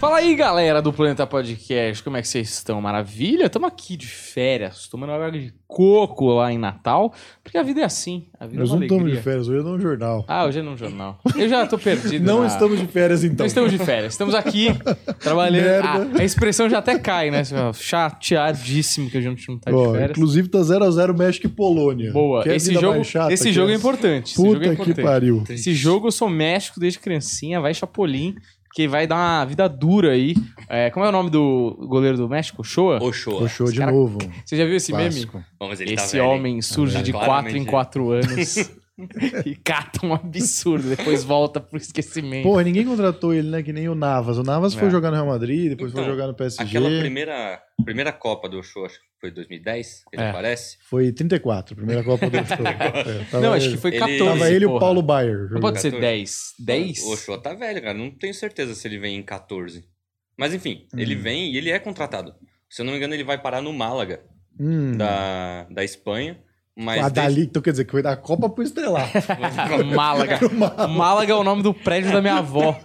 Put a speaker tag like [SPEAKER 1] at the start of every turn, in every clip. [SPEAKER 1] Fala aí, galera do Planeta Podcast, como é que vocês estão? Maravilha? Estamos aqui de férias, tomando água de coco lá em Natal, porque a vida é assim, a vida
[SPEAKER 2] Nós
[SPEAKER 1] é uma
[SPEAKER 2] não estamos de
[SPEAKER 1] alegria.
[SPEAKER 2] férias, hoje é um jornal.
[SPEAKER 1] ah, hoje é num jornal. Eu já tô perdido.
[SPEAKER 2] não
[SPEAKER 1] na-
[SPEAKER 2] estamos de férias, então.
[SPEAKER 1] Não estamos de férias, estamos aqui trabalhando.
[SPEAKER 2] Merda.
[SPEAKER 1] Ah, a expressão já até cai, né? Você fala, Chateadíssimo que a gente não tá de
[SPEAKER 2] Ó,
[SPEAKER 1] férias.
[SPEAKER 2] inclusive tá 0x0 México e Polônia.
[SPEAKER 1] Boa,
[SPEAKER 2] Que é
[SPEAKER 1] esse
[SPEAKER 2] vida
[SPEAKER 1] jogo,
[SPEAKER 2] mais chata
[SPEAKER 1] esse
[SPEAKER 2] que
[SPEAKER 1] jogo é
[SPEAKER 2] essa.
[SPEAKER 1] importante. esse jogo é
[SPEAKER 2] Puta que
[SPEAKER 1] importante.
[SPEAKER 2] pariu.
[SPEAKER 1] Esse jogo eu sou México desde criancinha, vai Chapolin, que vai dar uma vida dura aí. É, como é o nome do goleiro do México? Shoa?
[SPEAKER 3] Oxô.
[SPEAKER 2] Puxou de
[SPEAKER 1] cara-
[SPEAKER 2] novo.
[SPEAKER 1] Você já viu esse meme?
[SPEAKER 2] Clássico.
[SPEAKER 3] Bom, mas ele tá
[SPEAKER 1] Esse
[SPEAKER 3] velho, hein?
[SPEAKER 1] homem surge
[SPEAKER 3] Tá
[SPEAKER 1] de
[SPEAKER 3] claramente-
[SPEAKER 1] 4 em 4 anos e cata um absurdo, depois volta pro esquecimento.
[SPEAKER 2] Porra, ninguém contratou ele, né? Que nem o Navas. O Navas foi
[SPEAKER 1] É.
[SPEAKER 2] jogar no Real Madrid, depois foi
[SPEAKER 3] Então,
[SPEAKER 2] jogar no PSG.
[SPEAKER 3] Aquela primeira, primeira Copa do Oxô, acho que foi 2010, que ele
[SPEAKER 1] É.
[SPEAKER 3] aparece.
[SPEAKER 2] Foi 34, primeira Copa do Mundo. É, tava
[SPEAKER 1] não, acho
[SPEAKER 2] ele-
[SPEAKER 1] que foi
[SPEAKER 3] ele-
[SPEAKER 1] 14.
[SPEAKER 2] Tava ele e o
[SPEAKER 1] porra.
[SPEAKER 2] Paulo Baier.
[SPEAKER 1] Não pode ser
[SPEAKER 3] 14.
[SPEAKER 1] 10. 10?
[SPEAKER 3] O Oxô tá velho, cara. Não tenho certeza se ele vem em 14. Mas enfim, ele
[SPEAKER 2] Hum.
[SPEAKER 3] vem e ele é contratado. Se eu não me engano, ele vai parar no Málaga,
[SPEAKER 2] Hum,
[SPEAKER 3] da, da Espanha. Mas
[SPEAKER 1] Ah,
[SPEAKER 2] a
[SPEAKER 3] desde-
[SPEAKER 2] Dali, então quer dizer que foi da Copa pro Estrelato.
[SPEAKER 1] Málaga. Málaga é o nome do prédio da minha avó.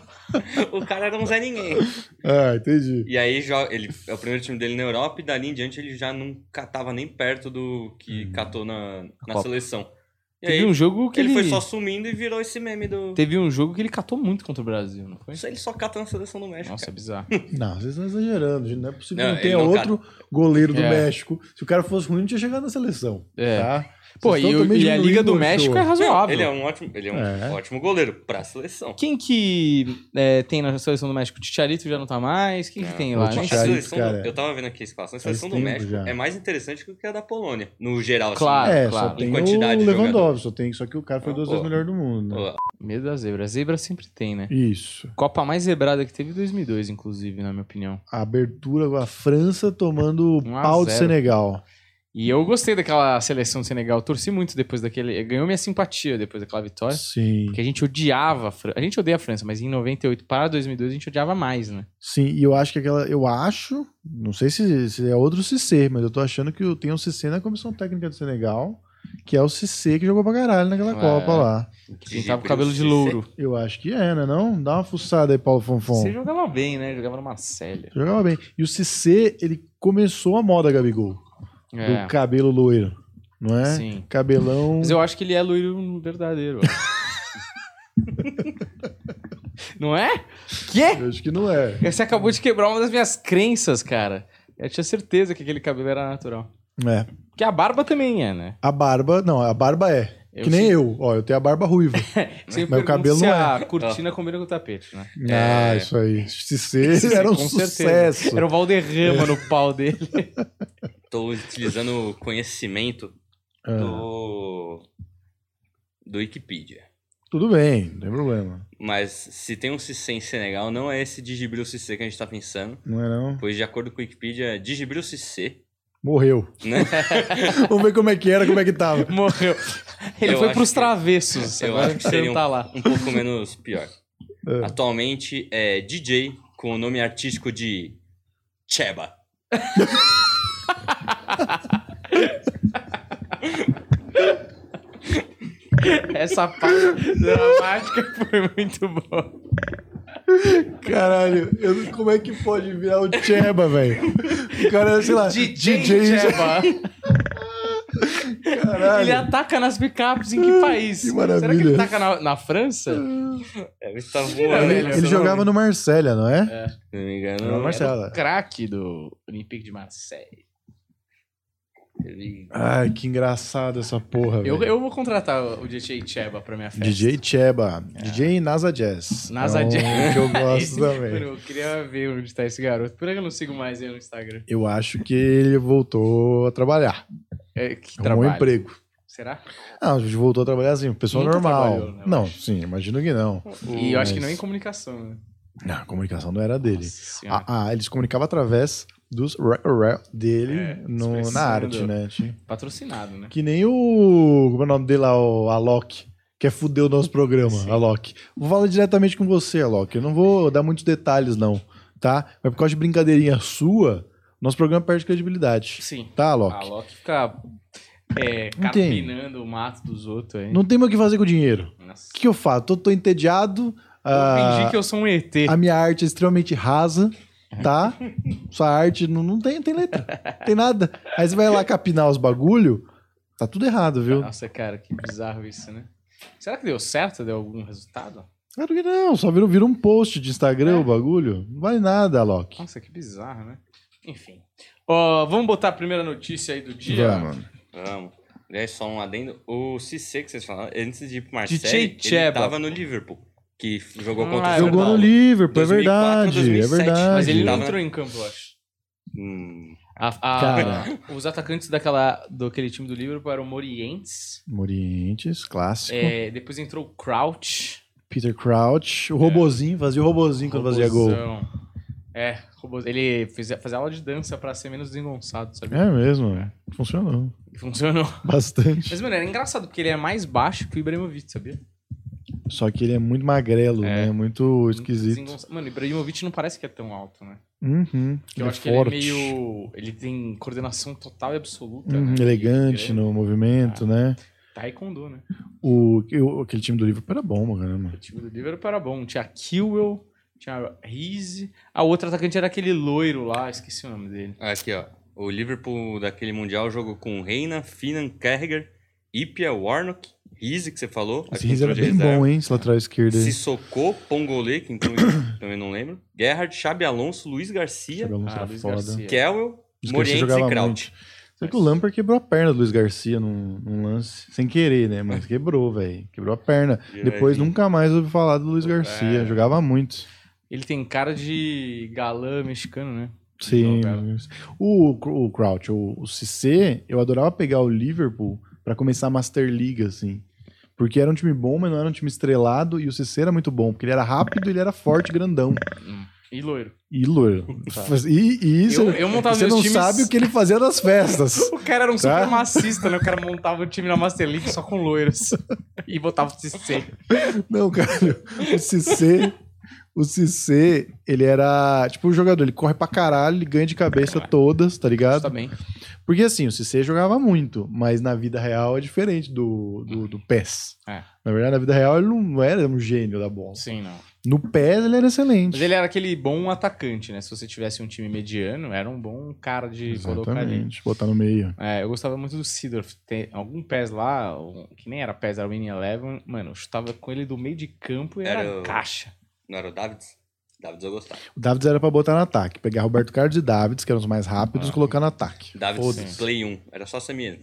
[SPEAKER 3] o cara era um Zé Ninguém.
[SPEAKER 2] ah, entendi.
[SPEAKER 3] E aí jo- ele é o primeiro time dele na Europa e dali em diante ele já não catava nem perto do que catou na, na
[SPEAKER 1] Hum. Copa.
[SPEAKER 3] seleção. E aí
[SPEAKER 1] Teve um jogo que
[SPEAKER 3] ele
[SPEAKER 1] ele.
[SPEAKER 3] foi só sumindo e virou esse meme do.
[SPEAKER 1] Teve um jogo que ele catou muito contra o Brasil, não foi?
[SPEAKER 3] Isso ele só cata na seleção do México.
[SPEAKER 1] Nossa, é bizarro.
[SPEAKER 2] Não, vocês estão exagerando. gente. Não é possível
[SPEAKER 3] Não,
[SPEAKER 2] que não tenha
[SPEAKER 3] ele não
[SPEAKER 2] outro goleiro do
[SPEAKER 1] É.
[SPEAKER 2] México. Se o cara fosse ruim, não tinha chegado na seleção.
[SPEAKER 1] É.
[SPEAKER 2] Tá?
[SPEAKER 1] Pô,
[SPEAKER 2] Vocês
[SPEAKER 1] e,
[SPEAKER 2] estão
[SPEAKER 1] o-
[SPEAKER 2] também
[SPEAKER 1] e a
[SPEAKER 2] diminuindo
[SPEAKER 1] Liga do
[SPEAKER 2] o
[SPEAKER 1] México é
[SPEAKER 2] show.
[SPEAKER 1] razoável.
[SPEAKER 3] Ele é um ótimo, ele é um
[SPEAKER 2] É.
[SPEAKER 3] ótimo goleiro pra seleção.
[SPEAKER 1] Quem que é, tem na seleção do México? Ticharito já não tá mais? Quem que
[SPEAKER 3] Não.
[SPEAKER 1] tem
[SPEAKER 2] É, O
[SPEAKER 1] lá?
[SPEAKER 3] A
[SPEAKER 1] Nem
[SPEAKER 2] Chicharito,
[SPEAKER 1] sei.
[SPEAKER 3] seleção do-
[SPEAKER 2] cara.
[SPEAKER 3] eu tava vendo aqui a escalação. A
[SPEAKER 2] Faz
[SPEAKER 3] seleção do
[SPEAKER 2] tempo
[SPEAKER 3] México
[SPEAKER 2] já.
[SPEAKER 3] é mais interessante que a da Polônia, no geral. assim,
[SPEAKER 1] Claro.
[SPEAKER 2] É,
[SPEAKER 1] Ah, claro.
[SPEAKER 2] só tem
[SPEAKER 3] Em quantidade
[SPEAKER 2] o
[SPEAKER 3] de
[SPEAKER 2] Lewandowski,
[SPEAKER 3] jogadores.
[SPEAKER 2] só tem, só que o cara foi
[SPEAKER 3] Ah,
[SPEAKER 2] duas
[SPEAKER 3] pô.
[SPEAKER 2] vezes melhor do mundo. né?
[SPEAKER 3] Pô,
[SPEAKER 1] Medo da zebra. A zebra sempre tem, né?
[SPEAKER 2] Isso.
[SPEAKER 1] Copa mais zebrada que teve em 2002, inclusive, na minha opinião.
[SPEAKER 2] A abertura, a França tomando o
[SPEAKER 1] 1 a
[SPEAKER 2] pau de
[SPEAKER 1] 0.
[SPEAKER 2] Senegal.
[SPEAKER 1] E eu gostei daquela seleção do Senegal. Torci muito depois daquele. Ganhou minha simpatia depois daquela vitória.
[SPEAKER 2] Sim.
[SPEAKER 1] Porque a gente odiava. A, Fran- a gente odeia a França, mas em 98 para 2002 a gente odiava mais, né?
[SPEAKER 2] Sim, e eu acho que aquela. Eu acho, não sei se, se é outro CC, mas eu tô achando que tem um CC na comissão técnica do Senegal, que é o CC que jogou pra caralho naquela
[SPEAKER 1] É.
[SPEAKER 2] Copa lá.
[SPEAKER 1] Que pintava o tá cabelo de louro.
[SPEAKER 2] Eu acho que é, né? Não? Dá uma fuçada aí, Paulo Fonfon.
[SPEAKER 1] Você jogava bem, né? Jogava na Marselha.
[SPEAKER 2] Jogava bem. E o CC, ele começou a moda, Gabigol.
[SPEAKER 1] É,
[SPEAKER 2] Do cabelo loiro. Não é?
[SPEAKER 1] sim.
[SPEAKER 2] Cabelão.
[SPEAKER 1] Mas eu acho que ele é loiro verdadeiro. Não é? Quê?
[SPEAKER 2] Eu acho que não é.
[SPEAKER 1] Você acabou de quebrar uma das minhas crenças, cara. Eu tinha certeza que aquele cabelo era natural.
[SPEAKER 2] É.
[SPEAKER 1] Porque a barba também é, né?
[SPEAKER 2] A barba, não, a barba é. que nem eu. Ó, eu tenho a barba ruiva.
[SPEAKER 1] Sempre
[SPEAKER 2] Mas o
[SPEAKER 1] pergunto
[SPEAKER 2] cabelo
[SPEAKER 1] se
[SPEAKER 2] não é.
[SPEAKER 1] a cortina combina com o tapete, né?
[SPEAKER 2] Ah, isso aí. CC era um
[SPEAKER 1] Com certeza.
[SPEAKER 2] sucesso.
[SPEAKER 1] Era um o
[SPEAKER 2] É.
[SPEAKER 1] Valderrama no pau dele.
[SPEAKER 3] Tô utilizando o conhecimento
[SPEAKER 2] Ah,
[SPEAKER 3] do. do Wikipedia.
[SPEAKER 2] tudo bem, não tem problema.
[SPEAKER 3] Mas se tem um Cissé em Senegal, não é esse Digibril Cissé que a gente tá pensando.
[SPEAKER 2] Não é não?
[SPEAKER 3] Pois, de acordo com o Wikipedia, Digibril Cissé.
[SPEAKER 2] Morreu.
[SPEAKER 3] Né?
[SPEAKER 2] Vamos ver como é que era, como é que tava.
[SPEAKER 1] Morreu. Ele
[SPEAKER 3] Eu
[SPEAKER 1] foi
[SPEAKER 3] acho
[SPEAKER 1] pros
[SPEAKER 3] que-
[SPEAKER 1] travessos.
[SPEAKER 3] eu
[SPEAKER 1] Agora
[SPEAKER 3] acho que
[SPEAKER 1] ele
[SPEAKER 3] seria
[SPEAKER 1] não
[SPEAKER 3] um-
[SPEAKER 1] tá lá.
[SPEAKER 3] um pouco menos pior.
[SPEAKER 2] É.
[SPEAKER 3] Atualmente é DJ com o nome artístico de Cheba.
[SPEAKER 1] Essa parte dramática foi muito boa.
[SPEAKER 2] Caralho, eu não- como é que pode virar o Cheba, velho? O cara, sei lá,
[SPEAKER 1] Jeba.
[SPEAKER 2] Caralho. Ah,
[SPEAKER 1] Ele ataca nas picapes em que país?
[SPEAKER 2] que maravilha.
[SPEAKER 1] Será que ele ataca na, na França?
[SPEAKER 3] É, ele tá
[SPEAKER 1] Ele-
[SPEAKER 2] Ele,
[SPEAKER 1] velho,
[SPEAKER 2] ele
[SPEAKER 1] seu
[SPEAKER 2] jogava no Marselha, não é?
[SPEAKER 3] Se não me
[SPEAKER 2] Era no
[SPEAKER 3] engano,
[SPEAKER 2] Marselha.
[SPEAKER 1] Craque do Olympique de Marseille.
[SPEAKER 3] ele-
[SPEAKER 2] Ai, que engraçado essa porra,
[SPEAKER 1] Eu,
[SPEAKER 2] velho.
[SPEAKER 1] eu vou contratar o DJ Cheba pra minha festa.
[SPEAKER 2] DJ Cheba, DJ Nasa Jazz.
[SPEAKER 1] É. Nasa
[SPEAKER 2] É um
[SPEAKER 1] Jazz. é
[SPEAKER 2] Que eu gosto
[SPEAKER 1] Mano,
[SPEAKER 2] também.
[SPEAKER 1] eu queria ver onde tá esse garoto. Por que eu não sigo mais ele no Instagram?
[SPEAKER 2] Eu acho que ele voltou a trabalhar.
[SPEAKER 1] É, que
[SPEAKER 2] Arrumou um
[SPEAKER 1] trabalho.
[SPEAKER 2] emprego.
[SPEAKER 1] Será?
[SPEAKER 2] Ah, a gente voltou a trabalhar assim, pessoa
[SPEAKER 1] Nunca
[SPEAKER 2] normal.
[SPEAKER 1] trabalhou, né, eu
[SPEAKER 2] Não,
[SPEAKER 1] acho.
[SPEAKER 2] sim, imagino que não.
[SPEAKER 1] E eu acho que
[SPEAKER 2] Mas-
[SPEAKER 1] não em comunicação, né?
[SPEAKER 2] Não, a comunicação não era dele.
[SPEAKER 1] Nossa senhora.
[SPEAKER 2] Ah, ah, eles comunicavam através dos ra- ra- dele
[SPEAKER 1] É,
[SPEAKER 2] no- na
[SPEAKER 1] expressando.
[SPEAKER 2] arte, né? Tinha-
[SPEAKER 1] Patrocinado, né?
[SPEAKER 2] Que nem o. Como é o nome dele lá, o Alok? Quer fuder o nosso programa, Alok. Vou falar diretamente com você, Alok. Eu não vou dar muitos detalhes, não, tá? Mas por causa de brincadeirinha sua, nosso programa perde credibilidade.
[SPEAKER 1] Sim.
[SPEAKER 2] Tá, Alok?
[SPEAKER 1] A Loki fica é,
[SPEAKER 2] Não tem.
[SPEAKER 1] capinando o mato dos outros aí.
[SPEAKER 2] Não tem mais o que fazer com o dinheiro.
[SPEAKER 1] Nossa.
[SPEAKER 2] O que, que eu faço? Tô, tô entediado,
[SPEAKER 1] Eu
[SPEAKER 2] ah,
[SPEAKER 1] fingi que eu sou um ET.
[SPEAKER 2] a minha arte é extremamente rasa, tá? Sua arte não, não tem, tem letra, não tem nada. Aí você vai lá capinar os bagulho, tá tudo errado, viu?
[SPEAKER 1] Nossa, cara, que bizarro isso, né? Será que deu certo? Deu algum resultado?
[SPEAKER 2] Claro que É não, só virou, virou um post de Instagram
[SPEAKER 1] É.
[SPEAKER 2] o bagulho. Não vale nada, Alok.
[SPEAKER 1] Nossa, que bizarro, né? Enfim. Ó, vamos botar a primeira notícia aí do dia.
[SPEAKER 2] Vamos.
[SPEAKER 3] é, Vamos. Aliás, só um adendo. O Cissé que vocês falaram, antes de ir pro
[SPEAKER 1] DJ
[SPEAKER 3] Marseille, ele
[SPEAKER 1] Cheba.
[SPEAKER 3] tava no Liverpool, que jogou
[SPEAKER 1] Ah,
[SPEAKER 3] contra o
[SPEAKER 1] é
[SPEAKER 3] São
[SPEAKER 2] Jogou no
[SPEAKER 3] Paulo.
[SPEAKER 2] Liverpool,
[SPEAKER 3] 2004,
[SPEAKER 2] é verdade,
[SPEAKER 3] 2007,
[SPEAKER 2] é verdade.
[SPEAKER 1] Mas ele
[SPEAKER 3] Tá,
[SPEAKER 1] não
[SPEAKER 3] né?
[SPEAKER 1] entrou em campo, eu acho.
[SPEAKER 3] Hum,
[SPEAKER 1] A- a-
[SPEAKER 2] Cara.
[SPEAKER 1] os atacantes daquela, daquele time do Liverpool eram Morientes.
[SPEAKER 2] Morientes, clássico.
[SPEAKER 1] É, depois entrou o Crouch.
[SPEAKER 2] Peter Crouch, o robozinho, fazia o robozinho quando fazia gol.
[SPEAKER 1] É. Robozão. É, robô- ele fez, fazia aula de dança pra ser menos desengonçado, sabe?
[SPEAKER 2] É mesmo, funcionou
[SPEAKER 1] E funcionou.
[SPEAKER 2] bastante.
[SPEAKER 1] Mas, mano, era engraçado, porque ele é mais baixo que o Ibrahimovic, sabia?
[SPEAKER 2] Só que ele é muito magrelo,
[SPEAKER 1] É.
[SPEAKER 2] né? Muito esquisito.
[SPEAKER 1] Desengonça- Mano, o Ibrahimovic não parece que é tão alto, né?
[SPEAKER 2] Uhum.
[SPEAKER 1] Porque eu
[SPEAKER 2] ele é
[SPEAKER 1] acho
[SPEAKER 2] forte,
[SPEAKER 1] que ele é meio. Ele tem coordenação total e absoluta.
[SPEAKER 2] uhum,
[SPEAKER 1] né?
[SPEAKER 2] elegante
[SPEAKER 1] Grande. Ah.
[SPEAKER 2] no movimento, né?
[SPEAKER 1] Taekwondo, né?
[SPEAKER 2] O, o- aquele time do Liverpool era bom, mano.
[SPEAKER 1] O time do Liverpool era bom. Tinha Kilwell, tinha Rize. A outra atacante era aquele loiro lá, esqueci o nome dele.
[SPEAKER 3] Ah, aqui, ó. O Liverpool daquele Mundial jogou com Reina, Finan Kerger, Ipia, Warnock, Rize, que você falou.
[SPEAKER 2] Esse
[SPEAKER 3] aqui
[SPEAKER 2] Riz era
[SPEAKER 3] entrou de
[SPEAKER 2] bem
[SPEAKER 3] reserva.
[SPEAKER 2] bom, hein? Esse lateral esquerdo aí.
[SPEAKER 3] Sissoko, Pongolê, que então, também não lembro. Gerhard, Xabi Alonso, Luiz Garcia,
[SPEAKER 2] Sabe, Alonso era
[SPEAKER 1] Ah, Luiz
[SPEAKER 2] um foda.
[SPEAKER 1] Garcia.
[SPEAKER 3] Kelwell,
[SPEAKER 2] Luiz Garcia
[SPEAKER 3] Morientes
[SPEAKER 2] jogava
[SPEAKER 3] e Kraut.
[SPEAKER 2] Sabe que o Lampard quebrou a perna do Luiz Garcia num, num lance, sem querer, né? Mas quebrou, velho. Quebrou a perna.
[SPEAKER 3] E
[SPEAKER 2] Depois
[SPEAKER 3] vai vir.
[SPEAKER 2] nunca mais ouvi falar do Luiz Garcia.
[SPEAKER 3] É.
[SPEAKER 2] Jogava muito.
[SPEAKER 1] Ele tem cara de galã mexicano, né?
[SPEAKER 2] Sim.
[SPEAKER 1] Jogava.
[SPEAKER 2] O, o Crouch, o, o CC, eu adorava pegar o Liverpool pra começar a Master League, assim. Porque era um time bom, mas não era um time estrelado. E o CC era muito bom, porque ele era rápido, ele era forte, grandão.
[SPEAKER 1] E loiro.
[SPEAKER 2] E loiro.
[SPEAKER 1] Tá.
[SPEAKER 2] E, e isso.
[SPEAKER 1] Eu, eu montava
[SPEAKER 2] Você
[SPEAKER 1] meus
[SPEAKER 2] não
[SPEAKER 1] times.
[SPEAKER 2] sabe o que ele fazia nas festas.
[SPEAKER 1] O cara era um
[SPEAKER 2] Tá?
[SPEAKER 1] supremacista, né? O cara montava o time na Master League só com loiros. e botava o CC.
[SPEAKER 2] Não, cara. O CC. O CC, ele era tipo o jogador, ele corre pra caralho, ele ganha de cabeça todas, tá ligado?
[SPEAKER 1] Também.
[SPEAKER 2] Porque assim, o CC jogava muito, mas na vida real é diferente do, do, do PES.
[SPEAKER 1] É.
[SPEAKER 2] Na verdade, na vida real ele não era um gênio da bola.
[SPEAKER 1] Sim, não.
[SPEAKER 2] No PES ele era excelente.
[SPEAKER 1] Mas ele era aquele bom atacante, né? Se você tivesse um time mediano, era um bom cara
[SPEAKER 3] é
[SPEAKER 1] de colocar ali.
[SPEAKER 2] Exatamente, botar no meio.
[SPEAKER 1] É, eu gostava muito do Sidorf. Tem algum PES lá, um- que nem era PES, era o N11. Mano, eu chutava com ele do meio de campo e era,
[SPEAKER 3] Era o-
[SPEAKER 1] caixa.
[SPEAKER 3] Não era o Davids? Davids eu gostava.
[SPEAKER 2] O Davids era pra botar no ataque, pegar Roberto Carlos e Davids, que eram os mais rápidos, e colocar no ataque.
[SPEAKER 3] Ah. Davids
[SPEAKER 1] Foda-se.
[SPEAKER 3] Play 1. Era só essa mesmo.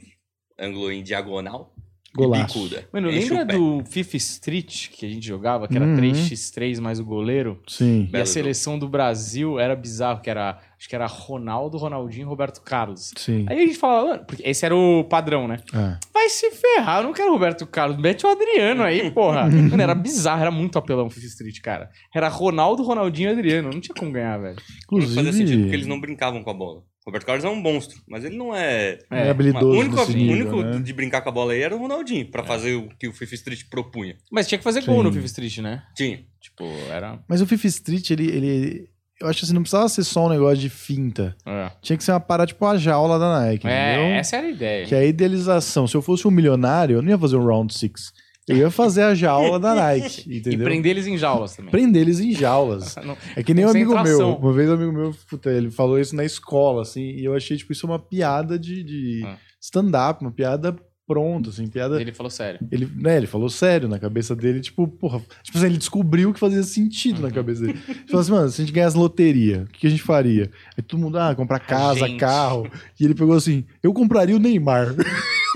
[SPEAKER 3] Ângulo em diagonal e
[SPEAKER 2] Golaço.
[SPEAKER 3] bicuda.
[SPEAKER 1] Mano,
[SPEAKER 3] Enche
[SPEAKER 1] lembra
[SPEAKER 3] o pé.
[SPEAKER 1] do FIFA Street que a gente jogava, que era
[SPEAKER 2] Uhum.
[SPEAKER 1] 3x3 mais o goleiro?
[SPEAKER 2] Sim.
[SPEAKER 1] E a
[SPEAKER 3] Belo
[SPEAKER 1] seleção do Brasil era bizarro, que era, acho que era Ronaldo, Ronaldinho e Roberto Carlos.
[SPEAKER 2] Sim.
[SPEAKER 1] Aí a gente falava, mano, porque esse era o padrão, né?
[SPEAKER 2] Ah,
[SPEAKER 1] Vai se ferrar, eu não quero o Roberto Carlos, mete o Adriano aí, porra. mano, era bizarro, era muito apelão o FIFA Street, cara. Era Ronaldo, Ronaldinho e Adriano, não tinha como ganhar, velho.
[SPEAKER 3] Não fazia sentido porque
[SPEAKER 2] Inclusive,
[SPEAKER 3] eles não brincavam com a bola. Roberto Carlos é um monstro, mas ele não é.
[SPEAKER 2] é,
[SPEAKER 1] É,
[SPEAKER 3] Uma-
[SPEAKER 2] habilidoso
[SPEAKER 3] O único,
[SPEAKER 2] nesse
[SPEAKER 3] o
[SPEAKER 2] nível,
[SPEAKER 3] único
[SPEAKER 2] né? É.
[SPEAKER 3] de brincar com a bola aí era o Ronaldinho, pra fazer o que o Fifa Street propunha.
[SPEAKER 1] Mas tinha que fazer gol no
[SPEAKER 2] Sim.
[SPEAKER 1] FIFA Street, né?
[SPEAKER 3] Tinha.
[SPEAKER 1] Tipo, era.
[SPEAKER 2] Mas o FIFA Street, ele, ele... Eu acho que assim, não precisava ser só um negócio de finta.
[SPEAKER 1] É,
[SPEAKER 2] Tinha que ser uma parada tipo a jaula da Nike, entendeu?
[SPEAKER 1] essa era a ideia.
[SPEAKER 2] Que é a idealização. Se eu fosse um milionário, eu não ia fazer um round six. Eu ia fazer a jaula da Nike,
[SPEAKER 1] E
[SPEAKER 2] entendeu?
[SPEAKER 1] prender eles em jaulas também.
[SPEAKER 2] Prender eles em jaulas.
[SPEAKER 1] Não-
[SPEAKER 2] É que nem um amigo meu.
[SPEAKER 1] Concentração.
[SPEAKER 2] Uma vez um amigo meu, puta, ele falou isso na escola, assim, e eu achei, tipo, isso uma piada de, de
[SPEAKER 1] Ah.
[SPEAKER 2] stand-up, uma piada pronta, assim, piada...
[SPEAKER 1] Ele falou sério.
[SPEAKER 2] Ele, né, ele falou sério na cabeça dele, tipo, porra, tipo assim, ele descobriu que fazia sentido
[SPEAKER 3] Uhum.
[SPEAKER 2] na cabeça dele. Ele falou assim, mano, se a gente ganhasse loteria, o que a gente faria? Aí todo mundo, ah, comprar casa,
[SPEAKER 1] gente.
[SPEAKER 2] carro. E ele pegou assim, eu compraria o Neymar.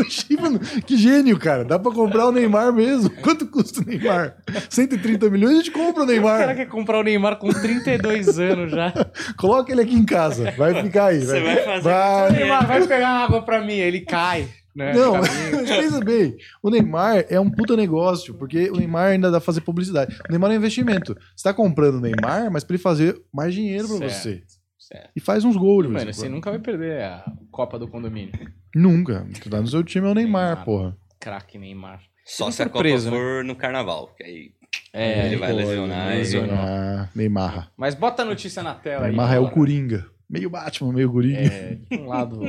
[SPEAKER 2] Eu achei, mano, que gênio, cara. Dá pra comprar o Neymar mesmo. Quanto custa o Neymar? 130 milhões, a gente compra o
[SPEAKER 1] O cara
[SPEAKER 2] Neymar.
[SPEAKER 1] quer comprar o Neymar com 32 anos já.
[SPEAKER 2] Coloca ele aqui em casa. Vai ficar aí.
[SPEAKER 3] Você vai fazer
[SPEAKER 1] O
[SPEAKER 2] Vai.
[SPEAKER 1] Neymar vai pegar água pra mim, ele cai. Né,
[SPEAKER 2] É. Não,
[SPEAKER 1] no
[SPEAKER 2] mas
[SPEAKER 1] caminho.
[SPEAKER 2] pensa bem. O Neymar é um puta negócio, porque o Neymar ainda dá pra fazer publicidade. O Neymar é um investimento. Você tá comprando o Neymar, mas pra ele fazer mais dinheiro pra
[SPEAKER 1] Certo.
[SPEAKER 2] você.
[SPEAKER 1] Certo.
[SPEAKER 2] E faz uns gols, de vez
[SPEAKER 1] Mano, assim
[SPEAKER 2] em
[SPEAKER 1] você
[SPEAKER 2] quando.
[SPEAKER 1] nunca vai perder a Copa do Condomínio.
[SPEAKER 2] Nunca. Tu tá no seu time é o Neymar,
[SPEAKER 1] Neymar.
[SPEAKER 2] porra.
[SPEAKER 1] Craque Neymar.
[SPEAKER 3] Só
[SPEAKER 1] Fica
[SPEAKER 3] se a Copa
[SPEAKER 1] surpreso, né?
[SPEAKER 3] for no carnaval. Que aí
[SPEAKER 1] É,
[SPEAKER 3] Ele vai
[SPEAKER 1] pô,
[SPEAKER 3] lesionar,
[SPEAKER 1] vai
[SPEAKER 3] ele-
[SPEAKER 1] lesionar.
[SPEAKER 2] Ah, Neymar.
[SPEAKER 1] Mas bota a notícia na tela aí.
[SPEAKER 2] Neymar é o
[SPEAKER 1] bora.
[SPEAKER 2] Coringa. Meio Batman, meio Coringa.
[SPEAKER 1] É, tem um lado.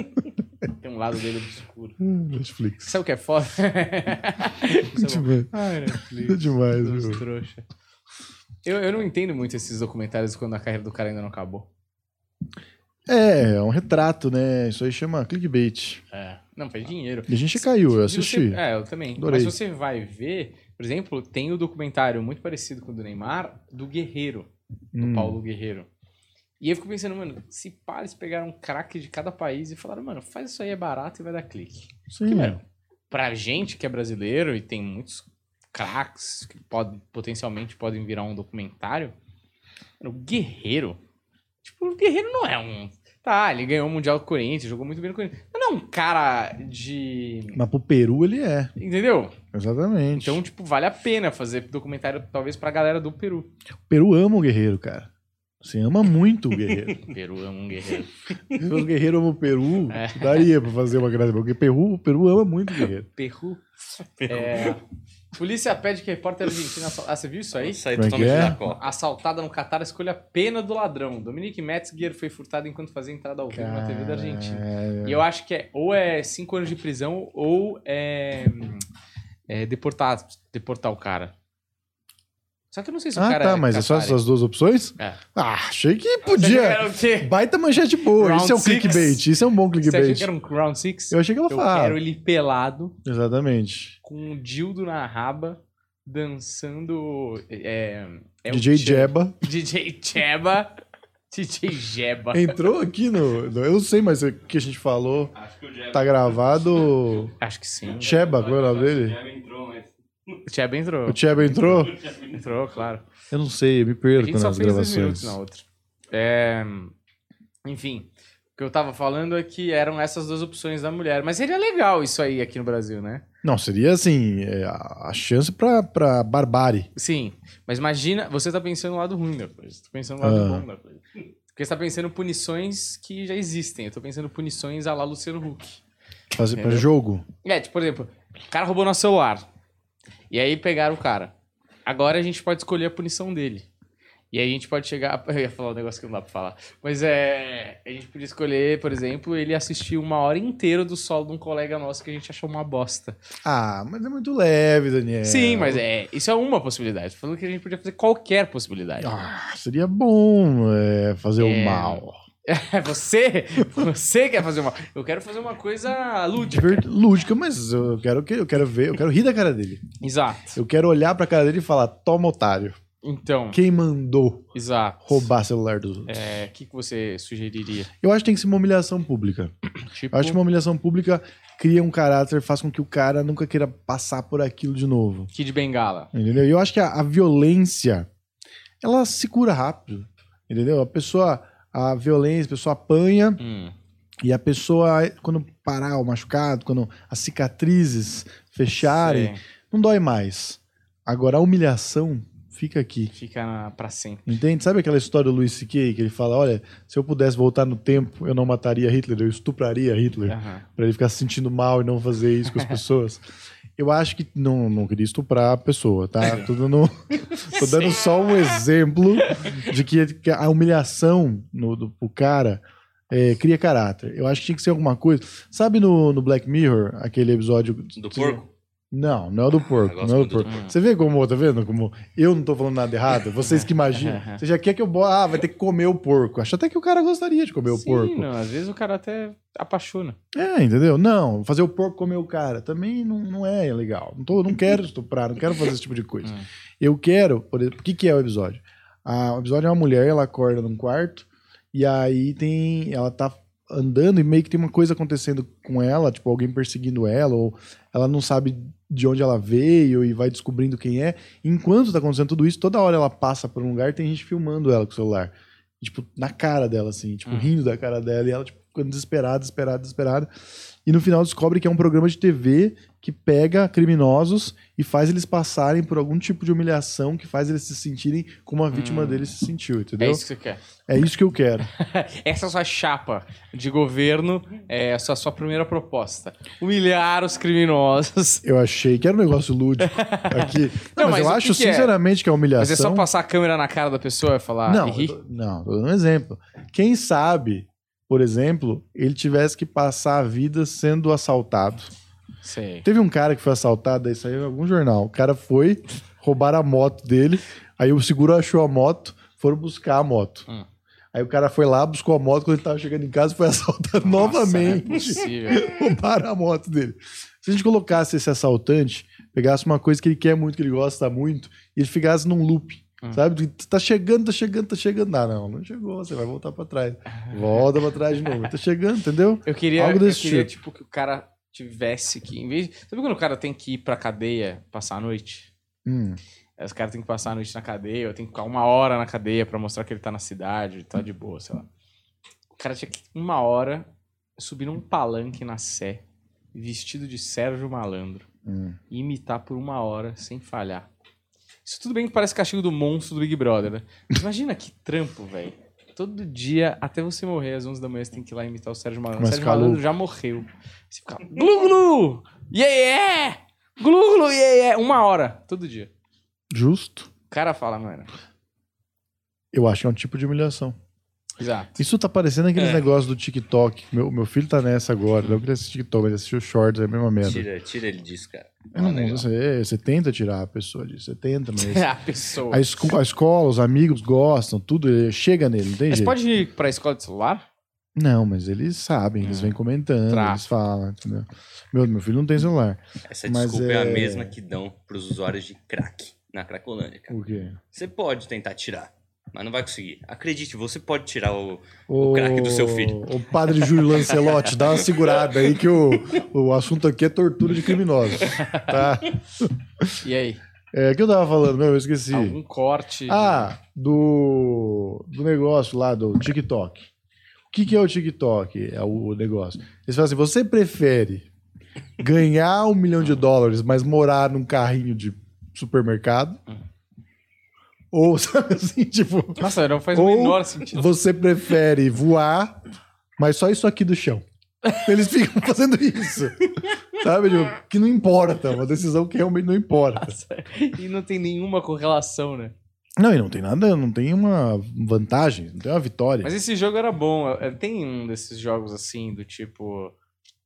[SPEAKER 1] Tem um lado dele obscuro.
[SPEAKER 2] Hum, Netflix.
[SPEAKER 1] Sabe o que é foda?
[SPEAKER 2] Muito bem.
[SPEAKER 1] Ai, né, Netflix.
[SPEAKER 2] Demais,
[SPEAKER 1] Os
[SPEAKER 2] viu?
[SPEAKER 1] trouxa. Eu, eu não entendo muito esses documentários quando a carreira do cara ainda não acabou.
[SPEAKER 2] É, é um retrato, né? Isso aí chama clickbait.
[SPEAKER 1] É. Não, faz dinheiro.
[SPEAKER 2] E a gente caiu, eu
[SPEAKER 1] E você-
[SPEAKER 2] assisti.
[SPEAKER 1] é, eu também.
[SPEAKER 2] Adorei.
[SPEAKER 1] Mas você vai ver, por exemplo, tem o documentário muito parecido com o do Neymar, do Guerreiro, do
[SPEAKER 2] Hum.
[SPEAKER 1] Paulo Guerreiro. E eu fico pensando, mano, se pá, eles pegaram um craque de cada país e falaram, mano, faz isso aí, é barato e vai dar clique.
[SPEAKER 2] Hum, Sim.
[SPEAKER 1] É. Pra gente que é brasileiro e tem muitos craques que pode, potencialmente podem virar um documentário, mano, o Guerreiro. Tipo, o Guerreiro não é um. Tá, ele ganhou o Mundial do Corinthians, jogou muito bem no Corinthians. Mas não é um cara de.
[SPEAKER 2] Mas pro Peru ele é,
[SPEAKER 1] Entendeu?
[SPEAKER 2] exatamente.
[SPEAKER 1] Então, tipo, vale a pena fazer documentário, talvez, pra galera do Peru.
[SPEAKER 2] O Peru ama o guerreiro, cara. Você ama muito o guerreiro.
[SPEAKER 1] O Peru é um guerreiro.
[SPEAKER 2] Se o guerreiro ama o Peru,
[SPEAKER 1] É.
[SPEAKER 2] daria pra fazer uma graça. Porque o Peru, o Peru ama muito o guerreiro.
[SPEAKER 1] Peru. É, polícia pede que repórter argentino. assa- Ah, você viu isso aí?
[SPEAKER 3] Sair
[SPEAKER 2] Como é que
[SPEAKER 3] totalmente
[SPEAKER 2] é?
[SPEAKER 3] da Copa.
[SPEAKER 1] Assaltada no Catar escolhe a pena do ladrão. Dominique Metzger foi furtado enquanto fazia entrada ao vivo na TV da Argentina.
[SPEAKER 2] Cara,
[SPEAKER 1] E eu acho que é ou é cinco anos de prisão ou é, é deportar, deportar o cara. Só que eu não sei se o
[SPEAKER 2] Ah,
[SPEAKER 1] cara
[SPEAKER 2] tá, mas é só
[SPEAKER 1] catari.
[SPEAKER 2] essas duas opções?
[SPEAKER 1] É.
[SPEAKER 2] Ah, achei que
[SPEAKER 1] Você achou que
[SPEAKER 2] podia.
[SPEAKER 1] era o quê?
[SPEAKER 2] Baita manchete boa.
[SPEAKER 1] Round
[SPEAKER 2] Isso é um
[SPEAKER 1] six.
[SPEAKER 2] clickbait. Isso é um bom
[SPEAKER 1] Você achou
[SPEAKER 2] clickbait.
[SPEAKER 1] que era um round six?
[SPEAKER 2] Eu achei que ela
[SPEAKER 1] Eu
[SPEAKER 2] falava.
[SPEAKER 1] quero ele pelado,
[SPEAKER 2] Exatamente.
[SPEAKER 1] com um dildo na raba, dançando. É, é o
[SPEAKER 2] DJ
[SPEAKER 1] Che-
[SPEAKER 2] Jeba
[SPEAKER 1] DJ Jeba. DJ Jeba.
[SPEAKER 2] entrou aqui no. no- Eu não sei mais o que a gente falou.
[SPEAKER 3] Acho que o Jeb.
[SPEAKER 2] Tá gravado.
[SPEAKER 1] Acho que sim.
[SPEAKER 2] Cheba, qual é o nome dele?
[SPEAKER 3] Jeb entrou, mas.
[SPEAKER 1] O Jeba entrou.
[SPEAKER 2] O Cheba entrou?
[SPEAKER 1] Entrou, claro.
[SPEAKER 2] Eu não sei, eu me
[SPEAKER 1] A
[SPEAKER 2] perco
[SPEAKER 1] gente só
[SPEAKER 2] nas
[SPEAKER 1] fez dois minutos
[SPEAKER 2] gravações.
[SPEAKER 1] na outra. É, enfim, o que eu tava falando é que eram essas duas opções da mulher. Mas seria legal isso aí aqui no Brasil, né?
[SPEAKER 2] Não, seria assim, é, a a chance pra, pra barbárie.
[SPEAKER 1] Sim, mas imagina, você tá pensando no lado ruim da coisa, tô pensando no lado
[SPEAKER 2] Ah.
[SPEAKER 1] bom da coisa. Porque você tá pensando punições que já existem, eu tô pensando punições a lá Luciano Huck.
[SPEAKER 2] Fazer pra
[SPEAKER 1] Entendeu?
[SPEAKER 2] jogo.
[SPEAKER 1] É, tipo, por exemplo, o cara roubou nosso celular, e aí pegaram o cara. Agora a gente pode escolher a punição dele. E aí a gente pode chegar, eu ia falar um negócio que não dá pra falar, mas é, a gente podia escolher, por exemplo, ele assistir uma hora inteira do solo de um colega nosso que a gente achou uma bosta.
[SPEAKER 2] Ah, mas é muito leve, Daniel.
[SPEAKER 1] Sim, mas é, isso é uma possibilidade, tô falando que a gente podia fazer qualquer possibilidade.
[SPEAKER 2] Ah, seria bom é, fazer
[SPEAKER 1] É.
[SPEAKER 2] o mal.
[SPEAKER 1] É você, você quer fazer uma. Eu quero fazer uma coisa lúdica.
[SPEAKER 2] Divert- Lúdica, mas eu quero, que- eu quero ver, eu quero rir da cara dele.
[SPEAKER 1] Exato.
[SPEAKER 2] Eu quero olhar pra cara dele e falar: toma, otário.
[SPEAKER 1] Então,
[SPEAKER 2] Quem mandou
[SPEAKER 1] exato.
[SPEAKER 2] roubar celular dos outros?
[SPEAKER 1] É, o que, que você sugeriria?
[SPEAKER 2] Eu acho que tem que ser uma humilhação pública.
[SPEAKER 1] Tipo,
[SPEAKER 2] Eu acho que uma humilhação pública cria um caráter, faz com que o cara nunca queira passar por aquilo de novo.
[SPEAKER 1] Kid Bengala.
[SPEAKER 2] Entendeu? E eu acho que a, a violência, ela se cura rápido. Entendeu? A pessoa, a violência, a pessoa apanha
[SPEAKER 1] Hum,
[SPEAKER 2] e a pessoa, quando parar o machucado, quando as cicatrizes fecharem,
[SPEAKER 1] sei.
[SPEAKER 2] não dói mais. Agora a humilhação fica aqui.
[SPEAKER 1] Fica na, pra sempre.
[SPEAKER 2] Entende? Sabe aquela história do Luiz C.K. que ele fala: olha, se eu pudesse voltar no tempo, eu não mataria Hitler, eu estupraria Hitler.
[SPEAKER 1] Aham.
[SPEAKER 2] Pra ele ficar se sentindo mal e não fazer isso com as pessoas. Eu acho que não, não queria estuprar a pessoa, tá? Tô dando, tô dando só um exemplo de que que a humilhação no, do, pro cara é, cria caráter. Eu acho que tinha que ser alguma coisa. Sabe no, no Black Mirror, aquele episódio.
[SPEAKER 3] Do porco?
[SPEAKER 2] Não, não é o do porco.
[SPEAKER 3] gosto
[SPEAKER 2] não é o do
[SPEAKER 3] muito do
[SPEAKER 2] porco. Você vê como, tá vendo? Como eu não tô falando nada errado, vocês que imaginam. Você já quer que eu. bo- Ah, vai ter que comer o porco. Acho até que o cara gostaria de comer o
[SPEAKER 1] Sim, né?
[SPEAKER 2] porco.
[SPEAKER 1] não, às vezes o cara até apaixona.
[SPEAKER 2] É, entendeu? Não, fazer o porco comer o cara também não, não é legal. Não, tô, não quero estuprar, não quero fazer esse tipo de coisa.
[SPEAKER 1] Hum.
[SPEAKER 2] Eu quero, por exemplo, o que, que é o episódio? Ah, o episódio é uma mulher, ela acorda num quarto e aí tem. Ela tá andando e meio que tem uma coisa acontecendo com ela, tipo, alguém perseguindo ela, ou ela não sabe de onde ela veio e vai descobrindo quem é. Enquanto tá acontecendo tudo isso, toda hora ela passa por um lugar e tem gente filmando ela com o celular. Tipo, na cara dela, assim, tipo,
[SPEAKER 1] Hum.
[SPEAKER 2] rindo da cara dela, e ela, tipo, ficando desesperada, desesperada, desesperada. E no final descobre que é um programa de TV que pega criminosos e faz eles passarem por algum tipo de humilhação que faz eles se sentirem como a vítima
[SPEAKER 1] Hum.
[SPEAKER 2] deles se sentiu, entendeu?
[SPEAKER 1] É isso que você quer.
[SPEAKER 2] é isso que eu quero.
[SPEAKER 1] Essa é a sua chapa de governo, é a sua, sua primeira proposta. Humilhar os criminosos.
[SPEAKER 2] Eu achei que era um negócio lúdico aqui. Não,
[SPEAKER 1] Não, mas
[SPEAKER 2] mas, eu
[SPEAKER 1] o que
[SPEAKER 2] acho
[SPEAKER 1] que é?
[SPEAKER 2] sinceramente que é humilhação.
[SPEAKER 1] Mas é só passar a câmera na cara da pessoa e falar.
[SPEAKER 2] Não,
[SPEAKER 1] "Ih,
[SPEAKER 2] eu tô- não, tô dando um exemplo. Quem sabe, por exemplo, ele tivesse que passar a vida sendo assaltado.
[SPEAKER 1] sei.
[SPEAKER 2] é Teve um cara que foi assaltado, isso aí em algum jornal. O cara foi, roubaram a moto dele. Aí o seguro achou a moto, foram buscar a moto.
[SPEAKER 1] Hum.
[SPEAKER 2] Aí o cara foi lá, buscou a moto, quando ele tava chegando em casa, foi assaltado novamente.
[SPEAKER 1] Não é possível.
[SPEAKER 2] roubaram a moto dele. Se a gente colocasse esse assaltante, pegasse uma coisa que ele quer muito, que ele gosta muito, e ele ficasse num loop.
[SPEAKER 1] Hum.
[SPEAKER 2] Sabe? Tá chegando, tá chegando, tá chegando. Ah, não, não chegou. Você vai voltar pra trás. Volta pra trás de novo. Tá chegando, entendeu?
[SPEAKER 1] Eu queria,
[SPEAKER 2] Algo desse
[SPEAKER 1] eu queria tipo, que o cara tivesse que. Em vez Sabe quando o cara tem que ir pra cadeia passar a noite?
[SPEAKER 2] Hum.
[SPEAKER 1] Aí Os caras têm que passar a noite na cadeia, ou tem que ficar uma hora na cadeia pra mostrar que ele tá na cidade, tá de boa, sei lá. O cara tinha que uma hora subir num palanque na Sé, vestido de Sérgio Malandro,
[SPEAKER 2] Hum.
[SPEAKER 1] e imitar por uma hora sem falhar. Isso tudo bem que parece castigo do monstro do Big Brother, né? Imagina que trampo, velho. Todo dia, até você morrer às 11 da manhã, você tem que ir lá imitar o Sérgio Malandro. O
[SPEAKER 2] Começa a
[SPEAKER 1] Sérgio
[SPEAKER 2] ficar
[SPEAKER 1] Malandro já morreu. Você fica glu glu! Yeah, yeah! Glu glu, yeah, yeah! Uma hora, todo dia.
[SPEAKER 2] Justo.
[SPEAKER 1] O cara fala, mano.
[SPEAKER 2] Eu acho que é um tipo de humilhação.
[SPEAKER 1] Exato.
[SPEAKER 2] Isso tá parecendo aqueles
[SPEAKER 3] É.
[SPEAKER 2] negócios do TikTok. Meu, meu filho tá nessa agora. Não que ele assiste TikTok, ele assistiu Shorts, é a mesma merda.
[SPEAKER 3] Tira, tira ele disso, cara.
[SPEAKER 2] Eu não,
[SPEAKER 3] Fala, um legal.
[SPEAKER 2] você, você tenta tirar a pessoa disso. Você tenta, mas.
[SPEAKER 1] a pessoa.
[SPEAKER 2] A, esco- a escola, os amigos gostam, tudo eh, chega nele, não tem
[SPEAKER 1] Mas
[SPEAKER 2] jeito.
[SPEAKER 1] pode ir pra escola de celular?
[SPEAKER 2] Não, mas eles sabem, eles
[SPEAKER 1] Hum.
[SPEAKER 2] vêm comentando,
[SPEAKER 1] Tá.
[SPEAKER 2] eles falam, entendeu? Meu, meu filho não tem celular.
[SPEAKER 3] Essa
[SPEAKER 2] Mas
[SPEAKER 3] desculpa é... a
[SPEAKER 2] é-
[SPEAKER 3] mesma que dão pros usuários de crack na Cracolândia, cara.
[SPEAKER 2] Por quê?
[SPEAKER 3] Você pode tentar tirar, mas não vai conseguir. Acredite, você pode tirar o.
[SPEAKER 2] O,
[SPEAKER 3] craque do seu filho.
[SPEAKER 2] O padre Júlio Lancelotti, dá uma segurada aí que o, o assunto aqui é tortura de criminosos. Tá?
[SPEAKER 1] E aí?
[SPEAKER 2] É, o que eu tava falando, meu, eu esqueci.
[SPEAKER 1] Algum corte?
[SPEAKER 2] Ah, do, do negócio lá do TikTok. O que, que é o TikTok? É o, o negócio. Eles falam assim: você prefere ganhar um milhão de dólares, mas morar num carrinho de supermercado? Ou, sabe assim, tipo,
[SPEAKER 1] Nossa, não faz o
[SPEAKER 2] Ou-
[SPEAKER 1] menor sentido.
[SPEAKER 2] você prefere voar, mas só isso aqui do chão? Eles ficam fazendo isso. Sabe? Tipo, que não importa, uma decisão que realmente não importa.
[SPEAKER 1] E não tem nenhuma correlação, né?
[SPEAKER 2] Não, e não tem nada, não tem uma vantagem, não tem uma vitória.
[SPEAKER 1] Mas esse jogo era bom. É, Tem um desses jogos assim, do tipo.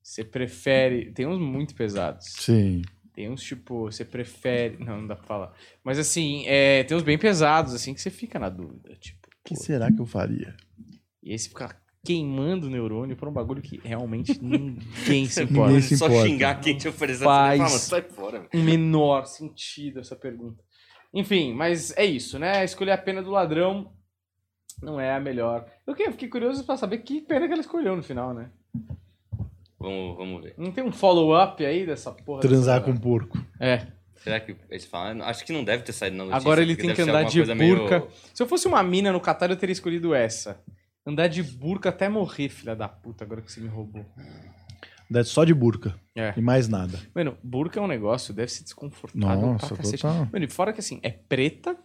[SPEAKER 1] Você prefere. Tem uns muito pesados.
[SPEAKER 2] Sim.
[SPEAKER 1] Tem uns tipo. Você prefere. Não, não dá pra falar. Mas assim, é, tem uns bem pesados, assim, que você fica na dúvida. Tipo,
[SPEAKER 2] O que
[SPEAKER 1] pô,
[SPEAKER 2] será que eu faria?
[SPEAKER 1] E aí você fica queimando o neurônio por um bagulho que realmente ninguém se importa.
[SPEAKER 2] Ninguém se
[SPEAKER 3] só
[SPEAKER 2] importa.
[SPEAKER 3] xingar quem te oferecer
[SPEAKER 1] Faz.
[SPEAKER 3] essa sai fora. velho.
[SPEAKER 1] o menor sentido essa pergunta. Enfim, mas é isso, né? Escolher a pena do ladrão não é a melhor. Eu que- fiquei curioso pra saber que pena que ela escolheu no final, né?
[SPEAKER 3] Vamos, vamos ver.
[SPEAKER 1] Não tem um follow-up aí dessa porra?
[SPEAKER 2] Transar
[SPEAKER 1] dessa-
[SPEAKER 2] com porco.
[SPEAKER 1] É.
[SPEAKER 3] Será que eles falam? Acho que não deve ter saído na notícia.
[SPEAKER 1] Agora ele tem
[SPEAKER 3] porque deve
[SPEAKER 1] que
[SPEAKER 3] ser
[SPEAKER 1] andar
[SPEAKER 3] alguma
[SPEAKER 1] de
[SPEAKER 3] coisa meio-
[SPEAKER 1] burca. Se eu fosse uma mina no Catar, eu teria escolhido essa. Andar de burca até morrer, filha da puta, agora que você me roubou.
[SPEAKER 2] É Só de burca.
[SPEAKER 1] É.
[SPEAKER 2] E mais nada.
[SPEAKER 1] Mano, burca é um negócio, deve ser desconfortável
[SPEAKER 2] Nossa,
[SPEAKER 1] pra Ah, cacete.
[SPEAKER 2] total.
[SPEAKER 1] Mano, e fora que assim, é preta,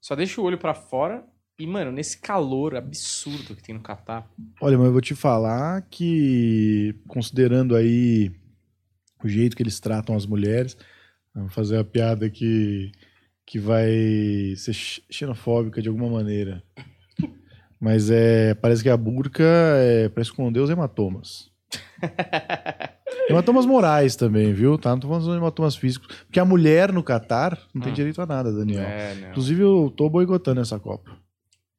[SPEAKER 1] só deixa o olho pra fora. E, mano, nesse calor absurdo que tem no Catar.
[SPEAKER 2] Olha, mas eu vou te falar que, considerando aí o jeito que eles tratam as mulheres, vamos fazer uma piada que, que vai ser x- xenofóbica de alguma maneira. Mas é, parece que a burca é para esconder os hematomas. Hematomas morais também, viu? Tá? Não tô falando dos hematomas físicos. Porque a mulher no Catar não tem
[SPEAKER 1] Hum.
[SPEAKER 2] direito a nada, Daniel.
[SPEAKER 1] É, não.
[SPEAKER 2] Inclusive, eu tô boicotando essa Copa.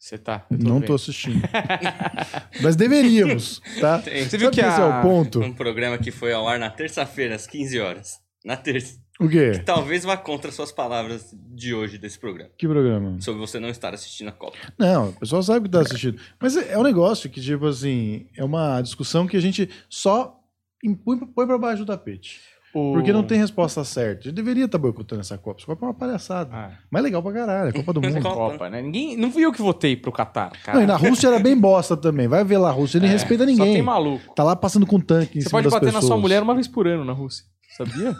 [SPEAKER 1] Você tá. eu
[SPEAKER 2] Não
[SPEAKER 1] vendo.
[SPEAKER 2] tô assistindo. Mas deveríamos, tá?
[SPEAKER 3] Tem.
[SPEAKER 1] Você viu
[SPEAKER 2] Sabe
[SPEAKER 1] que
[SPEAKER 2] esse é o
[SPEAKER 1] a...
[SPEAKER 2] ponto?
[SPEAKER 3] Um programa que foi ao ar na terça-feira, às 15 horas. Na terça.
[SPEAKER 2] O
[SPEAKER 3] Que
[SPEAKER 2] quê?
[SPEAKER 3] talvez vá contra suas palavras de hoje desse programa.
[SPEAKER 2] Que programa?
[SPEAKER 3] Sobre você não estar assistindo a Copa.
[SPEAKER 2] Não, o pessoal sabe que tá assistindo. Mas é é um negócio que, tipo assim, é uma discussão que a gente só impõe, põe pra baixo do tapete.
[SPEAKER 1] o-
[SPEAKER 2] Porque não tem resposta certa. A gente deveria estar boicotando essa Copa. Essa Copa é uma palhaçada.
[SPEAKER 1] Ah,
[SPEAKER 2] Mas é legal pra caralho, é Copa do Mundo.
[SPEAKER 1] Copa, Copa, né? Ninguém... Não fui eu que votei pro Catar, cara.
[SPEAKER 2] Não, e na Rússia era bem bosta também. Vai ver lá a Rússia, ele
[SPEAKER 1] É,
[SPEAKER 2] nem respeita
[SPEAKER 1] Só tem
[SPEAKER 2] ninguém.
[SPEAKER 1] maluco.
[SPEAKER 2] Tá lá passando com tanque em
[SPEAKER 1] Você
[SPEAKER 2] cima
[SPEAKER 1] pode
[SPEAKER 2] das
[SPEAKER 1] bater na sua
[SPEAKER 2] pessoas.
[SPEAKER 1] mulher uma vez por ano na Rússia. Sabia?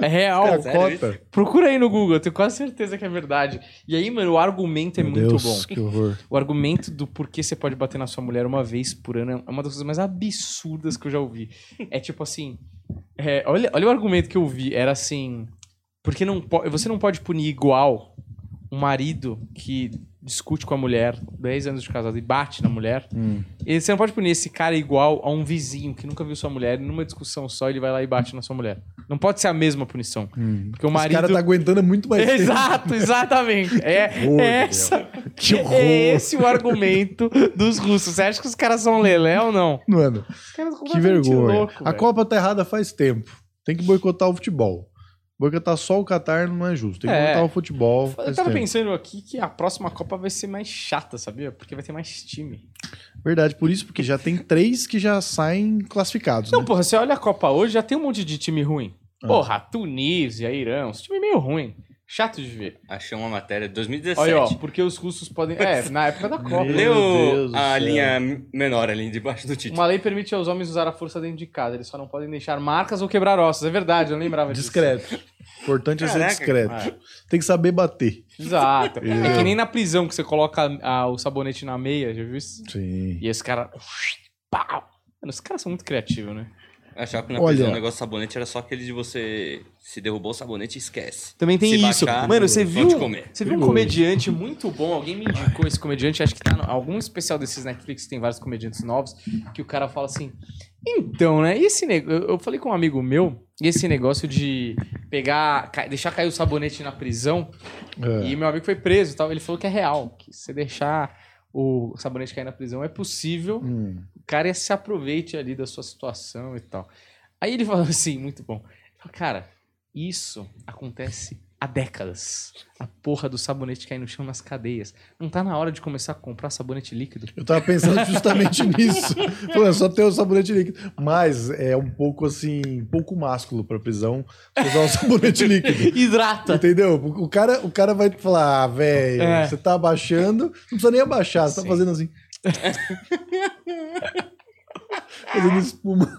[SPEAKER 1] É real.
[SPEAKER 2] Cara,
[SPEAKER 3] Sério
[SPEAKER 2] cota.
[SPEAKER 1] Procura aí no Google, eu tenho quase certeza que é verdade. E aí, mano, o argumento é
[SPEAKER 2] Meu
[SPEAKER 1] muito
[SPEAKER 2] Deus,
[SPEAKER 1] bom.
[SPEAKER 2] que horror.
[SPEAKER 1] O argumento do porquê você pode bater na sua mulher uma vez por ano é uma das coisas mais absurdas que eu já ouvi. É tipo assim. é, olha, olha o argumento que eu vi. Era assim. Porque não po- você não pode punir igual um marido que discute com a mulher, 10 anos de casado, e bate na mulher,
[SPEAKER 2] Hum.
[SPEAKER 1] e você não pode punir esse cara igual a um vizinho que nunca viu sua mulher, e numa discussão só ele vai lá e bate na sua mulher. Não pode ser a mesma punição.
[SPEAKER 2] Hum.
[SPEAKER 1] Porque o
[SPEAKER 2] Esse
[SPEAKER 1] marido.
[SPEAKER 2] cara tá aguentando muito mais tempo.
[SPEAKER 1] Exato, exatamente. É,
[SPEAKER 2] horror,
[SPEAKER 1] é
[SPEAKER 2] Gabriel.
[SPEAKER 1] essa,
[SPEAKER 2] Que horror.
[SPEAKER 1] é esse o argumento dos russos. Você acha que os caras são lelé ou não?
[SPEAKER 2] Mano,
[SPEAKER 1] Os caras são
[SPEAKER 2] que
[SPEAKER 1] completamente
[SPEAKER 2] vergonha.
[SPEAKER 1] louco,
[SPEAKER 2] a
[SPEAKER 1] velho.
[SPEAKER 2] Copa tá errada faz tempo. Tem que boicotar o futebol. Boicotar só o Qatar não é justo. Tem que
[SPEAKER 1] É.
[SPEAKER 2] boicotar o futebol.
[SPEAKER 1] Eu
[SPEAKER 2] faz
[SPEAKER 1] tava
[SPEAKER 2] tempo.
[SPEAKER 1] pensando aqui que a próxima Copa vai ser mais chata, sabia? Porque vai ter mais time.
[SPEAKER 2] Né? Verdade, por isso, porque já tem três que já saem classificados.
[SPEAKER 1] Não,
[SPEAKER 2] né?
[SPEAKER 1] porra, você olha a Copa hoje, já tem um monte de time ruim.
[SPEAKER 2] Ah.
[SPEAKER 1] Porra, Tunísia, Irã, uns time meio ruim. Chato de ver.
[SPEAKER 3] Achei uma matéria de 2017.
[SPEAKER 1] Olha, ó, porque os russos podem. É, na época da Copa.
[SPEAKER 2] Meu Deus
[SPEAKER 3] Leu
[SPEAKER 2] do
[SPEAKER 3] a
[SPEAKER 2] céu.
[SPEAKER 3] linha menor ali debaixo do título.
[SPEAKER 1] Uma lei permite aos homens usar a força dentro de casa, eles só não podem deixar marcas ou quebrar ossos. É verdade, eu não lembrava disso.
[SPEAKER 2] Discreto. Importante é ser
[SPEAKER 3] Caraca,
[SPEAKER 2] discreto.
[SPEAKER 1] cara.
[SPEAKER 2] Tem que saber bater.
[SPEAKER 1] Exato.
[SPEAKER 2] É.
[SPEAKER 1] É que nem na prisão que você coloca a- o sabonete na meia, já viu isso?
[SPEAKER 2] Sim.
[SPEAKER 1] E esse cara. Pau! Mano, os caras são muito criativos, né?
[SPEAKER 3] Achava que na
[SPEAKER 2] Olha.
[SPEAKER 3] prisão o negócio do sabonete era só aquele de você se derrubou o sabonete e esquece.
[SPEAKER 1] Também tem
[SPEAKER 3] Se
[SPEAKER 1] isso.
[SPEAKER 3] baixar,
[SPEAKER 1] Mano, você
[SPEAKER 3] vão
[SPEAKER 1] viu,
[SPEAKER 3] te comer.
[SPEAKER 1] você viu um
[SPEAKER 2] Perigoso.
[SPEAKER 1] comediante muito bom? Alguém me indicou esse comediante. Acho que tá no, algum especial desses Netflix, tem vários comediantes novos, que o cara fala assim: Então, né? e Esse negócio. Eu eu falei com um amigo meu, e esse negócio de pegar, ca- deixar cair o sabonete na prisão,
[SPEAKER 2] É.
[SPEAKER 1] e meu amigo foi preso e tal. Ele falou que é real, que se você deixar o sabonete cair na prisão, é possível
[SPEAKER 2] Hum.
[SPEAKER 1] o cara se aproveite ali da sua situação e tal. Aí ele falou assim, muito bom. Ele falou, cara, isso acontece há décadas. A porra do sabonete cair no chão nas cadeias. Não tá na hora de começar a comprar sabonete líquido?
[SPEAKER 2] Eu tava pensando justamente nisso. Falando, só ter o sabonete líquido. Mas é um pouco assim, um pouco másculo pra prisão usar um sabonete líquido.
[SPEAKER 1] Hidrata!
[SPEAKER 2] Entendeu? O o cara, o cara vai falar, ah, velho,
[SPEAKER 1] É.
[SPEAKER 2] você tá abaixando, não precisa nem abaixar, você
[SPEAKER 1] Sim.
[SPEAKER 2] tá fazendo assim. fazendo espuma.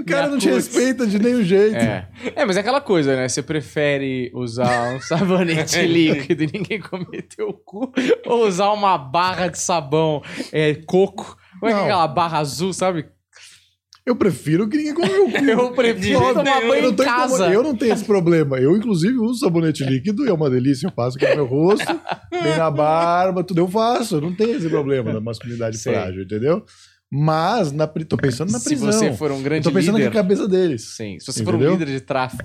[SPEAKER 2] O cara não te
[SPEAKER 1] Yakult.
[SPEAKER 2] respeita de nenhum jeito.
[SPEAKER 1] É. é, mas é aquela coisa, né? Você prefere usar um sabonete
[SPEAKER 2] É.
[SPEAKER 1] líquido e ninguém comer teu cu ou usar uma barra de sabão é, coco? Ou é
[SPEAKER 2] Não.
[SPEAKER 1] aquela barra azul, sabe?
[SPEAKER 2] Eu prefiro que ninguém come meu cu.
[SPEAKER 1] Eu prefiro
[SPEAKER 3] jeito
[SPEAKER 1] tomar
[SPEAKER 3] nenhum.
[SPEAKER 1] banho
[SPEAKER 2] Eu não,
[SPEAKER 1] em
[SPEAKER 2] tô incomo-
[SPEAKER 1] casa.
[SPEAKER 2] eu não tenho esse problema. Eu, inclusive, uso sabonete líquido e é uma delícia. Eu passo aqui no meu rosto, bem na barba, tudo eu faço. Eu não tenho esse problema da masculinidade
[SPEAKER 1] Sei.
[SPEAKER 2] frágil, entendeu? Mas, na, pri- tô pensando na prisão.
[SPEAKER 1] Se você for um
[SPEAKER 2] Eu
[SPEAKER 1] grande
[SPEAKER 2] tô pensando
[SPEAKER 1] líder...
[SPEAKER 2] na cabeça deles.
[SPEAKER 1] Sim, se você for
[SPEAKER 2] Entendeu?
[SPEAKER 1] um líder de tráfico,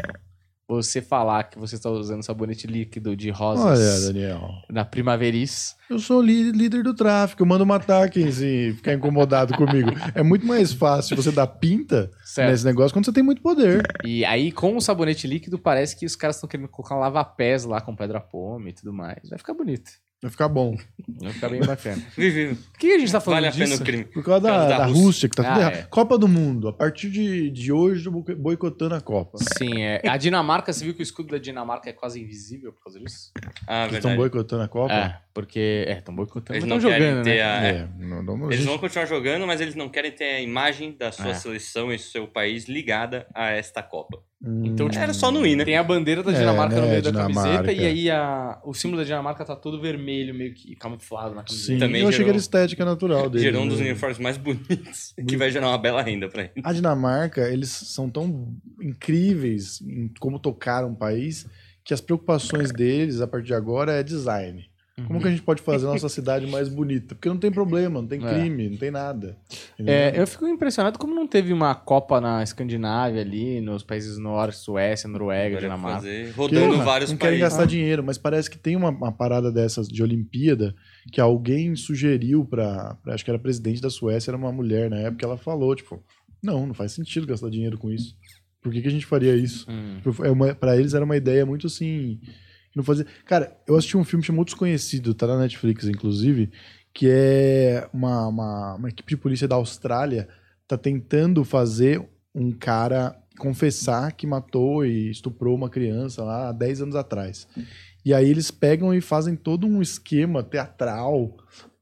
[SPEAKER 1] você falar que você está usando sabonete líquido de
[SPEAKER 2] Olha,
[SPEAKER 1] rosas
[SPEAKER 2] Daniel,
[SPEAKER 1] na primaveriz,
[SPEAKER 2] eu sou li- líder do tráfico, eu mando matar quem se ficar incomodado comigo. É muito mais fácil você dar pinta
[SPEAKER 1] certo?
[SPEAKER 2] nesse negócio quando você tem muito poder.
[SPEAKER 1] E aí, com o sabonete líquido, parece que os caras estão querendo colocar um lava-pés lá com pedra-pome e tudo mais. Vai ficar bonito.
[SPEAKER 2] Vai ficar bom.
[SPEAKER 1] Vai ficar bem bacana.
[SPEAKER 3] Vive,
[SPEAKER 1] Por que a gente tá falando
[SPEAKER 3] vale a pena
[SPEAKER 1] disso?
[SPEAKER 3] o crime.
[SPEAKER 2] Por causa da,
[SPEAKER 3] Por causa da
[SPEAKER 2] da
[SPEAKER 3] Rússia.
[SPEAKER 2] Rússia, que tá tudo
[SPEAKER 1] Ah,
[SPEAKER 2] errado.
[SPEAKER 1] é.
[SPEAKER 2] Copa do Mundo, a partir de, de hoje, eu tô boicotando a Copa.
[SPEAKER 1] Sim, é. A Dinamarca, você viu que o escudo da Dinamarca é quase invisível por causa disso?
[SPEAKER 3] Ah,
[SPEAKER 2] Eles estão
[SPEAKER 3] verdade.
[SPEAKER 2] boicotando a Copa?
[SPEAKER 1] É, porque. É, estão boicotando.
[SPEAKER 3] Eles
[SPEAKER 1] Mas
[SPEAKER 3] não
[SPEAKER 1] estão
[SPEAKER 3] querem
[SPEAKER 1] jogando,
[SPEAKER 3] ter
[SPEAKER 1] né?
[SPEAKER 3] a.
[SPEAKER 2] É, não, não,
[SPEAKER 3] Eles
[SPEAKER 2] gente,
[SPEAKER 3] vão continuar jogando, mas eles não querem ter a imagem da sua
[SPEAKER 1] É.
[SPEAKER 3] seleção e seu país ligada a esta Copa.
[SPEAKER 2] hum,
[SPEAKER 1] Então, tipo,
[SPEAKER 3] Era só não ir, né?
[SPEAKER 1] Tem a bandeira da
[SPEAKER 2] É,
[SPEAKER 1] Dinamarca no
[SPEAKER 2] né,
[SPEAKER 1] meio da
[SPEAKER 2] Dinamarca.
[SPEAKER 1] camiseta e aí a- o símbolo da Dinamarca tá todo vermelho, meio que camuflado na
[SPEAKER 2] sim,
[SPEAKER 1] camiseta.
[SPEAKER 3] também
[SPEAKER 2] eu achei
[SPEAKER 3] gerou-
[SPEAKER 2] que era estética natural deles.
[SPEAKER 3] Gerou um dos
[SPEAKER 2] né?
[SPEAKER 3] uniformes mais bonitos, que vai gerar uma bela renda pra ele.
[SPEAKER 2] A Dinamarca, eles são tão incríveis em como tocaram o país que as preocupações deles a partir de agora é design.
[SPEAKER 3] Uhum.
[SPEAKER 2] Como que a gente pode fazer a nossa cidade mais bonita? Porque não tem problema, não tem
[SPEAKER 1] É.
[SPEAKER 2] crime, não tem nada.
[SPEAKER 1] É, eu fico impressionado como não teve uma Copa na Escandinávia ali, nos países norte, Suécia, Noruega,
[SPEAKER 3] Agora é
[SPEAKER 1] Dinamarca.
[SPEAKER 3] fazer,
[SPEAKER 2] Porque,
[SPEAKER 3] rodando
[SPEAKER 2] porra,
[SPEAKER 3] vários
[SPEAKER 2] não querem
[SPEAKER 3] países.
[SPEAKER 2] gastar dinheiro, mas parece que tem uma, uma parada dessas de Olimpíada que alguém sugeriu para, acho que era presidente da Suécia, era uma mulher na época, ela falou tipo, não, não faz sentido gastar dinheiro com isso. Por que, que a gente faria isso?
[SPEAKER 1] Hum.
[SPEAKER 2] Tipo, É uma, pra eles era uma ideia muito assim. que Não fazia... Cara, eu assisti um filme chamado Desconhecido, tá na Netflix, inclusive, que é uma, uma, uma equipe de polícia da Austrália tá tentando fazer um cara confessar que matou e estuprou uma criança lá há 10 anos atrás. E aí eles pegam e fazem todo um esquema teatral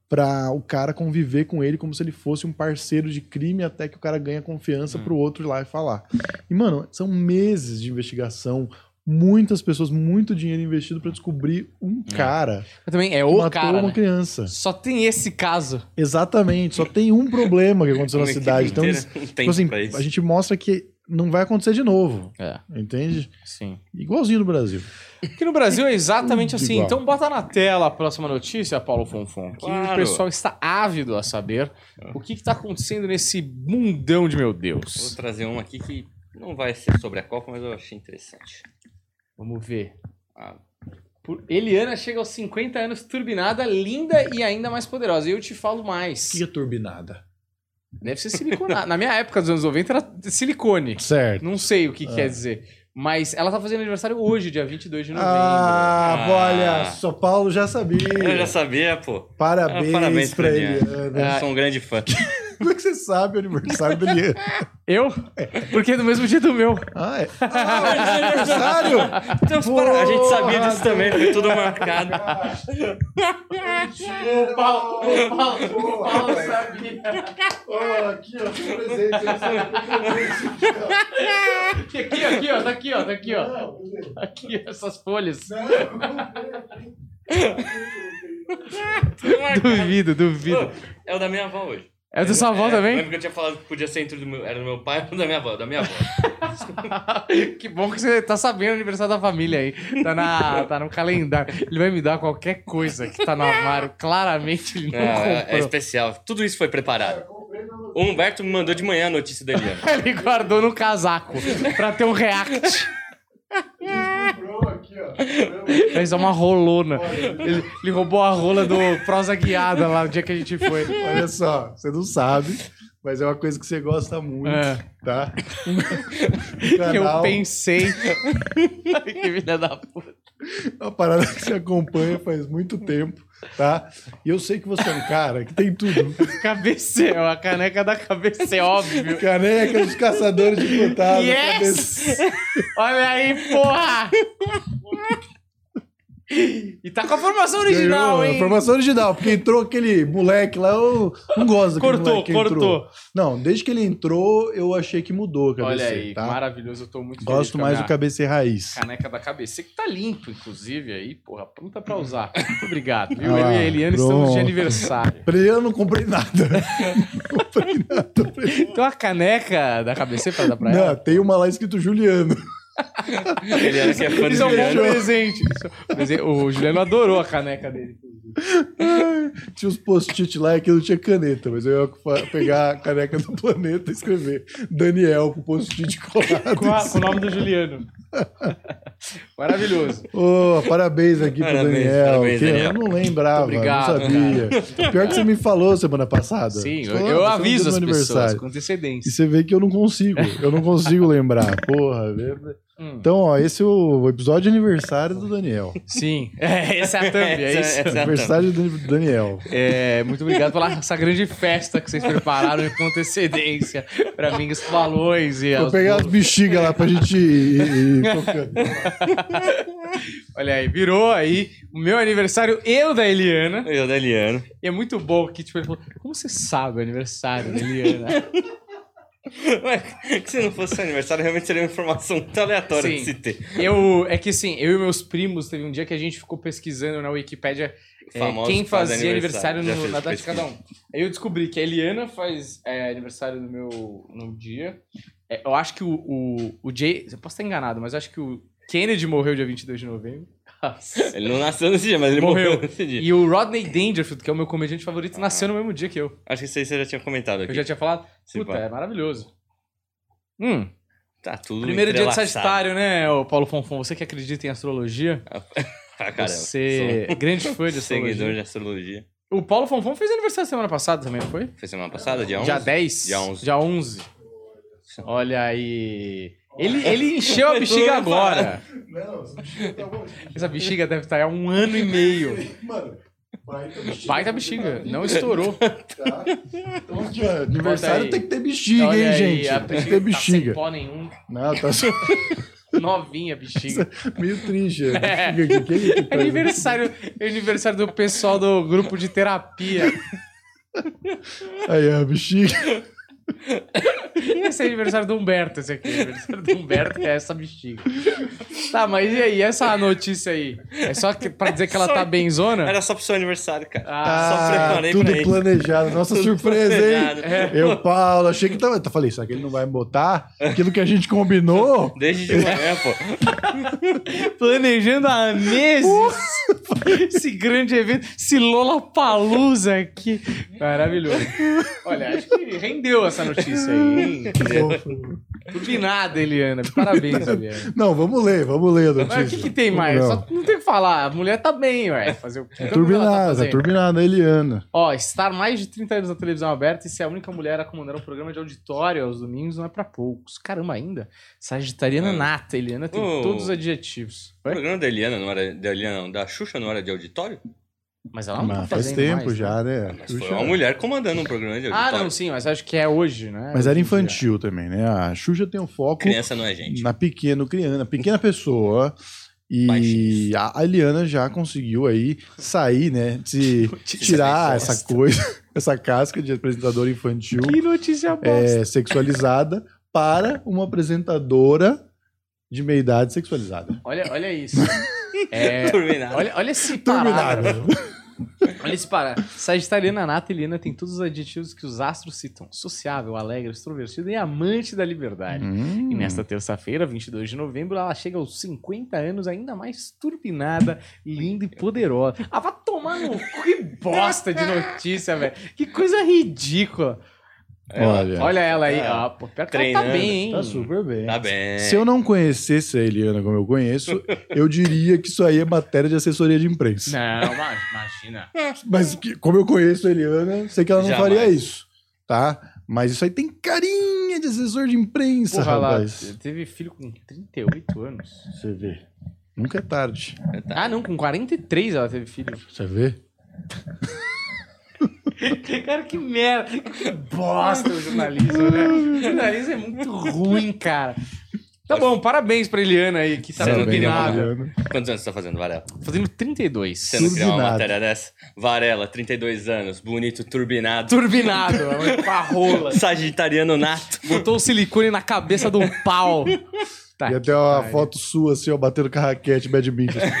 [SPEAKER 2] pra o cara conviver com ele como se ele fosse um parceiro de crime até que o cara ganha confiança
[SPEAKER 1] Hum.
[SPEAKER 2] pro outro ir lá e falar. E, mano, são meses de investigação, muitas pessoas, muito dinheiro investido pra descobrir um
[SPEAKER 3] É.
[SPEAKER 2] cara
[SPEAKER 1] Mas também é
[SPEAKER 2] que
[SPEAKER 1] o
[SPEAKER 2] matou
[SPEAKER 1] cara,
[SPEAKER 2] uma
[SPEAKER 1] né?
[SPEAKER 2] criança.
[SPEAKER 1] Só tem esse caso.
[SPEAKER 2] Exatamente, só tem um problema que aconteceu
[SPEAKER 3] Uma
[SPEAKER 2] na
[SPEAKER 3] equipe
[SPEAKER 2] cidade. Então,
[SPEAKER 3] inteira não tem
[SPEAKER 2] Tipo assim,
[SPEAKER 3] pra isso.
[SPEAKER 2] a gente mostra que não vai acontecer de novo.
[SPEAKER 1] É,
[SPEAKER 2] Entende?
[SPEAKER 1] sim.
[SPEAKER 2] Igualzinho no Brasil.
[SPEAKER 1] Aqui no Brasil é exatamente
[SPEAKER 2] Tudo
[SPEAKER 1] assim.
[SPEAKER 2] igual.
[SPEAKER 1] Então bota na tela a próxima notícia, Paulo Fonfon, que o
[SPEAKER 3] Claro.
[SPEAKER 1] pessoal está ávido a saber o que está acontecendo nesse mundão de meu
[SPEAKER 3] Vou
[SPEAKER 1] Deus.
[SPEAKER 3] trazer uma aqui que não vai ser sobre a Copa, mas eu achei interessante.
[SPEAKER 1] Vamos ver.
[SPEAKER 3] Ah,
[SPEAKER 1] Por- Eliana chega aos 50 anos turbinada, linda e ainda mais poderosa. E eu te falo mais.
[SPEAKER 2] é turbinada?
[SPEAKER 1] Deve ser siliconada. na minha época dos anos 90 era silicone.
[SPEAKER 2] Certo.
[SPEAKER 1] Não sei o que quer dizer. Mas ela tá fazendo aniversário hoje, dia 22 de novembro.
[SPEAKER 2] Ah,
[SPEAKER 3] Ah.
[SPEAKER 2] olha, só Paulo já
[SPEAKER 3] eu já
[SPEAKER 2] sabia.
[SPEAKER 3] sabia, pô.
[SPEAKER 2] Parabéns,
[SPEAKER 3] Ah, parabéns
[SPEAKER 2] pra
[SPEAKER 3] pra
[SPEAKER 2] Eliana.
[SPEAKER 3] Eu sou um grande fã.
[SPEAKER 2] Como é que você sabe o aniversário da Eliana?
[SPEAKER 1] Eu? Porque é do mesmo dia do meu.
[SPEAKER 2] Ah, é. Ah, hoje é aniversário!
[SPEAKER 3] Então, para, a gente sabia disso
[SPEAKER 2] Porra,
[SPEAKER 3] também, foi tudo marcado.
[SPEAKER 2] Mentira! Boa, cara. Ó, aqui, ó, tem um presente. eu sei, tem um presente,
[SPEAKER 1] Aqui, aqui, ó, tá aqui, ó, tá aqui,
[SPEAKER 2] ó.
[SPEAKER 1] ó.
[SPEAKER 2] Não, tá beleza.
[SPEAKER 1] Aqui, essas folhas.
[SPEAKER 3] Tudo marcado.
[SPEAKER 1] Duvido, duvido.
[SPEAKER 3] Pô, é o da minha avó hoje.
[SPEAKER 1] É do sua avó também?
[SPEAKER 3] Lembra que eu tinha falado que podia ser entre o do meu, era do meu pai ou da minha avó? Da minha avó.
[SPEAKER 1] que bom que você tá sabendo o aniversário da família aí. Tá, na, tá no calendário. Ele vai me dar qualquer coisa que tá no armário. Claramente ele não
[SPEAKER 3] Não, é, é
[SPEAKER 1] comprou.
[SPEAKER 3] especial. Tudo isso foi preparado. O Humberto me mandou de manhã a notícia da Eliana.
[SPEAKER 1] Ele guardou no casaco pra ter um react.
[SPEAKER 2] Comprou aqui, ó.
[SPEAKER 1] Mas é uma rolona. Ele, ele roubou a rola do Prosa Guiada lá no dia que a gente foi.
[SPEAKER 2] Olha só, você não sabe, mas é uma coisa que você gosta muito,
[SPEAKER 1] É.
[SPEAKER 2] tá? Um
[SPEAKER 1] Que eu
[SPEAKER 2] canal.
[SPEAKER 1] pensei. que filha da puta.
[SPEAKER 2] É uma parada que você acompanha faz muito tempo, tá? E eu sei que você é um cara que tem tudo.
[SPEAKER 1] Cabeceu, a caneca da cabeça, é óbvio.
[SPEAKER 2] Caneca dos caçadores de fantasmas.
[SPEAKER 1] Yes! Olha aí, porra! E tá com a formação original, hein?
[SPEAKER 2] Formação original, porque entrou aquele moleque lá, eu não gosto daquele
[SPEAKER 1] Cortou,
[SPEAKER 2] moleque que entrou.
[SPEAKER 1] cortou.
[SPEAKER 2] Não, desde que ele entrou, eu achei que mudou o
[SPEAKER 1] Olha
[SPEAKER 2] cabeceiro,
[SPEAKER 1] aí,
[SPEAKER 2] tá?
[SPEAKER 1] maravilhoso. Eu tô muito feliz
[SPEAKER 2] Gosto
[SPEAKER 1] com a
[SPEAKER 2] mais
[SPEAKER 1] minha
[SPEAKER 2] do cabeceiro raiz.
[SPEAKER 1] Caneca da cabeça, que tá limpo, inclusive, aí, porra, pronta pra usar. Muito obrigado, viu?
[SPEAKER 2] Ah,
[SPEAKER 1] eu e a Eliane estamos
[SPEAKER 2] pronto.
[SPEAKER 1] de aniversário.
[SPEAKER 2] Pra ele eu não comprei nada. não comprei nada pra ele.
[SPEAKER 1] Então a caneca da cabeça pra dar pra
[SPEAKER 2] Não,
[SPEAKER 1] ela?
[SPEAKER 2] tem uma lá escrito Juliano.
[SPEAKER 3] Eliana que é fã do
[SPEAKER 1] Isso é um bom
[SPEAKER 3] Juliano.
[SPEAKER 1] presente. Isso é um presente. O Juliano adorou a caneca dele.
[SPEAKER 2] Tinha os post-it lá e que não tinha caneta, mas eu ia fa- pegar a caneca do planeta e escrever Daniel com post-it colado.
[SPEAKER 1] Com, a- com o nome do Juliano. Maravilhoso.
[SPEAKER 2] Ô, parabéns aqui pro
[SPEAKER 3] Parabéns,
[SPEAKER 2] Daniel.
[SPEAKER 3] parabéns,
[SPEAKER 2] que
[SPEAKER 3] Daniel.
[SPEAKER 2] Eu não lembrava,
[SPEAKER 1] Muito obrigado,
[SPEAKER 2] não sabia. Pior é que você me falou semana passada.
[SPEAKER 1] Sim,
[SPEAKER 2] Você
[SPEAKER 1] eu,
[SPEAKER 2] falou,
[SPEAKER 1] eu
[SPEAKER 2] "Ah, você não
[SPEAKER 1] aviso
[SPEAKER 2] deu
[SPEAKER 1] as
[SPEAKER 2] meu
[SPEAKER 1] pessoas
[SPEAKER 2] aniversário."
[SPEAKER 1] com
[SPEAKER 2] E
[SPEAKER 1] antecedência.
[SPEAKER 2] você vê que eu não consigo. Eu não consigo lembrar. Porra, velho.
[SPEAKER 1] Hum,
[SPEAKER 2] Então, ó, esse é o episódio de aniversário do Daniel.
[SPEAKER 1] sim, é, essa é a thumb, é isso.
[SPEAKER 3] Essa- essa-
[SPEAKER 2] Aniversário do Daniel.
[SPEAKER 1] É, muito obrigado pela essa grande festa que vocês prepararam com antecedência pra mim, É os balões e
[SPEAKER 2] Vou
[SPEAKER 1] as
[SPEAKER 2] pegar as bexigas lá pra gente ir, ir- ir tocando.
[SPEAKER 1] Olha aí, virou aí o meu aniversário, eu da Eliana.
[SPEAKER 3] Eu da Eliana.
[SPEAKER 1] E é muito bom que, tipo, ele falou: Como você sabe o aniversário da Eliana?
[SPEAKER 3] Ué, que se não fosse seu aniversário, realmente seria uma informação muito aleatória
[SPEAKER 1] Sim.
[SPEAKER 3] de se ter.
[SPEAKER 1] eu, é que assim, eu e meus primos, teve um dia que a gente ficou pesquisando na Wikipédia é,
[SPEAKER 3] Famosos
[SPEAKER 1] quem
[SPEAKER 3] fazem
[SPEAKER 1] fazia aniversário,
[SPEAKER 3] Já
[SPEAKER 1] no-
[SPEAKER 3] fez
[SPEAKER 1] na data de
[SPEAKER 3] pesquisa.
[SPEAKER 1] cada um. Aí eu descobri que a Eliana faz é, aniversário no meu no dia. É, eu acho que o, o, o Jay. Eu posso estar enganado, mas eu acho que o Kennedy morreu dia 22 de novembro.
[SPEAKER 3] Ele não nasceu nesse dia, mas ele morreu,
[SPEAKER 1] Morreu.
[SPEAKER 3] nesse dia.
[SPEAKER 1] E o Rodney Dangerfield, que é o meu comediante favorito,
[SPEAKER 3] Ah.
[SPEAKER 1] nasceu no mesmo dia que eu.
[SPEAKER 3] Acho que isso aí você já tinha comentado aqui.
[SPEAKER 1] Eu já tinha falado.
[SPEAKER 3] Sim,
[SPEAKER 1] Puta,
[SPEAKER 3] vai.
[SPEAKER 1] é maravilhoso. Hum,
[SPEAKER 3] Tá tudo
[SPEAKER 1] primeiro dia de
[SPEAKER 3] entrelaçado.
[SPEAKER 1] Sagitário, né, ô Paulo Fonfon? Você que acredita em astrologia?
[SPEAKER 3] Ah, caramba.
[SPEAKER 1] você é grande fã de
[SPEAKER 3] Sou um seguidor
[SPEAKER 1] astrologia.
[SPEAKER 3] de astrologia.
[SPEAKER 1] O Paulo Fonfon fez aniversário semana passada também, não foi?
[SPEAKER 3] Foi semana passada, dia 11?
[SPEAKER 1] Dia 10?
[SPEAKER 3] Dia 11.
[SPEAKER 1] Dia 11. Olha aí. Ele, ele encheu a
[SPEAKER 3] Eu tô
[SPEAKER 1] bexiga
[SPEAKER 3] nem falando.
[SPEAKER 1] agora.
[SPEAKER 2] Não, essa bexiga tá bom.
[SPEAKER 1] Essa bexiga deve estar há um ano e meio.
[SPEAKER 2] Mano, baita bexiga.
[SPEAKER 1] Baita bexiga. Não estourou.
[SPEAKER 2] Tá? Então, aqui, ó, aniversário
[SPEAKER 1] aí.
[SPEAKER 2] tem que ter bexiga,
[SPEAKER 1] Olha
[SPEAKER 2] hein,
[SPEAKER 1] aí, a
[SPEAKER 2] gente? Tem que ter bexiga.
[SPEAKER 1] Tá sem pó nenhum.
[SPEAKER 2] Não, tá só
[SPEAKER 1] Novinha a bexiga.
[SPEAKER 2] meio triste. a bexiga aqui. Quem que
[SPEAKER 1] É
[SPEAKER 2] traz?
[SPEAKER 1] aniversário, é aniversário do pessoal do grupo de terapia.
[SPEAKER 2] Aí, ó, a bexiga.
[SPEAKER 1] esse é aniversário do Humberto, esse aqui. é Aniversário do Humberto que é essa bexiga. Tá, mas e aí? Essa notícia aí? É só que, pra dizer que ela
[SPEAKER 3] Só-
[SPEAKER 1] tá benzona?
[SPEAKER 3] Era só pro seu aniversário, cara.
[SPEAKER 1] Ah,
[SPEAKER 3] só preparei
[SPEAKER 2] tudo
[SPEAKER 3] pra ele.
[SPEAKER 2] planejado. Nossa
[SPEAKER 3] Tudo
[SPEAKER 2] surpresa,
[SPEAKER 3] planejado.
[SPEAKER 2] hein?
[SPEAKER 1] É.
[SPEAKER 2] Eu, Paulo, achei que tava. Eu falei, será que ele não vai botar aquilo que a gente combinou?
[SPEAKER 3] Desde de manhã, pô.
[SPEAKER 1] tá Planejando há meses Uh! esse grande evento, esse Lola Palusa aqui. Maravilhoso. Olha, acho que rendeu essa notícia aí. hein? Tudo em nada, Eliana. Parabéns, Eliana.
[SPEAKER 2] Não, vamos ler, vamos ler a notícia.
[SPEAKER 1] Mas o que, tá que tem mais?
[SPEAKER 2] Não.
[SPEAKER 1] Só não tem o que falar. A mulher tá bem, ué. Fazer o quê?
[SPEAKER 2] É
[SPEAKER 1] Então, o que ela tá
[SPEAKER 2] turbinada,
[SPEAKER 1] fazendo?
[SPEAKER 2] é turbinada, Eliana.
[SPEAKER 1] Ó, estar mais de 30 anos na televisão aberta e ser a única mulher a comandar um programa de auditório aos domingos não é pra poucos. Caramba, ainda. Sagitariana
[SPEAKER 3] É.
[SPEAKER 1] nata, Eliana tem
[SPEAKER 3] Oh.
[SPEAKER 1] todos os adjetivos.
[SPEAKER 3] O
[SPEAKER 1] Ué?
[SPEAKER 3] programa da Eliana não era. Da Eliana não, da Xuxa não era de auditório?
[SPEAKER 1] Mas ela não
[SPEAKER 2] Mas
[SPEAKER 1] tá
[SPEAKER 2] faz
[SPEAKER 1] fazendo
[SPEAKER 2] tempo
[SPEAKER 1] mais, né?
[SPEAKER 2] já, né?
[SPEAKER 3] Mas foi uma mulher comandando um programa de
[SPEAKER 1] Ah,
[SPEAKER 3] auditório.
[SPEAKER 1] não, sim, mas acho que é hoje, né?
[SPEAKER 2] Mas
[SPEAKER 1] Hoje
[SPEAKER 2] era
[SPEAKER 1] em dia.
[SPEAKER 2] infantil também, né? A Xuxa tem um foco
[SPEAKER 3] Criança não é gente.
[SPEAKER 2] na pequena, no criança, na pequena pessoa. E
[SPEAKER 3] Baixinhos.
[SPEAKER 2] a a Eliana já conseguiu aí sair, né? Se tirar
[SPEAKER 3] essa
[SPEAKER 2] essa coisa, essa casca de apresentadora infantil
[SPEAKER 1] Que notícia bosta.
[SPEAKER 2] é, sexualizada para uma apresentadora de meia idade sexualizada.
[SPEAKER 1] Olha, olha isso. É,
[SPEAKER 3] Turbinada.
[SPEAKER 1] olha, olha esse
[SPEAKER 2] Terminado.
[SPEAKER 1] parágrafo. Olha esse parágrafo. Sagitariana nata, Eliana tem todos os adjetivos que os astros citam. Sociável, alegre, extrovertida e amante da liberdade. E
[SPEAKER 2] Hum.
[SPEAKER 1] nesta terça-feira, 22 de novembro, ela chega aos 50 anos ainda mais turbinada, linda e poderosa. Ah, vai tomar no cu, que bosta de notícia, velho. Que coisa ridícula.
[SPEAKER 3] É,
[SPEAKER 2] Olha,
[SPEAKER 1] Olha ela aí.
[SPEAKER 3] tá
[SPEAKER 1] ó, pô, pior que ela tá
[SPEAKER 3] treinando.
[SPEAKER 1] bem, hein?
[SPEAKER 2] É. tá super bem.
[SPEAKER 3] Tá bem.
[SPEAKER 2] Se eu não conhecesse a Eliana como eu conheço, eu diria que isso aí é matéria de assessoria de imprensa.
[SPEAKER 1] Não, ma- imagina.
[SPEAKER 2] Mas que- como eu conheço a Eliana, sei que ela não
[SPEAKER 3] Jamais.
[SPEAKER 2] faria isso, tá? Mas isso aí tem carinha de assessor de imprensa,
[SPEAKER 1] Porra, ela
[SPEAKER 2] rapaz.
[SPEAKER 1] teve filho com 38 anos.
[SPEAKER 2] Você vê. Nunca é tarde.
[SPEAKER 3] tá.
[SPEAKER 1] Ah, não, com 43 ela teve filho.
[SPEAKER 2] Você vê?
[SPEAKER 1] Cara, que merda. Que bosta o jornalismo, né? O jornalismo é muito ruim, cara. Tá bom, parabéns pra Eliana aí, que tá
[SPEAKER 3] Você não
[SPEAKER 1] tudo
[SPEAKER 2] Parabéns,
[SPEAKER 3] queria
[SPEAKER 1] nada.
[SPEAKER 3] mandar.
[SPEAKER 2] Eliana.
[SPEAKER 1] Ah.
[SPEAKER 3] Quantos anos você tá fazendo, Varela?
[SPEAKER 1] Fazendo 32.
[SPEAKER 3] Você não criou uma
[SPEAKER 2] Turbinado.
[SPEAKER 3] matéria dessa? Varela, 32 anos, bonito, turbinado.
[SPEAKER 1] Tá Turbinado, com a rola.
[SPEAKER 3] Sagitariano nato.
[SPEAKER 1] Botou o silicone na cabeça do pau. Tá.
[SPEAKER 2] E até uma
[SPEAKER 1] pariu.
[SPEAKER 2] foto sua, assim, ó, batendo com a raquete, badminton.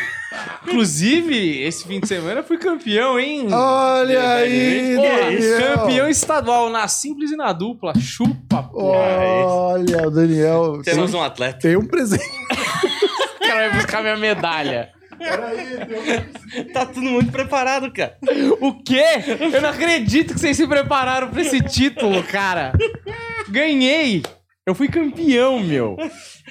[SPEAKER 1] Inclusive, esse fim de semana eu fui campeão, hein?
[SPEAKER 2] Oh, Olha aí,
[SPEAKER 1] Porra,
[SPEAKER 2] Daniel.
[SPEAKER 1] campeão estadual na simples e na dupla. Chupa,
[SPEAKER 2] Oh.
[SPEAKER 1] porra.
[SPEAKER 2] Olha, o Daniel. Tem,
[SPEAKER 3] Temos um atleta.
[SPEAKER 2] tem um presente.
[SPEAKER 1] O cara vai buscar minha medalha.
[SPEAKER 2] Peraí, tem um
[SPEAKER 3] Tá todo mundo preparado, cara.
[SPEAKER 1] O quê? Eu não acredito que vocês se prepararam pra esse título, cara. Ganhei! Eu fui campeão, meu.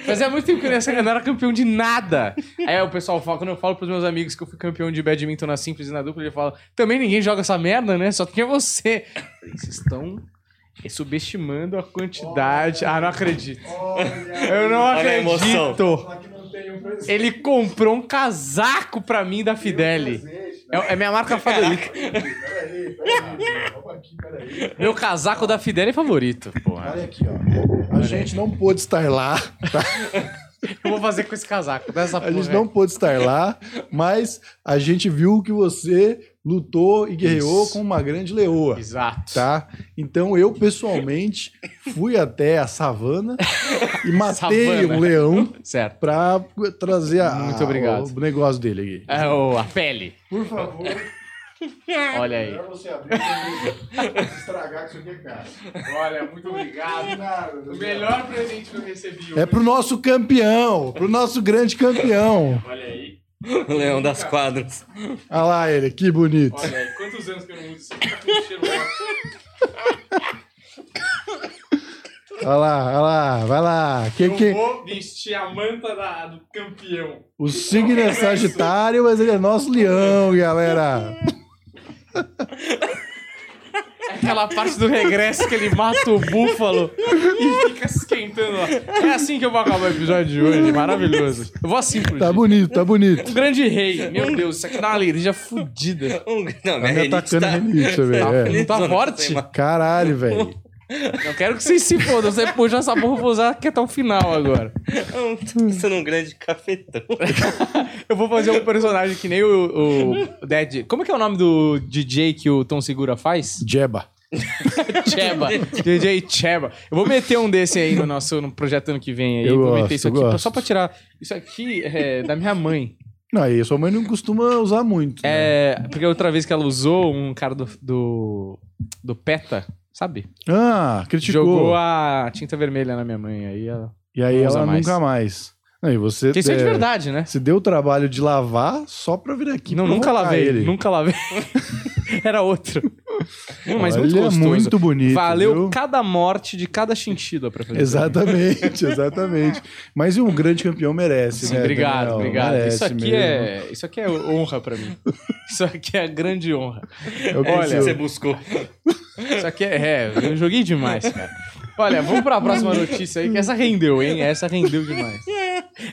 [SPEAKER 1] Fazia muito tempo que eu não era campeão de nada. Aí o pessoal fala, quando eu falo pros meus amigos que eu fui campeão de badminton na simples e na dupla, ele fala, também ninguém joga essa merda, né? Só tem você. Eu falei, Vocês estão subestimando a quantidade. Ah, não acredito. Eu não
[SPEAKER 3] Olha a emoção.
[SPEAKER 1] acredito.
[SPEAKER 2] Só que não tem um presente.
[SPEAKER 1] Ele comprou um casaco pra mim da Fideli. É, é minha marca favorita.
[SPEAKER 2] Peraí, peraí. Vamos aqui, peraí.
[SPEAKER 1] Meu casaco da Fideli favorito, porra.
[SPEAKER 2] Olha aqui, ó. A gente não pôde estar lá. tá?
[SPEAKER 1] Eu vou fazer com esse casaco, dessa
[SPEAKER 2] A
[SPEAKER 1] porra.
[SPEAKER 2] gente não pôde estar lá, mas a gente viu que você lutou e guerreou
[SPEAKER 1] Isso.
[SPEAKER 2] com uma grande leoa.
[SPEAKER 1] Exato.
[SPEAKER 2] Tá? Então eu, pessoalmente, fui até a savana e matei
[SPEAKER 1] Savana.
[SPEAKER 2] um leão
[SPEAKER 1] Certo.
[SPEAKER 2] pra trazer a-
[SPEAKER 1] Muito obrigado.
[SPEAKER 2] o negócio dele aqui.
[SPEAKER 1] É o, a pele.
[SPEAKER 2] Por favor,
[SPEAKER 1] Olha aí.
[SPEAKER 2] você abrir e estragar que isso aqui é caro.
[SPEAKER 1] Olha, muito obrigado. presente que eu recebi
[SPEAKER 2] É pro nosso campeão, pro nosso grande campeão.
[SPEAKER 1] Olha aí.
[SPEAKER 3] O leão das quadras.
[SPEAKER 2] Olha lá ele, que bonito.
[SPEAKER 1] aí. Quantos anos que eu não uso isso aqui? Tá
[SPEAKER 2] Olha lá, olha lá, vai lá. Que, que...
[SPEAKER 1] vou vestir a manta do campeão.
[SPEAKER 2] O signo é Sagitário, mas ele é nosso leão, galera.
[SPEAKER 1] É Aquela parte do regresso que ele mata o búfalo e fica se esquentando lá. É assim que eu vou acabar o episódio de hoje. Maravilhoso. Eu vou assim pro
[SPEAKER 2] Tá
[SPEAKER 1] dia.
[SPEAKER 2] bonito, tá bonito.
[SPEAKER 1] Um grande rei. Meu Deus, isso aqui dá uma alegria fudida.
[SPEAKER 3] Um- Não,
[SPEAKER 2] Tá
[SPEAKER 3] minha
[SPEAKER 2] me
[SPEAKER 3] renite
[SPEAKER 2] atacando
[SPEAKER 3] tá...
[SPEAKER 2] renite também.
[SPEAKER 1] Tá,
[SPEAKER 2] é.
[SPEAKER 1] não tá
[SPEAKER 3] Não, não
[SPEAKER 1] forte?
[SPEAKER 3] tem mais.
[SPEAKER 2] Caralho, velho.
[SPEAKER 1] Não quero que vocês se fodam. Você puxa essa porra, eu vou usar aqui até o final agora.
[SPEAKER 3] Eu tô sendo É um grande cafetão.
[SPEAKER 1] Eu vou fazer um personagem é que nem o, o Dead. Como que é o nome do DJ que o Tom Segura faz?
[SPEAKER 2] Jeba.
[SPEAKER 1] Cheba. DJ Cheba. Eu vou meter um desse aí no nosso no projeto ano que vem aí.
[SPEAKER 2] Eu
[SPEAKER 1] vou
[SPEAKER 2] gosto,
[SPEAKER 1] meter isso
[SPEAKER 2] eu
[SPEAKER 1] aqui pra-
[SPEAKER 2] gosto.
[SPEAKER 1] só pra tirar. Isso aqui é da minha mãe.
[SPEAKER 2] Não, e a sua mãe não costuma usar muito. né?
[SPEAKER 1] É, porque outra vez que ela usou um cara do, do, do PETA, sabe?
[SPEAKER 2] Ah, criticou.
[SPEAKER 1] Jogou a tinta vermelha na minha mãe. Aí ela...
[SPEAKER 2] E aí
[SPEAKER 1] Não
[SPEAKER 2] ela
[SPEAKER 1] usa mais.
[SPEAKER 2] nunca mais. Não, e você
[SPEAKER 1] Porque Isso é de
[SPEAKER 2] é,
[SPEAKER 1] verdade, né?
[SPEAKER 2] se deu o trabalho de lavar só pra vir aqui.
[SPEAKER 1] não, nunca
[SPEAKER 2] provocar
[SPEAKER 1] lavei.
[SPEAKER 2] ele.
[SPEAKER 1] Nunca lavei. Era outro. Hum, mas
[SPEAKER 2] Olha, é
[SPEAKER 1] muito gostoso.
[SPEAKER 2] muito bonito.
[SPEAKER 1] Valeu
[SPEAKER 2] viu?
[SPEAKER 1] cada morte de cada chinchila pra fazer.
[SPEAKER 2] Exatamente, exatamente. Mas um grande campeão merece,
[SPEAKER 1] Sim,
[SPEAKER 2] né?
[SPEAKER 1] obrigado,
[SPEAKER 2] Daniel?
[SPEAKER 1] obrigado.
[SPEAKER 2] Merece
[SPEAKER 1] Isso aqui,
[SPEAKER 2] mesmo.
[SPEAKER 1] é, isso aqui é honra pra mim. Isso aqui é a grande honra.
[SPEAKER 2] É o que
[SPEAKER 3] Olha,
[SPEAKER 2] eu-
[SPEAKER 3] você buscou.
[SPEAKER 1] Isso aqui é. é, eu joguei demais, cara. Olha, vamos pra próxima notícia aí, que essa rendeu, hein? Essa rendeu demais.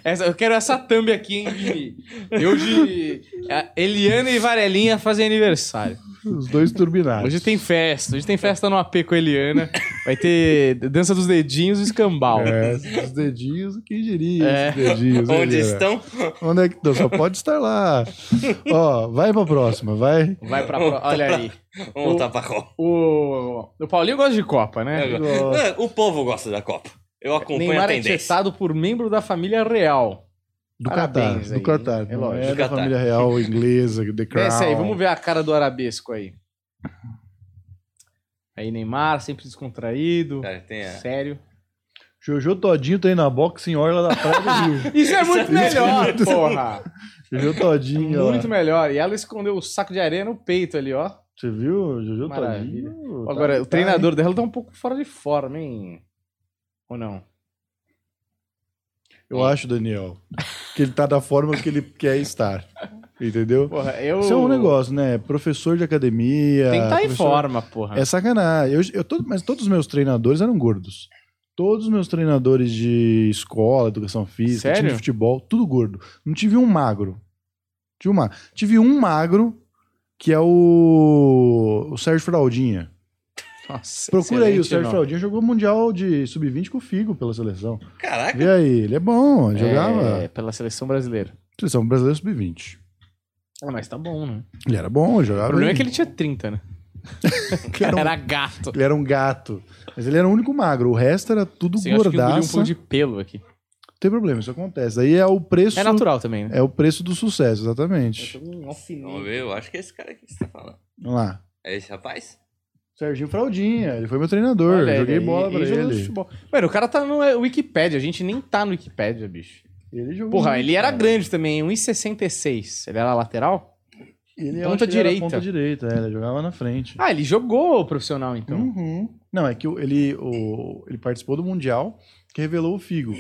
[SPEAKER 1] Essa, eu quero essa thumb aqui, hein? de- eu de. a Eliana e Varelinha fazem aniversário.
[SPEAKER 2] Os dois turbinados.
[SPEAKER 1] Hoje tem festa. Hoje tem festa no AP com a Eliana. Vai ter dança dos dedinhos e escambau.
[SPEAKER 2] É, os dedinhos, quem diria
[SPEAKER 1] É.
[SPEAKER 2] esses dedinhos? né,
[SPEAKER 3] Onde
[SPEAKER 2] Liana?
[SPEAKER 3] estão?
[SPEAKER 2] Onde é que estão? Só pode estar lá. Ó, vai pra próxima, vai.
[SPEAKER 1] Vai pra. pro- Olha aí.
[SPEAKER 3] Um taparró.
[SPEAKER 1] O, o Paulinho gosta de Copa, né?
[SPEAKER 2] Nossa.
[SPEAKER 3] É, O povo gosta da Copa. Eu acompanho a
[SPEAKER 1] Neymar é
[SPEAKER 3] tendência.
[SPEAKER 1] tietado por membro da família real.
[SPEAKER 2] Do
[SPEAKER 1] Parabéns
[SPEAKER 2] Catar,
[SPEAKER 1] aí,
[SPEAKER 2] do Catar.
[SPEAKER 1] hein? É
[SPEAKER 2] não
[SPEAKER 1] lógico.
[SPEAKER 2] É
[SPEAKER 3] Do
[SPEAKER 2] da
[SPEAKER 3] Catar.
[SPEAKER 2] família real inglesa, The Crown.
[SPEAKER 1] Desce aí, vamos ver a cara do arabesco aí. Aí Neymar, sempre descontraído,
[SPEAKER 3] Cara, tem a-
[SPEAKER 1] sério.
[SPEAKER 2] Jojo Todinho tá aí na boxe em Orla da Praia do Rio.
[SPEAKER 1] Isso é muito melhor, porra!
[SPEAKER 2] Jojo Todinho, ó.
[SPEAKER 1] Muito melhor. E ela escondeu o saco de areia no peito ali, ó.
[SPEAKER 2] Você viu? Jojo
[SPEAKER 1] Maravilha.
[SPEAKER 2] Todinho. tá-
[SPEAKER 1] Agora, o
[SPEAKER 2] tá,
[SPEAKER 1] treinador dela tá um pouco fora de forma, hein? Ou não?
[SPEAKER 2] hein? Eu acho, Daniel, que ele tá da forma que ele quer estar. Entendeu?
[SPEAKER 1] Porra, eu...
[SPEAKER 2] Isso é um negócio, né? Professor de academia.
[SPEAKER 1] Tem que tá estar em
[SPEAKER 2] professor-
[SPEAKER 1] forma, porra.
[SPEAKER 2] É sacanagem. Eu, eu todo- mas todos os meus treinadores eram gordos. Todos os meus treinadores de escola, educação física, time
[SPEAKER 1] Sério?
[SPEAKER 2] de futebol, tudo gordo. Não tive um magro. Tive, uma, tive um magro, que é o, o Sérgio Fraldinha.
[SPEAKER 1] Nossa,
[SPEAKER 2] Procura aí, o
[SPEAKER 1] excelente
[SPEAKER 2] Sérgio
[SPEAKER 1] nome.
[SPEAKER 2] Fraldinha jogou Mundial de Sub-20 com o Figo pela seleção.
[SPEAKER 3] Caraca,
[SPEAKER 2] Vê aí, ele é bom, ele
[SPEAKER 1] É,
[SPEAKER 2] jogava.
[SPEAKER 1] pela seleção brasileira.
[SPEAKER 2] Seleção brasileira Sub-20.
[SPEAKER 1] Ah, mas tá bom, né?
[SPEAKER 2] Ele era bom, jogava.
[SPEAKER 1] O problema é
[SPEAKER 2] bem.
[SPEAKER 1] que ele tinha 30, né?
[SPEAKER 2] Ele era um-
[SPEAKER 1] Era gato.
[SPEAKER 2] ele era um gato. Mas ele era o único magro. O resto era tudo
[SPEAKER 1] Sim, eu acho que eu engoli um
[SPEAKER 2] gordaço.
[SPEAKER 1] pouco de pelo aqui.
[SPEAKER 2] Não tem problema, isso acontece. Aí é o preço.
[SPEAKER 1] É natural também, né?
[SPEAKER 2] É o preço do sucesso, exatamente.
[SPEAKER 3] vamos ver, eu acho que é esse cara aqui que você tá falando.
[SPEAKER 2] Vamos lá.
[SPEAKER 3] É esse rapaz?
[SPEAKER 2] Serginho Fraldinha, ele foi meu treinador.
[SPEAKER 1] Olha ele
[SPEAKER 2] É, joguei
[SPEAKER 1] aí,
[SPEAKER 2] bola pra
[SPEAKER 1] ele jogando
[SPEAKER 2] ele.
[SPEAKER 1] futebol. Mano, o cara tá no é, Wikipedia. A gente nem tá no Wikipedia, bicho.
[SPEAKER 2] Ele jogou
[SPEAKER 1] Porra,
[SPEAKER 2] muito,
[SPEAKER 1] ele era
[SPEAKER 2] cara.
[SPEAKER 1] grande também, 1,66. Ele era lateral?
[SPEAKER 2] Ele
[SPEAKER 1] ponta
[SPEAKER 2] acho que ele era
[SPEAKER 1] direita.
[SPEAKER 2] ponta direita, é, ele jogava na frente.
[SPEAKER 1] Ah, ele jogou profissional, então.
[SPEAKER 2] Uhum. Não, é que o- ele, o- ele participou do Mundial que revelou o Figo.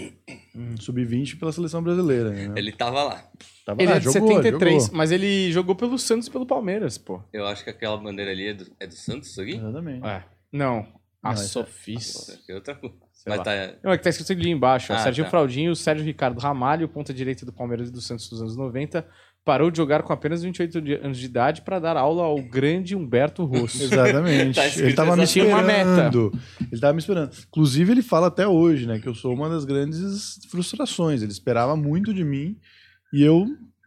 [SPEAKER 2] Sub-20 pela seleção brasileira. né?
[SPEAKER 1] É.
[SPEAKER 3] Ele tava lá.
[SPEAKER 2] Tava
[SPEAKER 1] Ele
[SPEAKER 2] lá,
[SPEAKER 1] é de
[SPEAKER 2] Ah, jogou,
[SPEAKER 1] 73,
[SPEAKER 2] jogou.
[SPEAKER 1] mas ele jogou pelo Santos e pelo Palmeiras, pô.
[SPEAKER 3] Eu acho que aquela bandeira ali é do, é do Santos, isso aqui?
[SPEAKER 2] Exatamente.
[SPEAKER 1] É. Não. A
[SPEAKER 2] Não, é esse-
[SPEAKER 1] Sofis.
[SPEAKER 3] É outra coisa.
[SPEAKER 1] Sei
[SPEAKER 3] Mas
[SPEAKER 1] lá.
[SPEAKER 3] tá.
[SPEAKER 1] Não, é que tá escrito ali embaixo. ó.
[SPEAKER 3] Ah,
[SPEAKER 1] Serginho
[SPEAKER 3] tá.
[SPEAKER 1] Fraudinho, Sérgio Ricardo Ramalho, ponta direita do Palmeiras e do Santos dos anos 90, parou de jogar com apenas 28 de- anos de idade para dar aula ao grande Humberto Rosso.
[SPEAKER 2] Exatamente.
[SPEAKER 3] Tá escrito
[SPEAKER 2] ele tava me
[SPEAKER 1] exatamente. Tinha uma meta.
[SPEAKER 2] esperando. Ele tava me esperando. Inclusive, ele fala até hoje, né? Que eu sou uma das grandes frustrações. Ele esperava muito de mim e eu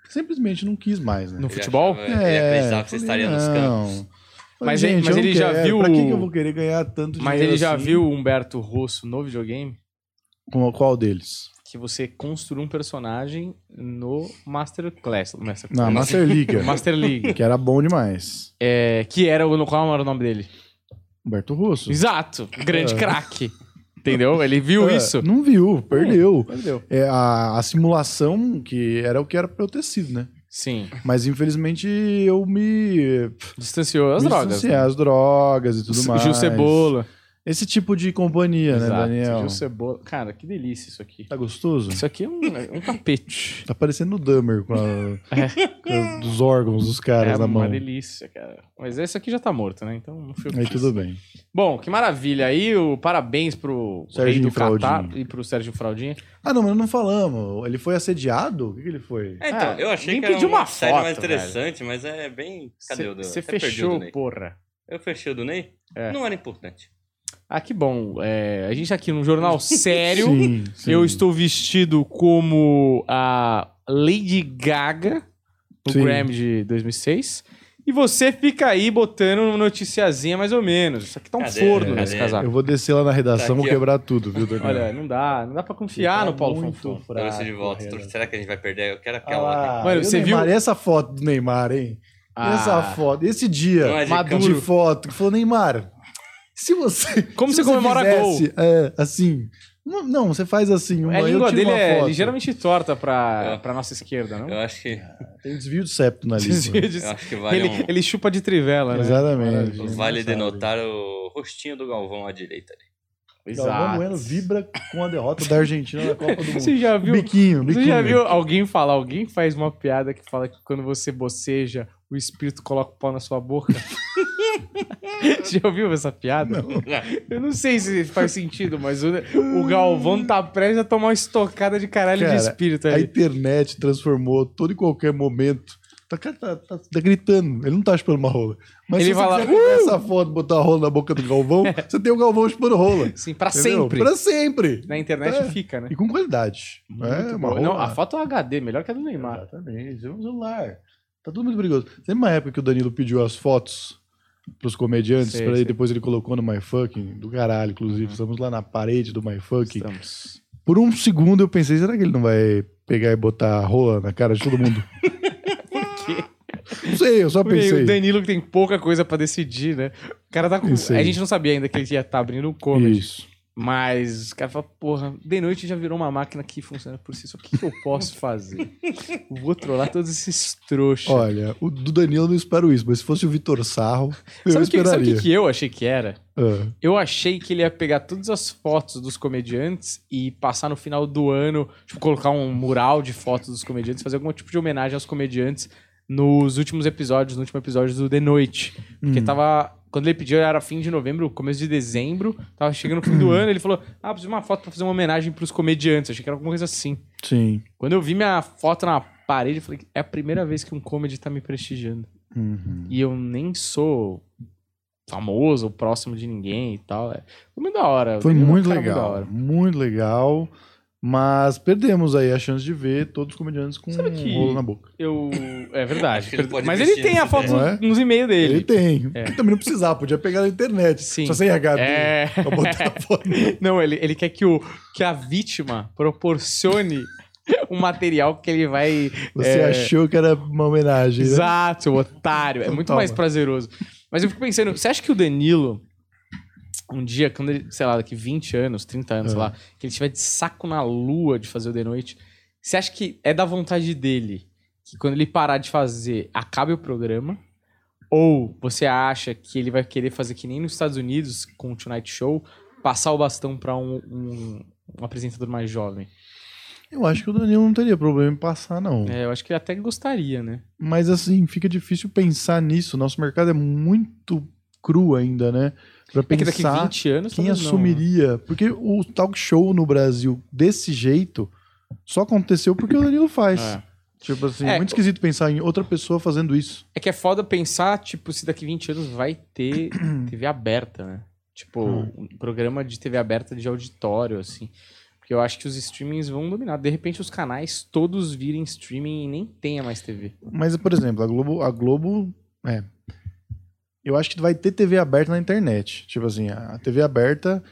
[SPEAKER 2] simplesmente não quis mais, né?
[SPEAKER 1] No futebol?
[SPEAKER 3] Ele, achava, ele acreditava que você
[SPEAKER 2] falei,
[SPEAKER 3] estaria nos campos.
[SPEAKER 2] "Não." Falei,
[SPEAKER 1] Mas ele-
[SPEAKER 2] "Gente,
[SPEAKER 1] mas
[SPEAKER 2] eu
[SPEAKER 1] ele
[SPEAKER 2] não
[SPEAKER 1] já
[SPEAKER 2] quero.
[SPEAKER 1] viu
[SPEAKER 2] Pra que,
[SPEAKER 1] o-
[SPEAKER 2] que eu vou querer ganhar tanto dinheiro?
[SPEAKER 1] Mas ele já
[SPEAKER 2] assim?"
[SPEAKER 1] viu o Humberto Rosso no videogame?
[SPEAKER 2] Com qual deles?
[SPEAKER 1] Que você construiu um personagem no Master Class. no Master,
[SPEAKER 2] Na Master Liga,
[SPEAKER 1] Master League.
[SPEAKER 2] que era bom demais.
[SPEAKER 1] É, que era o. Qual era o nome dele?
[SPEAKER 2] Humberto Rosso.
[SPEAKER 1] Exato. Grande
[SPEAKER 2] É.
[SPEAKER 1] craque. Entendeu? Ele viu
[SPEAKER 2] Ah,
[SPEAKER 1] isso.
[SPEAKER 2] Não viu, perdeu.
[SPEAKER 1] Entendeu?
[SPEAKER 2] É, a, a simulação que era o que era pra eu ter sido, né?
[SPEAKER 1] Sim.
[SPEAKER 2] Mas infelizmente eu me
[SPEAKER 1] Distanciou as
[SPEAKER 2] Me
[SPEAKER 1] drogas. né?
[SPEAKER 2] distanciar, As drogas e tudo mais.
[SPEAKER 1] Gil Cebola.
[SPEAKER 2] Esse tipo de companhia, né,
[SPEAKER 1] Exato.
[SPEAKER 2] Daniel?
[SPEAKER 1] Gil Cebola. Cara, que delícia isso aqui.
[SPEAKER 2] Tá gostoso?
[SPEAKER 1] Isso aqui é um, é um tapete.
[SPEAKER 2] Tá parecendo o Dummer com, a- com a- dos órgãos dos caras
[SPEAKER 1] é
[SPEAKER 2] na
[SPEAKER 1] uma
[SPEAKER 2] mão.
[SPEAKER 1] delícia, cara. Mas esse aqui já tá morto, né? Então não fui eu que
[SPEAKER 2] Aí
[SPEAKER 1] fiz.
[SPEAKER 2] tudo bem.
[SPEAKER 1] Bom, que maravilha. Aí, o parabéns pro
[SPEAKER 2] Serginho
[SPEAKER 1] rei do Catar
[SPEAKER 2] Fraudinho.
[SPEAKER 1] e pro Sérgio Fraudinha.
[SPEAKER 2] Ah, não, mas não falamos. Ele foi assediado? O que, que ele foi?
[SPEAKER 3] É, então,
[SPEAKER 1] Ah,
[SPEAKER 3] eu achei
[SPEAKER 1] nem
[SPEAKER 3] que era
[SPEAKER 1] pedi uma
[SPEAKER 3] uma série mais
[SPEAKER 1] foto,
[SPEAKER 3] interessante, mas é bem. Cadê o do
[SPEAKER 1] Você
[SPEAKER 3] até perdi o do
[SPEAKER 1] fechou,
[SPEAKER 3] Ney.
[SPEAKER 1] porra.
[SPEAKER 3] Eu fechei o do Ney?
[SPEAKER 1] É.
[SPEAKER 3] Não era importante.
[SPEAKER 1] Ah, que bom. É, a gente tá aqui num jornal sério.
[SPEAKER 2] Sim, sim.
[SPEAKER 1] Eu estou vestido como a Lady Gaga no
[SPEAKER 2] Sim.
[SPEAKER 1] Grammy de 2006. E E você fica aí botando noticiazinha mais ou menos. Isso aqui tá um
[SPEAKER 3] Cadê?
[SPEAKER 1] forno nesse
[SPEAKER 3] Cadê?
[SPEAKER 1] casaco.
[SPEAKER 2] Eu vou descer lá na redação,
[SPEAKER 3] Tá
[SPEAKER 2] vou
[SPEAKER 3] aqui, ó.
[SPEAKER 2] quebrar tudo, viu, Daniel?
[SPEAKER 1] Olha, não dá. Não dá pra confiar no Paulo Fonfon.
[SPEAKER 3] Trouxe de volta. Trouxe-
[SPEAKER 1] né?
[SPEAKER 3] Será que a gente vai perder? Eu quero aquela.
[SPEAKER 2] Ah,
[SPEAKER 1] Mano,
[SPEAKER 2] e o
[SPEAKER 1] você
[SPEAKER 2] Neymar,
[SPEAKER 1] viu-
[SPEAKER 2] e essa foto do Neymar, hein? E
[SPEAKER 1] Ah,
[SPEAKER 2] Essa foto, esse dia
[SPEAKER 3] Não é de
[SPEAKER 2] Maduro.
[SPEAKER 1] campo.
[SPEAKER 2] de foto, que falou, Neymar, se você...
[SPEAKER 1] tipo, Como
[SPEAKER 2] se
[SPEAKER 1] você comemora
[SPEAKER 2] fizesse, é, assim... uma- Não, você faz assim, uma,
[SPEAKER 1] a língua
[SPEAKER 2] eu tiro
[SPEAKER 1] dele
[SPEAKER 2] uma
[SPEAKER 1] é
[SPEAKER 2] foto.
[SPEAKER 1] ligeiramente torta pra,
[SPEAKER 3] É.
[SPEAKER 1] pra nossa esquerda, não?
[SPEAKER 3] Eu acho que,
[SPEAKER 2] Tem desvio de septo na língua.
[SPEAKER 1] Desvio de-
[SPEAKER 3] eu acho que vale
[SPEAKER 1] Ele,
[SPEAKER 3] um.
[SPEAKER 1] ele chupa de trivela, né?
[SPEAKER 2] Exatamente.
[SPEAKER 1] Maravilha.
[SPEAKER 3] Vale
[SPEAKER 2] Sabe.
[SPEAKER 3] denotar o rostinho do Galvão à direita. ali.
[SPEAKER 2] Galvão Bueno vibra com a derrota da Argentina na Copa é do Mundo.
[SPEAKER 1] Você já viu?
[SPEAKER 2] Biquinho, biquinho.
[SPEAKER 1] Você já viu alguém falar? Alguém faz uma piada que fala que quando você boceja, o espírito coloca o pau na sua boca? já ouviu essa piada? Eu não sei se faz sentido, mas o, o Galvão tá prestes a tomar uma estocada de caralho
[SPEAKER 2] Cara,
[SPEAKER 1] de espírito
[SPEAKER 2] A
[SPEAKER 1] ali.
[SPEAKER 2] internet transformou todo e qualquer momento. Tá, cara tá, tá- tá gritando, ele não tá chupando uma rola. Mas
[SPEAKER 1] Ele
[SPEAKER 2] se você
[SPEAKER 1] fala, "Uh!"
[SPEAKER 2] quiser pegar essa foto e botar a rola na boca do Galvão, você tem o Galvão chupando rola.
[SPEAKER 1] Sim, pra
[SPEAKER 2] entendeu?
[SPEAKER 1] sempre.
[SPEAKER 2] Pra sempre.
[SPEAKER 1] Na internet
[SPEAKER 2] É.
[SPEAKER 1] fica, né?
[SPEAKER 2] E com qualidade. é,
[SPEAKER 1] Muito
[SPEAKER 2] uma
[SPEAKER 1] boa.
[SPEAKER 2] rola.
[SPEAKER 1] Não, a foto é HD, melhor que a do Neymar.
[SPEAKER 2] Exatamente, é um celular. Tá tudo muito perigoso. Lembra uma época que o Danilo pediu as fotos pros comediantes,
[SPEAKER 1] Sei,
[SPEAKER 2] pra ele,
[SPEAKER 1] sei. Uhum.
[SPEAKER 2] depois ele colocou no My Fucking, do caralho, inclusive. Estamos lá na parede do My Fucking.
[SPEAKER 1] Estamos.
[SPEAKER 2] Por um segundo eu pensei, será que ele não vai pegar e botar a rola na cara de todo mundo? Por
[SPEAKER 1] quê?
[SPEAKER 2] Não sei, eu só
[SPEAKER 1] O
[SPEAKER 2] pensei.
[SPEAKER 1] Danilo que tem pouca coisa pra decidir, né? O cara tá com.
[SPEAKER 2] Isso aí.
[SPEAKER 1] A gente não sabia ainda que ele ia estar abrindo um comedy.
[SPEAKER 2] Isso.
[SPEAKER 1] Mas os caras falam, porra, de noite já virou uma máquina que funciona por si. Só o que, que eu posso fazer? Vou trollar todos esses trouxas.
[SPEAKER 2] Olha, o do Danilo eu não espero isso, mas se fosse o Vitor Sarro, eu
[SPEAKER 1] sabe o que, sabe o
[SPEAKER 2] esperaria.
[SPEAKER 1] que que eu achei que era?
[SPEAKER 2] Ah,
[SPEAKER 1] Eu achei que ele ia pegar todas as fotos dos comediantes e passar no final do ano, tipo, colocar um mural de fotos dos comediantes, fazer algum tipo de homenagem aos comediantes nos últimos episódios, no último episódio do The Noite. Porque
[SPEAKER 2] Hum.
[SPEAKER 1] tava. Quando ele pediu, era fim de novembro, começo de dezembro, tava chegando no fim do ano, ele falou: Ah, preciso de uma foto pra fazer uma homenagem pros comediantes. Eu achei que era alguma coisa assim.
[SPEAKER 2] Hum, sim.
[SPEAKER 1] Quando eu vi minha foto na parede, eu falei: É a primeira vez que um comedy tá me prestigiando.
[SPEAKER 2] Uhum.
[SPEAKER 1] E eu nem sou famoso, ou próximo de ninguém e tal. É, Foi muito da hora.
[SPEAKER 2] Foi
[SPEAKER 1] Danilo é um
[SPEAKER 2] muito
[SPEAKER 1] cara da
[SPEAKER 2] legal,
[SPEAKER 1] hora.
[SPEAKER 2] muito legal. Mas perdemos aí a chance de ver todos os comediantes com
[SPEAKER 1] Sabe
[SPEAKER 2] um
[SPEAKER 1] que-
[SPEAKER 2] rolo na boca.
[SPEAKER 1] Eu... É
[SPEAKER 3] Acho
[SPEAKER 1] verdade.
[SPEAKER 3] que ele pode
[SPEAKER 1] Mas ele
[SPEAKER 3] investir
[SPEAKER 1] tem a
[SPEAKER 3] nessa
[SPEAKER 1] foto
[SPEAKER 2] ideia.
[SPEAKER 1] nos e-mails
[SPEAKER 2] é? Ele,
[SPEAKER 1] dele.
[SPEAKER 2] tem.
[SPEAKER 1] É.
[SPEAKER 2] Que também não precisava, podia pegar na internet.
[SPEAKER 1] Sim.
[SPEAKER 2] Só sem HD.
[SPEAKER 1] É.
[SPEAKER 2] Pra botar a foto.
[SPEAKER 1] Não, ele, ele quer que, o, que a vítima proporcione um material que ele vai.
[SPEAKER 2] Você
[SPEAKER 1] é,
[SPEAKER 2] achou que era uma homenagem. né?
[SPEAKER 1] Exato, otário. É
[SPEAKER 2] Então
[SPEAKER 1] muito
[SPEAKER 2] toma.
[SPEAKER 1] mais prazeroso. Mas eu fico pensando, você acha que o Danilo, um dia, quando ele, sei lá, daqui 20 anos, 30 anos,
[SPEAKER 2] É.
[SPEAKER 1] sei lá, que ele estiver de saco na lua de fazer o The Noite, você acha que é da vontade dele que quando ele parar de fazer, acabe o programa? Ou você acha que ele vai querer fazer que nem nos Estados Unidos, com o Tonight Show, passar o bastão pra um, um- um apresentador mais jovem?
[SPEAKER 2] Eu acho que o Danilo não teria problema em passar, não.
[SPEAKER 1] É, eu acho que ele até gostaria, né?
[SPEAKER 2] Mas assim, fica difícil pensar nisso. Nosso mercado é muito cru ainda, né? Pra
[SPEAKER 1] É que daqui
[SPEAKER 2] pensar
[SPEAKER 1] 20 anos.
[SPEAKER 2] quem
[SPEAKER 1] talvez não, né?
[SPEAKER 2] assumiria. Porque o talk show no Brasil, desse jeito, só aconteceu porque o Danilo faz.
[SPEAKER 1] É.
[SPEAKER 2] Tipo assim,
[SPEAKER 1] É.
[SPEAKER 2] muito esquisito pensar em outra pessoa fazendo isso.
[SPEAKER 1] É que é foda pensar, tipo, se daqui 20 anos vai ter TV aberta, né? Tipo,
[SPEAKER 2] Hum.
[SPEAKER 1] um programa de TV aberta de auditório, assim. Porque eu acho que os streamings vão dominar. De repente, os canais todos virem streaming e nem tenha mais TV.
[SPEAKER 2] Mas, por exemplo, a Globo. A Globo. É. Eu acho que vai ter TV aberta na internet. Tipo assim, a TV aberta,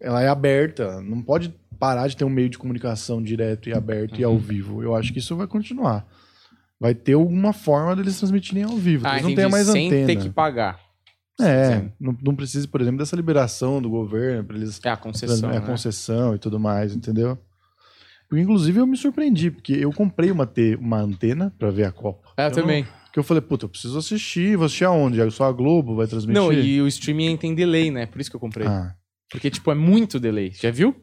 [SPEAKER 2] ela é aberta. Não pode parar de ter um meio de comunicação direto e aberto
[SPEAKER 1] Uhum.
[SPEAKER 2] e ao vivo. Eu acho que isso vai continuar. Vai ter alguma forma deles transmitirem ao vivo. Eles não
[SPEAKER 1] Ah, entendi.
[SPEAKER 2] tem mais
[SPEAKER 1] Sem
[SPEAKER 2] antena.
[SPEAKER 1] ter que pagar.
[SPEAKER 2] É,
[SPEAKER 1] Sim.
[SPEAKER 2] não, não precisa, por exemplo, dessa liberação do governo para eles
[SPEAKER 1] É a concessão,
[SPEAKER 2] é,
[SPEAKER 1] né?
[SPEAKER 2] concessão e tudo mais, entendeu? Porque, inclusive, eu me surpreendi, porque eu comprei uma, te, uma antena para ver a Copa.
[SPEAKER 1] É, eu
[SPEAKER 2] não-
[SPEAKER 1] também.
[SPEAKER 2] que eu falei, puta, eu preciso assistir, vou assistir aonde? É Só a Globo vai transmitir?
[SPEAKER 1] Não, e o streaming tem delay, né? Por isso que eu comprei.
[SPEAKER 2] Então, Ah.
[SPEAKER 1] Porque, tipo, é muito delay. Já viu?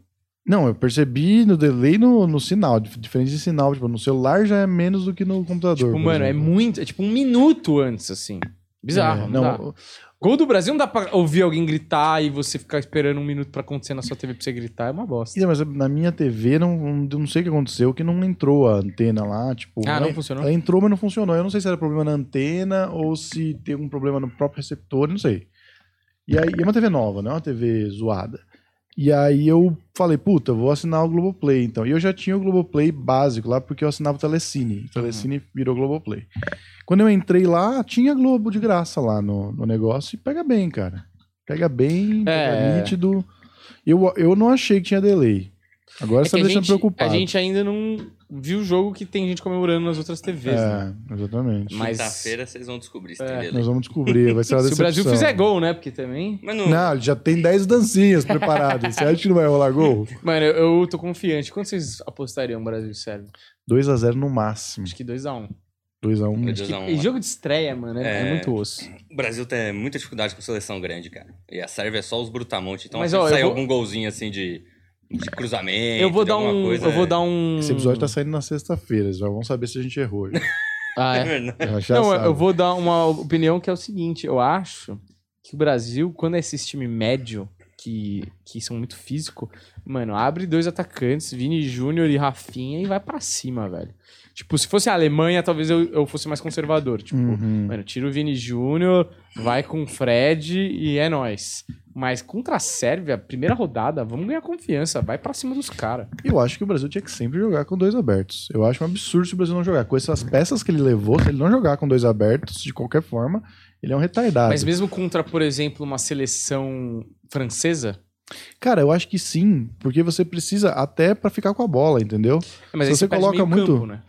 [SPEAKER 2] Não, eu percebi no delay e no, no sinal, dif- diferente de sinal, tipo, no celular já é menos do que no computador.
[SPEAKER 1] Tipo,
[SPEAKER 2] por
[SPEAKER 1] mano, é
[SPEAKER 2] exemplo.
[SPEAKER 1] muito. É tipo um minuto antes, assim. Bizarro.
[SPEAKER 2] É,
[SPEAKER 1] não, dá. Gol do Brasil não dá pra ouvir alguém gritar e você ficar esperando um minuto pra acontecer na sua TV pra você gritar. É uma bosta.
[SPEAKER 2] é, mas na minha TV, não, não sei o que aconteceu, que não entrou a antena lá, tipo...
[SPEAKER 1] Ah, não
[SPEAKER 2] ela-
[SPEAKER 1] funcionou?
[SPEAKER 2] Ela entrou, mas não funcionou. Eu não sei se era problema na antena ou se tem algum problema no próprio receptor, eu não sei. E aí, é uma TV nova, não é uma TV zoada. E aí eu falei, puta, vou assinar o Globoplay, então. E eu já tinha o Globoplay básico lá, porque eu assinava o Telecine. O Telecine virou Globoplay. Quando eu entrei lá, tinha Globo de graça lá no, no negócio. E pega bem, cara. Pega bem, pega
[SPEAKER 1] É.
[SPEAKER 2] nítido. Eu, eu não achei que tinha delay. Agora
[SPEAKER 1] É que
[SPEAKER 2] você tá
[SPEAKER 1] a,
[SPEAKER 2] me deixando
[SPEAKER 1] gente, a
[SPEAKER 2] preocupado.
[SPEAKER 1] gente ainda não viu o jogo que tem gente comemorando nas outras TVs, né?
[SPEAKER 2] É, exatamente.
[SPEAKER 1] Mas-
[SPEAKER 3] Quinta-feira vocês vão descobrir se
[SPEAKER 1] É.
[SPEAKER 3] tem delay.
[SPEAKER 2] Nós vamos descobrir, vai ser uma
[SPEAKER 1] Se o Brasil
[SPEAKER 2] decepção.
[SPEAKER 1] fizer gol, né? Porque também.
[SPEAKER 3] Mas não,
[SPEAKER 2] Não, ele já tem 10 dancinhas preparadas. Você acha que não vai rolar gol?
[SPEAKER 1] Mano, eu, eu tô confiante. Quanto vocês apostariam no Brasil, sério?
[SPEAKER 2] 2x0 no máximo.
[SPEAKER 1] Acho que 2x1.
[SPEAKER 2] 2x1.
[SPEAKER 3] Dois a um,
[SPEAKER 1] e
[SPEAKER 3] né?
[SPEAKER 1] jogo de estreia, mano, é, é
[SPEAKER 3] É.
[SPEAKER 1] muito osso.
[SPEAKER 3] o Brasil tem muita dificuldade com seleção grande, cara. E a Sérvia é só os brutamontes. Então,
[SPEAKER 1] Mas,
[SPEAKER 3] se
[SPEAKER 1] ó, eu
[SPEAKER 3] sair
[SPEAKER 1] vou-
[SPEAKER 3] algum golzinho assim de, de cruzamento,
[SPEAKER 1] Eu vou
[SPEAKER 3] de
[SPEAKER 1] dar
[SPEAKER 3] alguma
[SPEAKER 1] um.
[SPEAKER 3] coisa. é.
[SPEAKER 1] eu vou dar um.
[SPEAKER 2] Esse episódio tá saindo na sexta-feira. vocês Já vão saber se a gente errou. Já
[SPEAKER 1] Ah, é.
[SPEAKER 2] já
[SPEAKER 1] não, eu-
[SPEAKER 2] sabe.
[SPEAKER 1] eu vou dar uma opinião que é o seguinte: eu acho que o Brasil, quando é esses time médio, que, que são muito físico, mano, abre dois atacantes, Vini Júnior e Rafinha, e vai pra cima, velho. Tipo, se fosse a Alemanha, talvez eu, eu fosse mais conservador. Tipo,
[SPEAKER 2] Uhum.
[SPEAKER 1] mano, tira o Vini Júnior, vai com o Fred e é nóis. Mas contra a Sérvia, primeira rodada, vamos ganhar confiança, vai pra cima dos caras.
[SPEAKER 2] Eu acho que o Brasil tinha que sempre jogar com dois abertos. Eu acho um absurdo se o Brasil não jogar. Com essas peças que ele levou, se ele não jogar com dois abertos, de qualquer forma, ele é um retardado.
[SPEAKER 1] Mas mesmo contra, por exemplo, uma seleção francesa,
[SPEAKER 2] Cara, eu acho que sim, porque você precisa até pra ficar com a bola, entendeu?
[SPEAKER 1] é, mas
[SPEAKER 2] Se
[SPEAKER 1] aí
[SPEAKER 2] você
[SPEAKER 1] perde
[SPEAKER 2] coloca
[SPEAKER 1] meio campo,
[SPEAKER 2] muito-
[SPEAKER 1] né?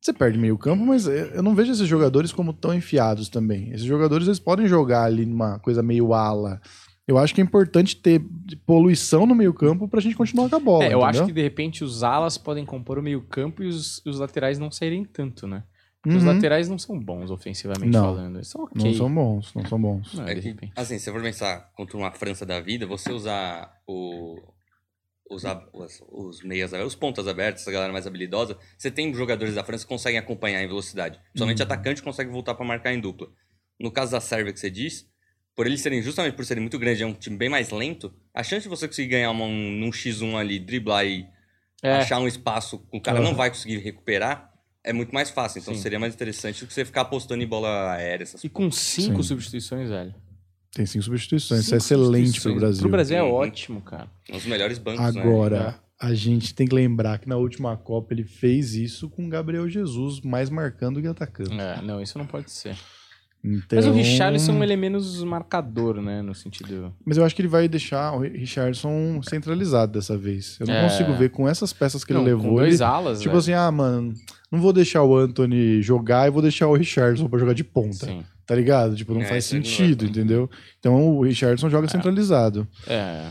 [SPEAKER 2] Você perde meio campo, mas eh, eu não vejo esses jogadores como tão enfiados também. Esses jogadores, eles podem jogar ali numa coisa meio ala. Eu acho que é importante ter poluição no meio campo pra gente continuar com a bola,
[SPEAKER 1] É, eu acho que
[SPEAKER 2] entendeu?
[SPEAKER 1] de repente os alas podem compor o meio-campo e os, os laterais não saírem tanto, né? Porque Os
[SPEAKER 2] Uhum.
[SPEAKER 1] laterais não são bons ofensivamente
[SPEAKER 2] Não.
[SPEAKER 1] falando. Eles são ok.
[SPEAKER 2] Não são bons, não são bons.
[SPEAKER 1] Não,
[SPEAKER 3] É
[SPEAKER 1] Ah, de
[SPEAKER 3] que,
[SPEAKER 1] repente.
[SPEAKER 3] assim, se você for pensar contra uma França da vida, você usar o. Usar os, os meias, os pontas abertos, essa galera mais habilidosa, você tem jogadores da França que conseguem acompanhar em velocidade.
[SPEAKER 1] Uhum.
[SPEAKER 3] Somente atacante consegue voltar pra marcar em dupla. No caso da Sérvia que você diz, por eles serem, justamente por serem muito grandes, é um time bem mais lento, a chance de você conseguir ganhar uma- um, um X1 ali, driblar e
[SPEAKER 1] É, Uhum.
[SPEAKER 3] achar um espaço que o cara
[SPEAKER 2] Aham.
[SPEAKER 3] não vai conseguir recuperar, é muito mais fácil. Então
[SPEAKER 1] Sim.
[SPEAKER 3] seria mais interessante do que você ficar apostando em bola aérea, essas
[SPEAKER 1] e com cinco
[SPEAKER 2] Sim.
[SPEAKER 1] substituições, velho.
[SPEAKER 2] Tem cinco substituições.
[SPEAKER 1] Cinco
[SPEAKER 2] Isso é excelente pro
[SPEAKER 1] substituições.
[SPEAKER 2] Brasil.
[SPEAKER 1] Pro Brasil é
[SPEAKER 3] Uhum.
[SPEAKER 1] ótimo, cara.
[SPEAKER 3] Um dos melhores bancos, né?
[SPEAKER 2] Agora,
[SPEAKER 1] É.
[SPEAKER 2] a gente tem que lembrar que na última Copa ele fez isso com o Gabriel Jesus mais marcando que atacando.
[SPEAKER 1] É, não, isso não pode ser.
[SPEAKER 2] Então...
[SPEAKER 1] Mas o Richarlison, ele é menos marcador, né? No sentido.
[SPEAKER 2] Mas eu acho que ele vai deixar o Richardson centralizado dessa vez. Eu não
[SPEAKER 1] É.
[SPEAKER 2] consigo ver com essas peças que
[SPEAKER 1] não,
[SPEAKER 2] ele
[SPEAKER 1] com
[SPEAKER 2] levou.
[SPEAKER 1] dois
[SPEAKER 2] Ele,
[SPEAKER 1] alas, é.
[SPEAKER 2] tipo
[SPEAKER 1] velho.
[SPEAKER 2] assim, ah, mano, não vou deixar o Anthony jogar e vou deixar o Richardson pra jogar de ponta.
[SPEAKER 1] Sim.
[SPEAKER 2] Tá ligado? Tipo, não
[SPEAKER 3] É,
[SPEAKER 2] faz
[SPEAKER 3] isso aí não vai
[SPEAKER 2] sentido,
[SPEAKER 3] dar.
[SPEAKER 2] entendeu? Então o Richardson joga centralizado.
[SPEAKER 1] É.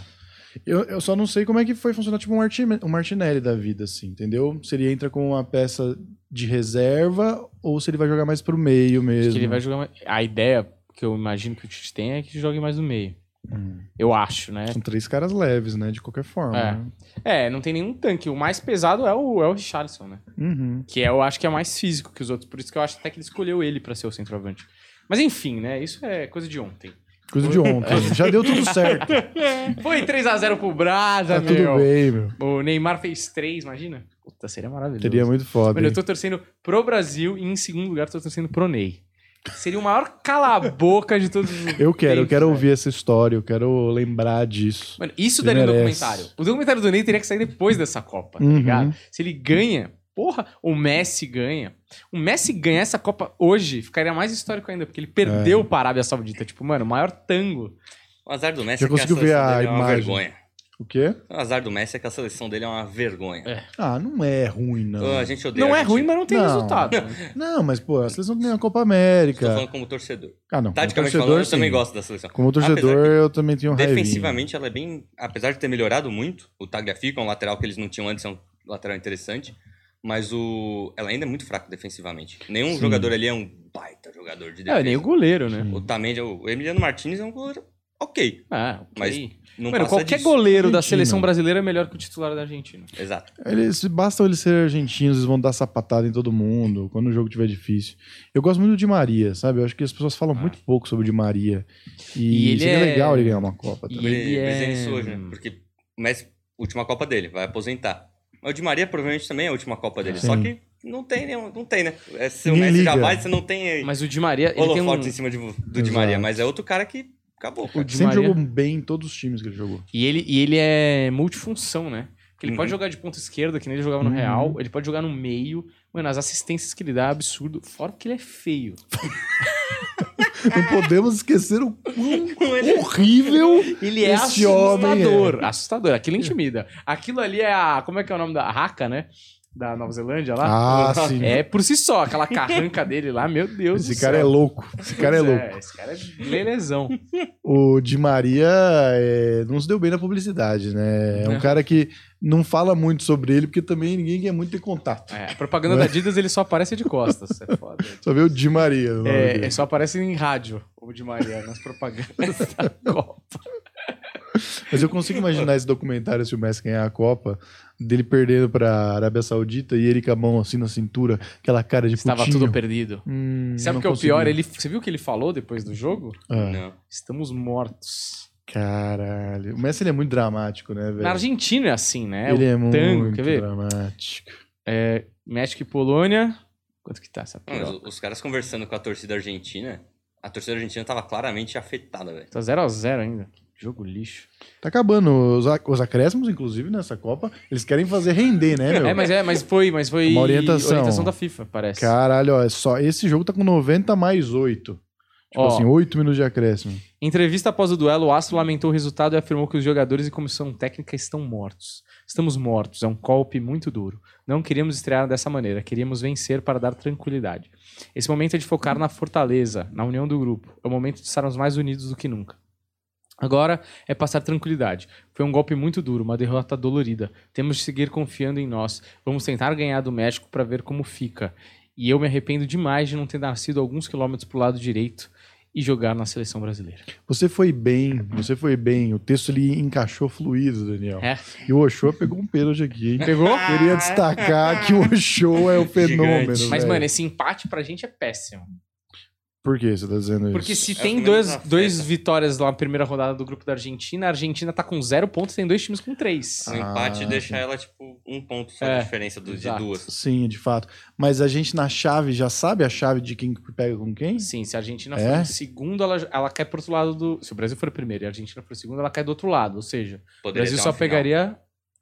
[SPEAKER 2] Eu, eu só não sei como é que foi funcionar tipo um, Martime- um Martinelli da vida, assim, entendeu? Se ele entra com uma peça de reserva ou se ele vai jogar mais pro meio mesmo.
[SPEAKER 1] Acho que ele vai jogar mais... A ideia que eu imagino que o Tite tem é que jogue mais no meio.
[SPEAKER 2] Hum.
[SPEAKER 1] Eu acho, né?
[SPEAKER 2] São três caras leves, né? De qualquer forma.
[SPEAKER 1] É.
[SPEAKER 2] né?
[SPEAKER 1] É, não tem nenhum tanque. O mais pesado é o, é o Richarlison, né?
[SPEAKER 2] Uhum.
[SPEAKER 1] Que é, eu acho que é mais físico que os outros. Por isso que eu acho até que ele escolheu ele pra ser o centroavante. Mas enfim, né? Isso é coisa de ontem.
[SPEAKER 2] Coisa de ontem. Já deu tudo certo.
[SPEAKER 1] Foi 3x0 pro Brasa,
[SPEAKER 2] tá
[SPEAKER 1] meu.
[SPEAKER 2] tudo bem, meu.
[SPEAKER 1] O Neymar fez 3, imagina? Puta, seria maravilhoso.
[SPEAKER 2] Seria muito foda.
[SPEAKER 1] Mano, eu
[SPEAKER 2] hein?
[SPEAKER 1] tô torcendo pro Brasil e em segundo lugar tô torcendo pro Ney. Seria o maior cala-boca de todos os
[SPEAKER 2] Eu quero, eu
[SPEAKER 1] tempos,
[SPEAKER 2] quero
[SPEAKER 1] velho.
[SPEAKER 2] ouvir essa história, eu quero lembrar disso.
[SPEAKER 1] Mano, isso
[SPEAKER 2] Ele
[SPEAKER 1] daria um
[SPEAKER 2] merece.
[SPEAKER 1] documentário. O documentário do Ney teria que sair depois dessa Copa, tá
[SPEAKER 2] Uhum.
[SPEAKER 1] ligado? Se ele ganha, porra, o Messi ganha. O Messi ganhar essa Copa hoje ficaria mais histórico ainda, porque ele
[SPEAKER 2] É.
[SPEAKER 1] perdeu para a Arábia Saudita. Tipo, mano, o maior tango.
[SPEAKER 3] O azar do Messi
[SPEAKER 2] Já
[SPEAKER 3] é que a
[SPEAKER 2] conseguiu
[SPEAKER 3] seleção
[SPEAKER 2] ver a
[SPEAKER 3] dele é uma
[SPEAKER 2] imagem?
[SPEAKER 3] vergonha.
[SPEAKER 2] O quê?
[SPEAKER 3] O azar do Messi é que a seleção dele é uma vergonha.
[SPEAKER 1] É.
[SPEAKER 2] Ah, não é ruim, não.
[SPEAKER 3] Ah, A gente odeia.
[SPEAKER 1] Não
[SPEAKER 3] a
[SPEAKER 1] é ruim, mas
[SPEAKER 3] Argentina.
[SPEAKER 1] não tem
[SPEAKER 2] Não.
[SPEAKER 1] resultado. né?
[SPEAKER 2] Não, mas, pô, a seleção tem a Copa
[SPEAKER 3] Estou
[SPEAKER 2] América.
[SPEAKER 3] falando como torcedor.
[SPEAKER 2] Ah, não. como
[SPEAKER 3] Taticamente
[SPEAKER 1] É um
[SPEAKER 2] torcedor,
[SPEAKER 3] falando, eu
[SPEAKER 2] sim.
[SPEAKER 3] também gosto da seleção.
[SPEAKER 2] Como torcedor,
[SPEAKER 3] Apesar
[SPEAKER 2] eu também tenho raiva.
[SPEAKER 3] Defensivamente, ela é bem. Apesar de ter melhorado muito, o Tagliafico é um lateral que eles não tinham antes, é um lateral interessante. Mas o. Ela ainda é muito fraca defensivamente. Nenhum
[SPEAKER 2] Sim.
[SPEAKER 3] jogador ali é um baita jogador de defesa.
[SPEAKER 1] É, nem o goleiro, né?
[SPEAKER 3] o Tamendi, o Emiliano Martinez é um goleiro ok.
[SPEAKER 1] Ah, ok.
[SPEAKER 3] Mas Não
[SPEAKER 1] Mano,
[SPEAKER 3] passa
[SPEAKER 1] qualquer
[SPEAKER 3] disso.
[SPEAKER 1] goleiro da
[SPEAKER 2] Argentina.
[SPEAKER 1] seleção brasileira é melhor que o titular da Argentina.
[SPEAKER 3] Exato.
[SPEAKER 2] Eles, basta eles serem argentinos, eles vão dar sapatada em todo mundo quando o jogo tiver difícil. Eu gosto muito do Di Maria, sabe? Eu acho que as pessoas falam
[SPEAKER 1] Ah.
[SPEAKER 2] muito pouco sobre o Di Maria.
[SPEAKER 1] E
[SPEAKER 2] E,
[SPEAKER 1] ele
[SPEAKER 2] seria
[SPEAKER 1] é-
[SPEAKER 2] legal ele ganhar uma Copa.
[SPEAKER 1] E
[SPEAKER 2] Também.
[SPEAKER 1] ele
[SPEAKER 3] Mas ele- mas
[SPEAKER 1] é-
[SPEAKER 3] ele soa, né? Porque o Messi, última Copa dele, vai aposentar. Mas o Di Maria provavelmente também é a última Copa dele. Só
[SPEAKER 2] Sim.
[SPEAKER 3] que não tem, nenhum- não tem, né? É, se o
[SPEAKER 2] Ninguém
[SPEAKER 3] Messi já
[SPEAKER 2] liga.
[SPEAKER 3] vai, você não tem
[SPEAKER 1] Mas o Di Maria, ele tem um...
[SPEAKER 3] holofotes em cima de vo- do Di
[SPEAKER 2] Exato.
[SPEAKER 3] Maria. Mas é outro cara que Acabou, cara.
[SPEAKER 1] O Di
[SPEAKER 2] Sempre
[SPEAKER 1] Maria.
[SPEAKER 2] jogou bem em todos os times que ele jogou.
[SPEAKER 1] E ele, e ele é multifunção, né? Porque ele
[SPEAKER 3] Uhum.
[SPEAKER 1] pode jogar de ponta esquerda, que nem ele jogava no
[SPEAKER 2] Uhum.
[SPEAKER 1] Real. Ele pode jogar no meio. Mano, as assistências que ele dá é absurdo. Fora que ele é feio.
[SPEAKER 2] Não podemos esquecer o quão
[SPEAKER 3] Ele é-
[SPEAKER 2] horrível
[SPEAKER 1] Ele é
[SPEAKER 2] Esse homem
[SPEAKER 1] assustador. é. Assustador.
[SPEAKER 2] É.
[SPEAKER 1] Aquilo intimida. Aquilo ali é a... Como é que é o nome da... Raca, né? Da Nova Zelândia lá.
[SPEAKER 2] Ah, sim.
[SPEAKER 1] É por si só. Aquela carranca dele lá. Meu Deus
[SPEAKER 2] Esse
[SPEAKER 1] do
[SPEAKER 2] cara é
[SPEAKER 1] céu.
[SPEAKER 2] louco. Esse cara é
[SPEAKER 1] Pois
[SPEAKER 2] louco.
[SPEAKER 1] Esse cara é belezão.
[SPEAKER 2] O Di Maria é, não se deu bem na publicidade, né? É um
[SPEAKER 1] É.
[SPEAKER 2] cara que não fala muito sobre ele, porque também ninguém quer muito ter contato.
[SPEAKER 1] É, a propaganda da Adidas, ele só aparece de costas. É foda.
[SPEAKER 2] Só vê o Di Maria. o nome
[SPEAKER 1] É,
[SPEAKER 2] dele.
[SPEAKER 1] é, só aparece em rádio, o de Maria, nas propagandas da Copa.
[SPEAKER 2] Mas eu consigo imaginar esse documentário se o Messi ganhar a Copa, dele perdendo pra Arábia Saudita e ele com a mão assim na cintura, aquela cara de
[SPEAKER 1] Estava
[SPEAKER 2] putinho.
[SPEAKER 1] tudo perdido.
[SPEAKER 2] Hum,
[SPEAKER 1] Sabe
[SPEAKER 2] Tipo, não
[SPEAKER 1] o que é o
[SPEAKER 2] conseguiu.
[SPEAKER 1] pior? Ele, você viu o que ele falou depois do jogo?
[SPEAKER 2] Ah,
[SPEAKER 3] Não.
[SPEAKER 1] Estamos mortos.
[SPEAKER 2] caralho. O Messi ele é muito dramático, né, velho?
[SPEAKER 1] Na Argentina é assim, né?
[SPEAKER 2] ele
[SPEAKER 1] o
[SPEAKER 2] é muito
[SPEAKER 1] tango, quer ver?
[SPEAKER 2] dramático.
[SPEAKER 1] México e Polônia. Quanto que tá essa
[SPEAKER 3] Não, mas
[SPEAKER 1] piroca?
[SPEAKER 3] os caras conversando com a torcida argentina, a torcida argentina tava claramente afetada, velho.
[SPEAKER 1] Tá 0x0 ainda. Jogo lixo.
[SPEAKER 2] Tá acabando os, ac- os acréscimos, inclusive, nessa Copa. Eles querem fazer render, né, meu?
[SPEAKER 1] É, mas é, mas foi, mas foi
[SPEAKER 2] Uma orientação.
[SPEAKER 1] da FIFA, parece.
[SPEAKER 2] Caralho, ó, é só, esse jogo tá com 90 mais 8. Tipo
[SPEAKER 1] Ó.
[SPEAKER 2] assim, 8 minutos de acréscimo.
[SPEAKER 1] Em Entrevista após o duelo, o Astro lamentou o resultado e afirmou que os jogadores e comissão técnica estão mortos. Estamos mortos, é um golpe muito duro. Não queríamos estrear dessa maneira, queríamos vencer para dar tranquilidade. Esse momento é de focar na fortaleza, na união do grupo. É o momento de estarmos mais unidos do que nunca. Agora é passar tranquilidade. Foi um golpe muito duro, uma derrota dolorida. Temos de seguir confiando em nós. Vamos tentar ganhar do México para ver como fica. E eu me arrependo demais de não ter nascido alguns quilômetros para o lado direito e jogar na seleção brasileira.
[SPEAKER 2] Você foi bem, você foi bem. O texto ele encaixou fluido, Daniel.
[SPEAKER 1] É.
[SPEAKER 2] E o Oshua pegou um pênalti aqui, hein? Pegou?
[SPEAKER 3] Ah,
[SPEAKER 2] Queria destacar que o Oshua é o fenômeno.
[SPEAKER 3] Gigante.
[SPEAKER 1] Mas,
[SPEAKER 2] velho.
[SPEAKER 1] mano, esse empate pra gente é péssimo.
[SPEAKER 2] Por que você tá dizendo
[SPEAKER 1] Porque
[SPEAKER 2] isso?
[SPEAKER 1] se
[SPEAKER 3] É
[SPEAKER 1] tem
[SPEAKER 3] pelo menos
[SPEAKER 1] dois,
[SPEAKER 3] na
[SPEAKER 1] dois
[SPEAKER 3] festa.
[SPEAKER 1] vitórias lá na primeira rodada do grupo da Argentina, a Argentina tá com zero pontos, tem dois times com três.
[SPEAKER 3] O
[SPEAKER 2] Ah,
[SPEAKER 3] empate
[SPEAKER 2] sim.
[SPEAKER 3] deixa ela, tipo, um ponto só
[SPEAKER 1] É,
[SPEAKER 3] de diferença do, de
[SPEAKER 1] exato.
[SPEAKER 3] duas.
[SPEAKER 2] Sim, de fato. Mas a gente na chave já sabe a chave de quem que pega com quem?
[SPEAKER 1] Sim, se a Argentina
[SPEAKER 2] É?
[SPEAKER 1] for em segundo, ela, ela cai pro outro lado do. Se o Brasil for primeiro e a Argentina for segundo, ela cai do outro lado. Ou seja, o
[SPEAKER 3] Poderia
[SPEAKER 1] Brasil
[SPEAKER 3] ter
[SPEAKER 1] só
[SPEAKER 3] uma final.
[SPEAKER 1] pegaria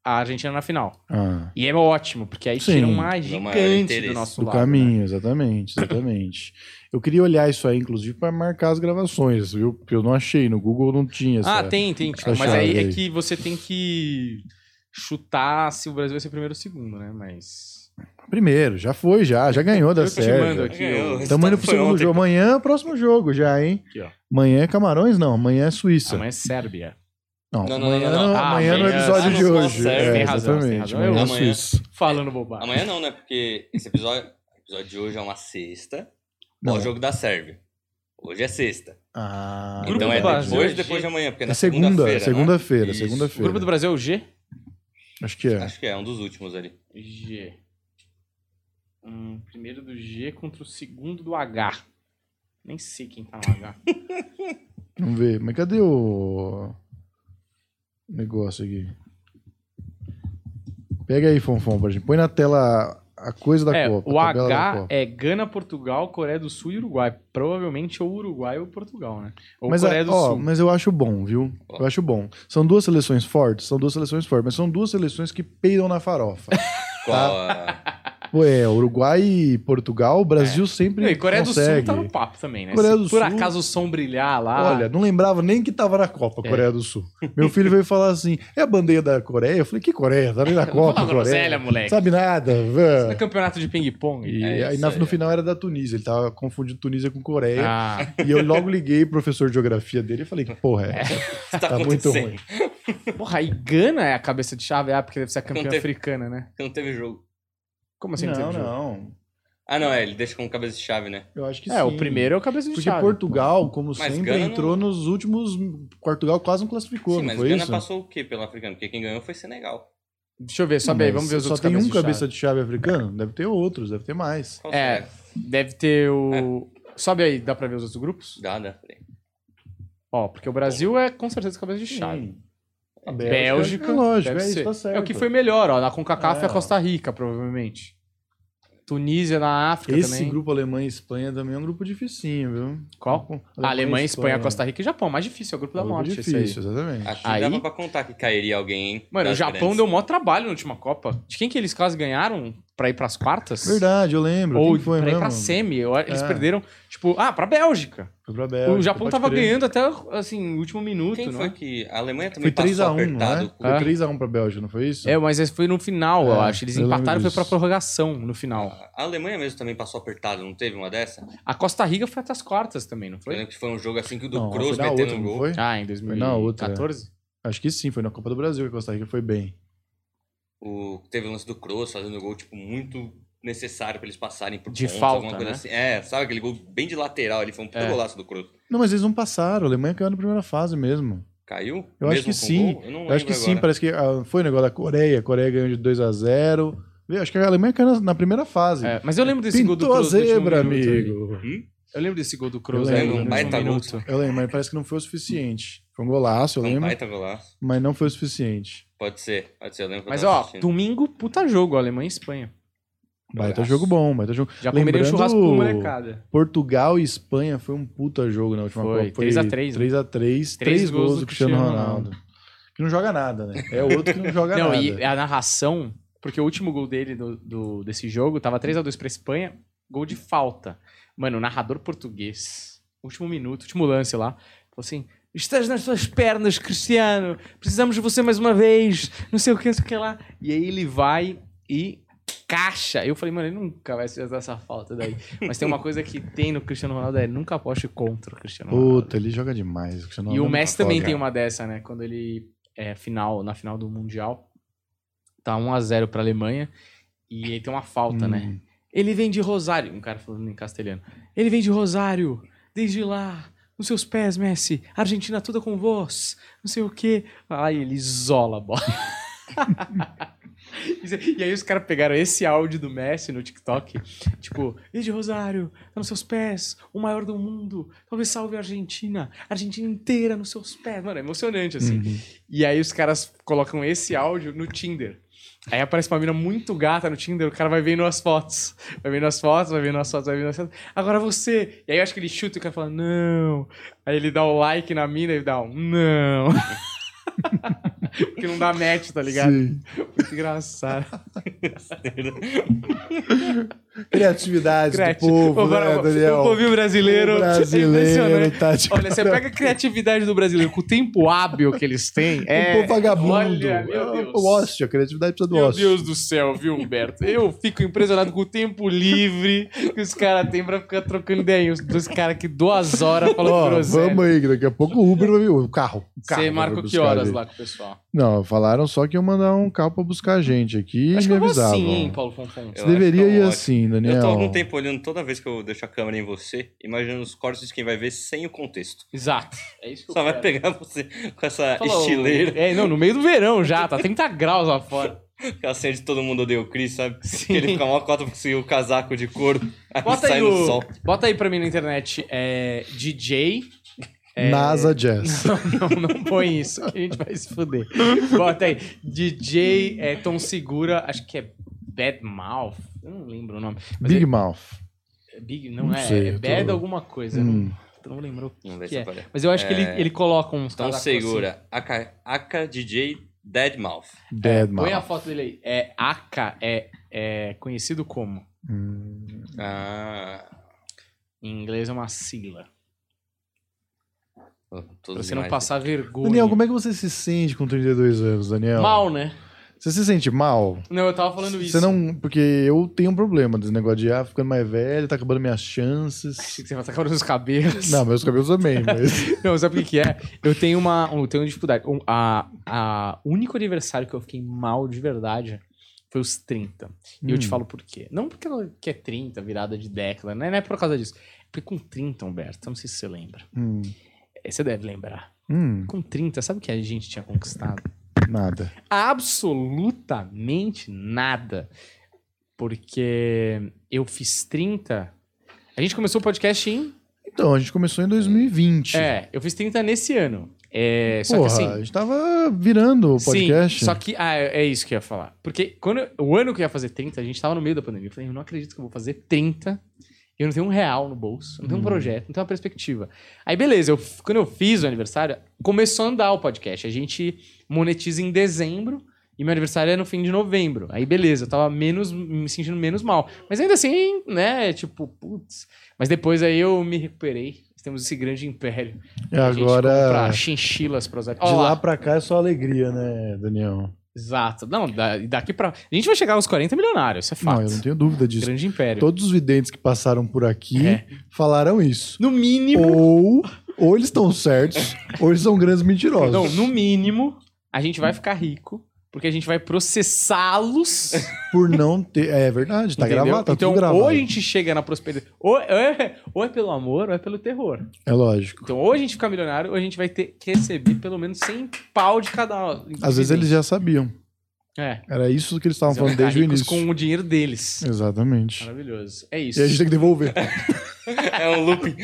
[SPEAKER 1] a Argentina na final.
[SPEAKER 2] Ah,
[SPEAKER 1] E é ótimo, porque aí
[SPEAKER 2] Sim.
[SPEAKER 1] tira uma
[SPEAKER 3] Dá um maior
[SPEAKER 1] gigante do
[SPEAKER 3] interesse.
[SPEAKER 1] nosso
[SPEAKER 2] do
[SPEAKER 1] lado. né?
[SPEAKER 2] caminho, exatamente, exatamente. Eu queria olhar isso aí, inclusive, pra marcar as gravações, viu? Porque eu não achei, no Google não tinha.
[SPEAKER 1] Ah,
[SPEAKER 2] essa-
[SPEAKER 1] tem, tem. tipo,
[SPEAKER 2] essa
[SPEAKER 1] mas aí
[SPEAKER 2] chave
[SPEAKER 1] é
[SPEAKER 2] aí.
[SPEAKER 1] que você tem que chutar se o Brasil vai ser primeiro ou segundo, né? Mas.
[SPEAKER 2] Primeiro, já foi, já, já ganhou da
[SPEAKER 1] Eu te mando
[SPEAKER 2] série.
[SPEAKER 1] aqui.
[SPEAKER 3] Ganhou, o
[SPEAKER 2] Estamos indo pro
[SPEAKER 3] resultado É, foi
[SPEAKER 2] segundo
[SPEAKER 3] tá ontem.
[SPEAKER 2] jogo. Amanhã é o próximo jogo já, hein?
[SPEAKER 1] Aqui, ó.
[SPEAKER 2] Amanhã é Camarões? Não, amanhã é Suíça.
[SPEAKER 1] Amanhã é Sérbia.
[SPEAKER 2] Não,
[SPEAKER 3] Não, não,
[SPEAKER 2] amanhã,
[SPEAKER 3] não, não.
[SPEAKER 2] no-
[SPEAKER 1] Ah,
[SPEAKER 2] amanhã é no
[SPEAKER 1] amanhã-
[SPEAKER 2] episódio
[SPEAKER 3] Ah,
[SPEAKER 2] de
[SPEAKER 3] não,
[SPEAKER 2] hoje.
[SPEAKER 3] não,
[SPEAKER 2] É,
[SPEAKER 1] tem razão, tem
[SPEAKER 2] exatamente.
[SPEAKER 1] razão.
[SPEAKER 2] Amanhã é
[SPEAKER 3] Amanhã.
[SPEAKER 2] Suíça.
[SPEAKER 1] Falando bobagem.
[SPEAKER 3] Amanhã não, né? Porque esse episódio, episódio de hoje é uma sexta.
[SPEAKER 2] Não.
[SPEAKER 3] Ó, o jogo da Sérvia. Hoje é sexta.
[SPEAKER 2] Ah,
[SPEAKER 1] Grupo
[SPEAKER 3] então é
[SPEAKER 1] do Brasil
[SPEAKER 3] depois,
[SPEAKER 1] é
[SPEAKER 3] depois de amanhã, porque é
[SPEAKER 2] É
[SPEAKER 3] na
[SPEAKER 2] segunda,
[SPEAKER 3] segunda-feira. né?
[SPEAKER 2] segunda-feira,
[SPEAKER 3] Isso.
[SPEAKER 1] O grupo do
[SPEAKER 2] segunda-feira.
[SPEAKER 1] Brasil é o G?
[SPEAKER 2] Acho que é.
[SPEAKER 3] Acho que é, um dos últimos ali.
[SPEAKER 2] Tá.
[SPEAKER 1] G. Hum, primeiro do G contra o segundo do H. Nem sei quem tá no H.
[SPEAKER 2] Vamos ver. Mas cadê o negócio aqui? Pega aí, Fonfon, pra gente. Põe na tela a coisa da
[SPEAKER 1] é,
[SPEAKER 2] Copa.
[SPEAKER 1] o
[SPEAKER 2] Tá a tabela da
[SPEAKER 1] H
[SPEAKER 2] Copa.
[SPEAKER 1] é Gana, Portugal, Coreia do Sul e Uruguai. Provavelmente ou Uruguai ou Portugal, né? Ou
[SPEAKER 2] mas,
[SPEAKER 1] Coreia
[SPEAKER 2] a-
[SPEAKER 1] do
[SPEAKER 2] ó,
[SPEAKER 1] Sul.
[SPEAKER 2] mas eu acho bom, viu?
[SPEAKER 3] Ó.
[SPEAKER 2] Eu acho bom. São duas seleções fortes, são duas seleções fortes, mas são duas seleções que peidam na farofa.
[SPEAKER 3] Qual a...
[SPEAKER 2] Ué, Uruguai e Portugal, o Brasil sempre.
[SPEAKER 1] É. Não, e Coreia
[SPEAKER 2] consegue.
[SPEAKER 1] do Sul tá no papo também, né?
[SPEAKER 2] Coreia
[SPEAKER 1] Se
[SPEAKER 2] do
[SPEAKER 1] por
[SPEAKER 2] Sul-
[SPEAKER 1] acaso o som brilhar lá.
[SPEAKER 2] Olha, não lembrava nem que tava na Copa,
[SPEAKER 1] Ah. É.
[SPEAKER 2] Coreia do Sul. Meu filho veio falar assim: é a bandeira da Coreia? Eu falei: que Coreia? Tá nem na
[SPEAKER 1] não
[SPEAKER 2] Copa,
[SPEAKER 1] fala groselha,
[SPEAKER 2] Coreia.
[SPEAKER 1] moleque.
[SPEAKER 2] Sabe nada,
[SPEAKER 1] Isso não é
[SPEAKER 2] velho.
[SPEAKER 1] campeonato de ping-pong.
[SPEAKER 2] E
[SPEAKER 3] É
[SPEAKER 2] aí,
[SPEAKER 3] isso
[SPEAKER 2] na-
[SPEAKER 3] aí,
[SPEAKER 2] no
[SPEAKER 3] é.
[SPEAKER 2] final era da Tunísia, ele tava confundindo Tunísia com Coreia.
[SPEAKER 1] Ah,
[SPEAKER 2] E eu logo liguei pro professor de geografia dele e falei: que porra, é, essa?
[SPEAKER 3] Tá,
[SPEAKER 2] tá muito
[SPEAKER 3] acontecendo?
[SPEAKER 2] ruim.
[SPEAKER 1] porra, e Gana é a cabeça de chave, ah, porque deve ser a campeã
[SPEAKER 3] Não teve-
[SPEAKER 1] africana, né?
[SPEAKER 3] Não teve jogo.
[SPEAKER 1] Como assim
[SPEAKER 2] Não,
[SPEAKER 1] teve jogo?
[SPEAKER 2] não.
[SPEAKER 3] Ah, não, é, ele deixa como cabeça de chave, né?
[SPEAKER 2] Eu acho que
[SPEAKER 1] É, o
[SPEAKER 2] sim.
[SPEAKER 1] primeiro é o cabeça de
[SPEAKER 2] Porque
[SPEAKER 1] chave.
[SPEAKER 2] Portugal, como
[SPEAKER 3] Mas
[SPEAKER 2] sempre,
[SPEAKER 3] Gana não-
[SPEAKER 2] entrou nos últimos. Portugal quase não classificou,
[SPEAKER 3] Sim,
[SPEAKER 2] não
[SPEAKER 3] mas
[SPEAKER 2] foi
[SPEAKER 3] Gana
[SPEAKER 2] isso?
[SPEAKER 3] passou o quê pelo africano? Porque quem ganhou foi Senegal.
[SPEAKER 1] Deixa eu ver, sobe aí,
[SPEAKER 2] Mas
[SPEAKER 1] vamos ver os
[SPEAKER 2] Só
[SPEAKER 1] outros
[SPEAKER 2] tem um
[SPEAKER 1] cabeças de
[SPEAKER 2] cabeça de chave africano? Deve ter outros, deve ter mais.
[SPEAKER 3] Qual
[SPEAKER 1] É.
[SPEAKER 3] será?
[SPEAKER 1] chave. Deve ter o...
[SPEAKER 3] É.
[SPEAKER 1] Sobe aí, dá pra ver os outros grupos?
[SPEAKER 3] Dá, dá. peraí.
[SPEAKER 1] Ó, porque o Brasil é com certeza cabeça de chave.
[SPEAKER 2] Sim. A
[SPEAKER 1] Bélgica,
[SPEAKER 2] é lógico,
[SPEAKER 1] deve
[SPEAKER 2] é isso,
[SPEAKER 1] ser.
[SPEAKER 2] tá certo.
[SPEAKER 1] É o que foi melhor, ó, na CONCACAF é,
[SPEAKER 2] É.
[SPEAKER 1] a Costa Rica, provavelmente. Tunísia na África
[SPEAKER 2] Esse
[SPEAKER 1] também.
[SPEAKER 2] grupo Alemanha e Espanha também é um grupo dificinho, viu?
[SPEAKER 1] Qual? A Alemanha, Espanha, Costa Rica e Japão. Mais difícil, é o grupo
[SPEAKER 2] É
[SPEAKER 1] da
[SPEAKER 2] um é grupo
[SPEAKER 1] morte esse aí.
[SPEAKER 2] difícil, exatamente.
[SPEAKER 3] Aqui
[SPEAKER 1] Aí-
[SPEAKER 3] dava pra contar que cairia alguém, hein?
[SPEAKER 1] Mano, o
[SPEAKER 3] das
[SPEAKER 1] Japão
[SPEAKER 3] grandes.
[SPEAKER 1] deu o maior trabalho na última Copa. De quem que eles quase ganharam pra ir pras quartas?
[SPEAKER 2] Verdade, eu lembro.
[SPEAKER 1] Ou
[SPEAKER 2] Quem foi
[SPEAKER 1] pra ir
[SPEAKER 2] mesmo?
[SPEAKER 1] pra semi. Eu- Eles
[SPEAKER 2] É.
[SPEAKER 1] perderam, tipo, ah, pra Bélgica.
[SPEAKER 2] Foi pra Bélgica,
[SPEAKER 1] o Japão
[SPEAKER 2] pode
[SPEAKER 1] tava
[SPEAKER 2] crer.
[SPEAKER 1] ganhando até, assim, o último minuto,
[SPEAKER 3] Quem
[SPEAKER 1] não
[SPEAKER 3] foi
[SPEAKER 1] é?
[SPEAKER 3] que. A Alemanha
[SPEAKER 2] Foi
[SPEAKER 3] também
[SPEAKER 2] 3x1,
[SPEAKER 3] passou
[SPEAKER 2] não
[SPEAKER 3] apertado.
[SPEAKER 2] é? Foi
[SPEAKER 1] Ah.
[SPEAKER 2] 3x1 pra Bélgica, não foi isso?
[SPEAKER 1] É, mas esse foi no final, eu
[SPEAKER 2] É,
[SPEAKER 1] acho. Eles
[SPEAKER 2] eu lembro
[SPEAKER 1] empataram e foi pra
[SPEAKER 2] disso.
[SPEAKER 1] prorrogação no final.
[SPEAKER 3] A Alemanha mesmo também passou apertado, não teve uma dessa?
[SPEAKER 1] A Costa Rica foi até as quartas também, não
[SPEAKER 3] Eu
[SPEAKER 1] foi?
[SPEAKER 3] lembro que foi um jogo assim que o do
[SPEAKER 2] Não,
[SPEAKER 3] Kroos
[SPEAKER 2] foi na
[SPEAKER 3] metendo
[SPEAKER 2] outra,
[SPEAKER 3] um
[SPEAKER 2] não
[SPEAKER 3] gol.
[SPEAKER 2] foi?
[SPEAKER 1] Ah, em
[SPEAKER 2] na outra. é.
[SPEAKER 1] 2014?
[SPEAKER 2] Acho que sim, foi na Copa do Brasil que a Costa Rica foi bem.
[SPEAKER 3] O, teve o lance do Kroos fazendo gol, tipo, muito necessário pra eles passarem por
[SPEAKER 1] De
[SPEAKER 3] pontos,
[SPEAKER 1] falta,
[SPEAKER 3] alguma coisa
[SPEAKER 1] né?
[SPEAKER 3] assim. É, sabe aquele gol bem de lateral ali, foi um puta
[SPEAKER 1] É.
[SPEAKER 3] golaço do Kroos.
[SPEAKER 2] Não, mas eles não passaram. A Alemanha caiu na primeira fase mesmo.
[SPEAKER 3] Caiu?
[SPEAKER 2] Eu acho que
[SPEAKER 3] com
[SPEAKER 2] sim.
[SPEAKER 3] gol? Eu não
[SPEAKER 2] Eu acho que
[SPEAKER 3] lembro
[SPEAKER 2] sim,
[SPEAKER 3] agora.
[SPEAKER 2] parece que ah, foi o negócio da Coreia. A Coreia ganhou de 2x0. Acho que a Alemanha caiu na, na primeira fase.
[SPEAKER 1] É, mas eu lembro desse gol do
[SPEAKER 2] Pintou a
[SPEAKER 1] Kroos no último
[SPEAKER 2] zebra,
[SPEAKER 1] minuto ali.
[SPEAKER 2] amigo.
[SPEAKER 1] Eu lembro desse gol do Kroos
[SPEAKER 2] Eu
[SPEAKER 1] aí
[SPEAKER 2] lembro,
[SPEAKER 1] no
[SPEAKER 2] um
[SPEAKER 1] último
[SPEAKER 3] baita gol.
[SPEAKER 1] minuto.
[SPEAKER 2] Eu lembro, mas parece que não foi o suficiente. Foi um golaço, eu
[SPEAKER 3] Foi um
[SPEAKER 2] lembro,
[SPEAKER 3] baita golaço.
[SPEAKER 2] mas não foi o suficiente.
[SPEAKER 3] Pode ser, pode ser, eu lembro que eu
[SPEAKER 1] Mas
[SPEAKER 3] tava
[SPEAKER 1] ó,
[SPEAKER 3] assistindo.
[SPEAKER 1] domingo, puta jogo, Alemanha e Espanha.
[SPEAKER 2] Baita
[SPEAKER 3] Golaço.
[SPEAKER 2] jogo bom, baita jogo.
[SPEAKER 1] Já comeria um
[SPEAKER 2] Lembrando-
[SPEAKER 1] churrasco com molecada.
[SPEAKER 2] Portugal e Espanha foi um puta jogo na última
[SPEAKER 1] Foi,
[SPEAKER 2] Copa.
[SPEAKER 1] 3x3, né?
[SPEAKER 2] 3x3. 3
[SPEAKER 1] Três
[SPEAKER 2] gols, do Cristiano Ronaldo. Que não joga nada, né? É outro que não joga
[SPEAKER 1] Não,
[SPEAKER 2] nada.
[SPEAKER 1] e é- a narração, porque o último gol dele do, do- desse jogo tava 3x2 pra Espanha, gol de falta. Mano, o narrador português, último minuto, último lance lá, falou assim: Estás nas suas pernas, Cristiano, precisamos de você mais uma vez, não sei o que, não sei o que lá. E aí ele vai e caixa. Eu falei, mano, ele nunca vai se fazer essa falta daí. Mas tem uma coisa que tem no Cristiano Ronaldo: é nunca aposte contra o Cristiano Ronaldo.
[SPEAKER 2] Puta, ele joga demais. O Cristiano
[SPEAKER 1] E o
[SPEAKER 2] Ronaldo é
[SPEAKER 1] Messi
[SPEAKER 2] muito
[SPEAKER 1] também
[SPEAKER 2] foda.
[SPEAKER 1] tem uma dessa, né? Quando ele é final, na final do Mundial, tá 1 a 0 pra Alemanha e ele tem uma falta,
[SPEAKER 2] Hum.
[SPEAKER 1] né? Ele vem de Rosário, um cara falando em castelhano. Ele vem de Rosário, desde lá, nos seus pés, Messi. Argentina toda com vós, não sei o quê. Aí ele isola a bola. E aí os caras pegaram esse áudio do Messi no TikTok, tipo, desde Rosário, tá nos seus pés, o maior do mundo, talvez salve a Argentina, a Argentina inteira nos seus pés. Mano, é emocionante, assim.
[SPEAKER 2] Uhum.
[SPEAKER 1] E aí os caras colocam esse áudio no Tinder. Aí aparece uma mina muito gata no Tinder, o cara vai vendo as fotos. Vai vendo as fotos, vai vendo as fotos, vai vendo as fotos. Agora você! E aí eu acho que ele chuta e o cara fala, não. Aí ele dá o like na mina e dá um, não. Porque não dá match, tá ligado?
[SPEAKER 2] Sim.
[SPEAKER 1] Muito engraçado.
[SPEAKER 2] Criatividade do
[SPEAKER 1] Criativo.
[SPEAKER 2] povo,
[SPEAKER 1] Agora,
[SPEAKER 2] né, Daniel?
[SPEAKER 1] O povinho brasileiro.
[SPEAKER 2] O
[SPEAKER 1] é impressionante.
[SPEAKER 2] brasileiro tá de
[SPEAKER 1] Olha, você pega a criatividade do brasileiro com o tempo hábil que eles têm. É,
[SPEAKER 2] o Um povo vagabundo.
[SPEAKER 1] Olha, meu
[SPEAKER 2] É
[SPEAKER 1] Deus.
[SPEAKER 2] o ócio, a criatividade precisa do
[SPEAKER 1] Meu
[SPEAKER 2] ócio.
[SPEAKER 1] Deus do céu, viu, Humberto? Eu fico impressionado com o tempo livre que os caras têm pra ficar trocando ideia. Os dois caras que duas horas
[SPEAKER 2] Ó,
[SPEAKER 1] falando groselha.
[SPEAKER 2] vamos aí, que daqui a pouco o Uber vai vir, o carro. o
[SPEAKER 1] Você
[SPEAKER 2] carro vai
[SPEAKER 1] marcou que
[SPEAKER 2] buscar
[SPEAKER 1] horas
[SPEAKER 2] ele.
[SPEAKER 1] lá com o pessoal?
[SPEAKER 2] Não, falaram só que iam mandar um carro pra buscar a gente aqui e
[SPEAKER 1] Acho que
[SPEAKER 2] me
[SPEAKER 1] eu vou
[SPEAKER 2] avisavam.
[SPEAKER 1] assim, hein, Paulo Fonfon?
[SPEAKER 3] Eu
[SPEAKER 2] Você
[SPEAKER 3] acho
[SPEAKER 2] deveria
[SPEAKER 3] que eu
[SPEAKER 2] ir
[SPEAKER 3] vou
[SPEAKER 2] assim, Daniel.
[SPEAKER 3] Eu tô há algum tempo olhando toda vez que eu deixo a câmera em você, imaginando os cortes de quem vai ver sem o contexto.
[SPEAKER 1] Exato. É isso que eu
[SPEAKER 3] Só vai
[SPEAKER 1] quero.
[SPEAKER 3] pegar você com essa
[SPEAKER 1] Falou.
[SPEAKER 3] estileira,
[SPEAKER 1] É, não, no meio do verão já, tá 30 graus lá fora.
[SPEAKER 3] aquela cena de todo mundo odeia o Chris, sabe? Que
[SPEAKER 1] Sim.
[SPEAKER 3] ele fica mal cota pra conseguir o casaco de couro, aí
[SPEAKER 1] Bota
[SPEAKER 3] sai
[SPEAKER 1] aí,
[SPEAKER 3] no
[SPEAKER 1] o...
[SPEAKER 3] sol.
[SPEAKER 1] Bota aí pra mim na internet. É, DJ. é,
[SPEAKER 2] NASA Jazz.
[SPEAKER 1] Não, não, não põe isso, que a gente vai se fuder. Bota aí. DJ é, Tom Segura, acho que é Bad Mouth. Eu não lembro o nome. Mas
[SPEAKER 2] Big
[SPEAKER 1] é-
[SPEAKER 2] Mouth.
[SPEAKER 1] é Big, não,
[SPEAKER 2] não
[SPEAKER 1] é.
[SPEAKER 2] sei,
[SPEAKER 1] é
[SPEAKER 2] eu tô-
[SPEAKER 1] Bad alguma coisa. né? eu
[SPEAKER 2] Hum.
[SPEAKER 1] Não, não lembro.
[SPEAKER 3] Vamos ver
[SPEAKER 1] Que
[SPEAKER 3] se
[SPEAKER 1] é.
[SPEAKER 3] aparece.
[SPEAKER 1] Mas eu acho que ele,
[SPEAKER 3] É.
[SPEAKER 1] ele coloca uns
[SPEAKER 3] Então
[SPEAKER 1] casacos
[SPEAKER 3] segura, Aka, Aka DJ Deadmouth.
[SPEAKER 2] Dead
[SPEAKER 1] assim.
[SPEAKER 2] Mouth.
[SPEAKER 1] Põe a foto dele aí. É Aka, é, é conhecido como.
[SPEAKER 2] Hum.
[SPEAKER 3] Ah,
[SPEAKER 1] Em inglês é uma sigla.
[SPEAKER 3] tudo Ah,
[SPEAKER 1] Pra você não passar
[SPEAKER 3] né?
[SPEAKER 1] vergonha.
[SPEAKER 2] Daniel, como é que você se sente com 32 anos, Daniel?
[SPEAKER 1] Mal, né?
[SPEAKER 2] Você se sente mal?
[SPEAKER 1] Não, eu tava falando isso.
[SPEAKER 2] Você não. Porque eu tenho um problema desse negócio de ah, ficando mais velho, tá acabando minhas
[SPEAKER 1] Achei
[SPEAKER 2] chances.
[SPEAKER 1] que Você vai tacar nos cabelos.
[SPEAKER 2] Não, meus cabelos também, mas.
[SPEAKER 1] Não, sabe o que, que é? Eu tenho uma, eu tenho uma dificuldade. Um, a, a o único aniversário que eu fiquei mal de verdade foi os 30. E eu te
[SPEAKER 2] Hum.
[SPEAKER 1] falo por quê. Não porque ela que é 30, virada de década, né? não é por causa disso. Porque com 30, Humberto, eu não sei se você lembra.
[SPEAKER 2] Hum.
[SPEAKER 1] É, Você deve lembrar.
[SPEAKER 2] Hum,
[SPEAKER 1] Com 30, sabe o que a gente tinha conquistado?
[SPEAKER 2] nada.
[SPEAKER 1] absolutamente nada. Porque eu fiz 30. A gente começou o podcast em
[SPEAKER 2] Então, a gente começou em 2020.
[SPEAKER 1] É, eu fiz 30 nesse ano. É, só
[SPEAKER 2] Porra,
[SPEAKER 1] que assim.
[SPEAKER 2] a gente tava virando o podcast.
[SPEAKER 1] Sim, só que, ah, é é isso que eu ia falar. Porque quando eu- o ano que eu ia fazer 30, a gente tava no meio da pandemia. Eu falei, eu não acredito que eu vou fazer 30. e Eu não tenho um real no bolso, não tenho um
[SPEAKER 2] Hum.
[SPEAKER 1] projeto, não tenho uma perspectiva. Aí, beleza, eu, f- quando eu fiz o aniversário, começou a andar o podcast. A gente monetiza em dezembro e meu aniversário é no fim de novembro. Aí, beleza, eu tava menos, me sentindo menos mal. Mas ainda assim, né, tipo, putz. Mas depois aí eu me recuperei. Temos esse grande império.
[SPEAKER 2] E
[SPEAKER 1] A gente compra
[SPEAKER 2] agora,
[SPEAKER 1] chinchilas pros
[SPEAKER 2] de lá pra cá é só alegria, né, Daniel?
[SPEAKER 1] Exato. Não, da- e daqui pra. A gente vai chegar aos 40 milionários, isso é fato.
[SPEAKER 2] Não, eu não tenho dúvida disso.
[SPEAKER 1] Grande império.
[SPEAKER 2] Todos os videntes que passaram por aqui
[SPEAKER 1] É.
[SPEAKER 2] falaram isso.
[SPEAKER 1] No mínimo.
[SPEAKER 2] Ou, ou eles estão certos, ou eles são grandes mentirosos.
[SPEAKER 1] Não, no mínimo, a gente vai ficar rico, porque a gente vai processá-los.
[SPEAKER 2] Por não ter. É verdade, tá
[SPEAKER 1] entendeu?
[SPEAKER 2] gravado, tá
[SPEAKER 1] então,
[SPEAKER 2] tudo gravado.
[SPEAKER 1] ou a gente chega na prosperidade. Ou é, ou é pelo amor, ou é pelo terror.
[SPEAKER 2] É lógico.
[SPEAKER 1] Então, ou a gente fica milionário, ou a gente vai ter que receber pelo menos 100 pau de cada.
[SPEAKER 2] Às vezes eles já sabiam.
[SPEAKER 1] É.
[SPEAKER 2] Era isso que eles estavam
[SPEAKER 1] Eles vão
[SPEAKER 2] falando
[SPEAKER 1] ficar
[SPEAKER 2] desde o
[SPEAKER 1] ricos
[SPEAKER 2] início.
[SPEAKER 1] com o dinheiro deles.
[SPEAKER 2] Exatamente.
[SPEAKER 1] Maravilhoso. É isso.
[SPEAKER 2] E a gente tem que devolver.
[SPEAKER 3] É um looping.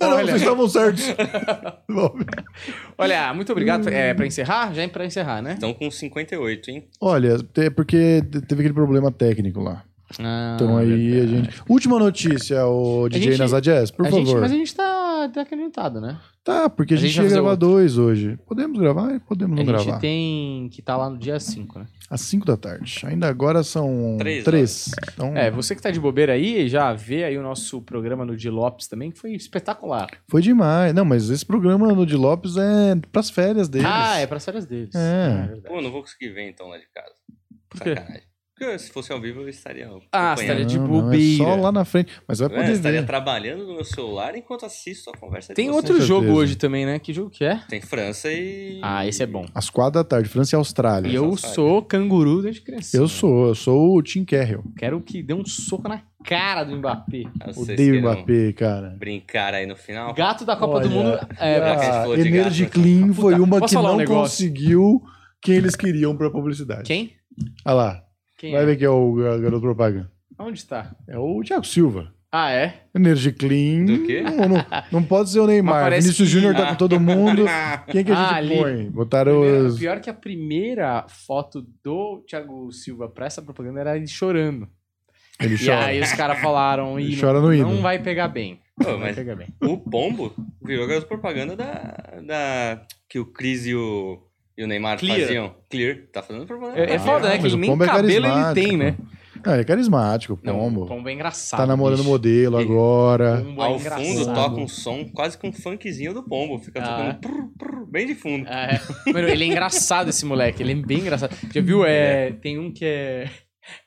[SPEAKER 2] Ah, não,
[SPEAKER 1] Olha.
[SPEAKER 2] vocês estavam certos. Devolve.
[SPEAKER 1] Olha, muito obrigado. É, pra encerrar? Já é pra encerrar, né?
[SPEAKER 3] Estão Então com 58, hein?
[SPEAKER 2] Olha, é porque te- teve aquele problema técnico lá.
[SPEAKER 1] Ah,
[SPEAKER 2] Então aí a gente. Última notícia, o DJ
[SPEAKER 1] gente-
[SPEAKER 2] Nasa Jazz, por
[SPEAKER 1] A gente-
[SPEAKER 2] favor.
[SPEAKER 1] mas a gente tá, tá acreditado, né?
[SPEAKER 2] Tá, porque a,
[SPEAKER 1] a
[SPEAKER 2] gente,
[SPEAKER 1] gente vai
[SPEAKER 2] ia
[SPEAKER 1] fazer
[SPEAKER 2] gravar
[SPEAKER 1] outro.
[SPEAKER 2] dois hoje. Podemos gravar? Podemos não
[SPEAKER 1] a
[SPEAKER 2] gravar.
[SPEAKER 1] gente tem que tá lá no dia 5, né?
[SPEAKER 2] Às 5 da tarde. Ainda agora são
[SPEAKER 3] Três
[SPEAKER 2] 3. Então,
[SPEAKER 1] É, você que tá de bobeira aí, já vê aí o nosso programa no Di Lopes também, que foi espetacular.
[SPEAKER 2] foi demais. Não, mas esse programa no de Lopes é pras férias deles.
[SPEAKER 1] Ah, é tá para séries deles.
[SPEAKER 2] É.
[SPEAKER 1] verdade.
[SPEAKER 3] Pô, não vou conseguir ver então lá de casa.
[SPEAKER 1] Por quê?
[SPEAKER 3] Sacanagem. Porque se fosse ao vivo eu estaria.
[SPEAKER 1] Ah,
[SPEAKER 3] acompanhando.
[SPEAKER 1] estaria é de
[SPEAKER 2] Não, não,
[SPEAKER 1] bobeira.
[SPEAKER 2] é só lá na frente. Mas vai
[SPEAKER 3] Né?
[SPEAKER 2] poder
[SPEAKER 3] estaria
[SPEAKER 2] ver.
[SPEAKER 3] trabalhando no meu celular enquanto assisto a conversa. de
[SPEAKER 1] Tem
[SPEAKER 3] vocês.
[SPEAKER 1] outro
[SPEAKER 2] certeza.
[SPEAKER 1] jogo hoje também, né? Que jogo que é?
[SPEAKER 3] Tem França e.
[SPEAKER 1] Ah, esse é bom.
[SPEAKER 2] Às 4 da tarde, França e Austrália.
[SPEAKER 1] E eu
[SPEAKER 3] sabe.
[SPEAKER 1] sou canguru desde criança.
[SPEAKER 2] Eu sou, eu sou o Tim Carroll.
[SPEAKER 1] Quero que dê um soco na cara do Mbappé.
[SPEAKER 3] Ah, vocês
[SPEAKER 2] Odeio o
[SPEAKER 3] queiram
[SPEAKER 2] Mbappé, cara.
[SPEAKER 3] Brincar aí no final.
[SPEAKER 1] Gato da Copa
[SPEAKER 2] Olha,
[SPEAKER 1] do Mundo. É,
[SPEAKER 3] já que a gente
[SPEAKER 2] a
[SPEAKER 3] falou de
[SPEAKER 2] Ah, Energy
[SPEAKER 3] gato,
[SPEAKER 2] Clean
[SPEAKER 1] Puta,
[SPEAKER 2] foi uma
[SPEAKER 1] posso
[SPEAKER 2] que
[SPEAKER 1] falar um
[SPEAKER 2] não
[SPEAKER 1] negócio?
[SPEAKER 2] conseguiu quem eles queriam pra publicidade.
[SPEAKER 1] Quem?
[SPEAKER 2] Olha lá.
[SPEAKER 1] Quem
[SPEAKER 2] Vai
[SPEAKER 1] é?
[SPEAKER 2] ver que é o gar- garoto propaganda.
[SPEAKER 1] Onde tá?
[SPEAKER 2] É o Thiago Silva.
[SPEAKER 1] Ah, é?
[SPEAKER 2] Energy Clean.
[SPEAKER 3] Do quê?
[SPEAKER 2] Não, não- não pode ser o
[SPEAKER 1] Mas
[SPEAKER 2] Neymar.
[SPEAKER 1] parece
[SPEAKER 2] Vinícius
[SPEAKER 1] que-
[SPEAKER 2] Júnior tá com todo mundo.
[SPEAKER 3] Ah,
[SPEAKER 2] Quem que a gente
[SPEAKER 1] Ah, ali.
[SPEAKER 2] põe? Botaram
[SPEAKER 1] Primeiro-
[SPEAKER 2] os.
[SPEAKER 1] pior que a primeira foto do Thiago Silva pra essa propaganda era ele chorando.
[SPEAKER 2] Ele
[SPEAKER 1] E
[SPEAKER 2] chora.
[SPEAKER 1] aí os caras falaram e
[SPEAKER 2] Ele chora no hino.
[SPEAKER 1] não vai pegar bem.
[SPEAKER 3] Pô,
[SPEAKER 1] Não vai
[SPEAKER 3] mas-
[SPEAKER 1] pegar bem.
[SPEAKER 3] o Pombo virou garoto propaganda da. da que o Cris e o, e o Neymar
[SPEAKER 1] Clear.
[SPEAKER 3] faziam. Clear. Tá fazendo propaganda.
[SPEAKER 1] É, é
[SPEAKER 3] Tá.
[SPEAKER 1] foda, né?
[SPEAKER 2] mas
[SPEAKER 1] Que
[SPEAKER 2] o
[SPEAKER 1] nem
[SPEAKER 2] Pombo é
[SPEAKER 1] cabelo ele
[SPEAKER 2] carismático.
[SPEAKER 1] tem, né?
[SPEAKER 2] Não, ele é carismático, o
[SPEAKER 1] Não,
[SPEAKER 2] Pombo.
[SPEAKER 1] o Pombo é engraçado.
[SPEAKER 2] tá namorando
[SPEAKER 1] bicho.
[SPEAKER 2] modelo
[SPEAKER 3] Ele-
[SPEAKER 2] agora.
[SPEAKER 1] Pombo é
[SPEAKER 3] Ao
[SPEAKER 1] engraçado.
[SPEAKER 3] fundo toca um som quase que um funkzinho do Pombo. Fica
[SPEAKER 1] Ah,
[SPEAKER 3] tocando
[SPEAKER 1] é?
[SPEAKER 3] prrr, prrr, bem de fundo.
[SPEAKER 1] É. Mano, ele é engraçado esse moleque. Ele é bem engraçado. Já viu? É, tem um que é,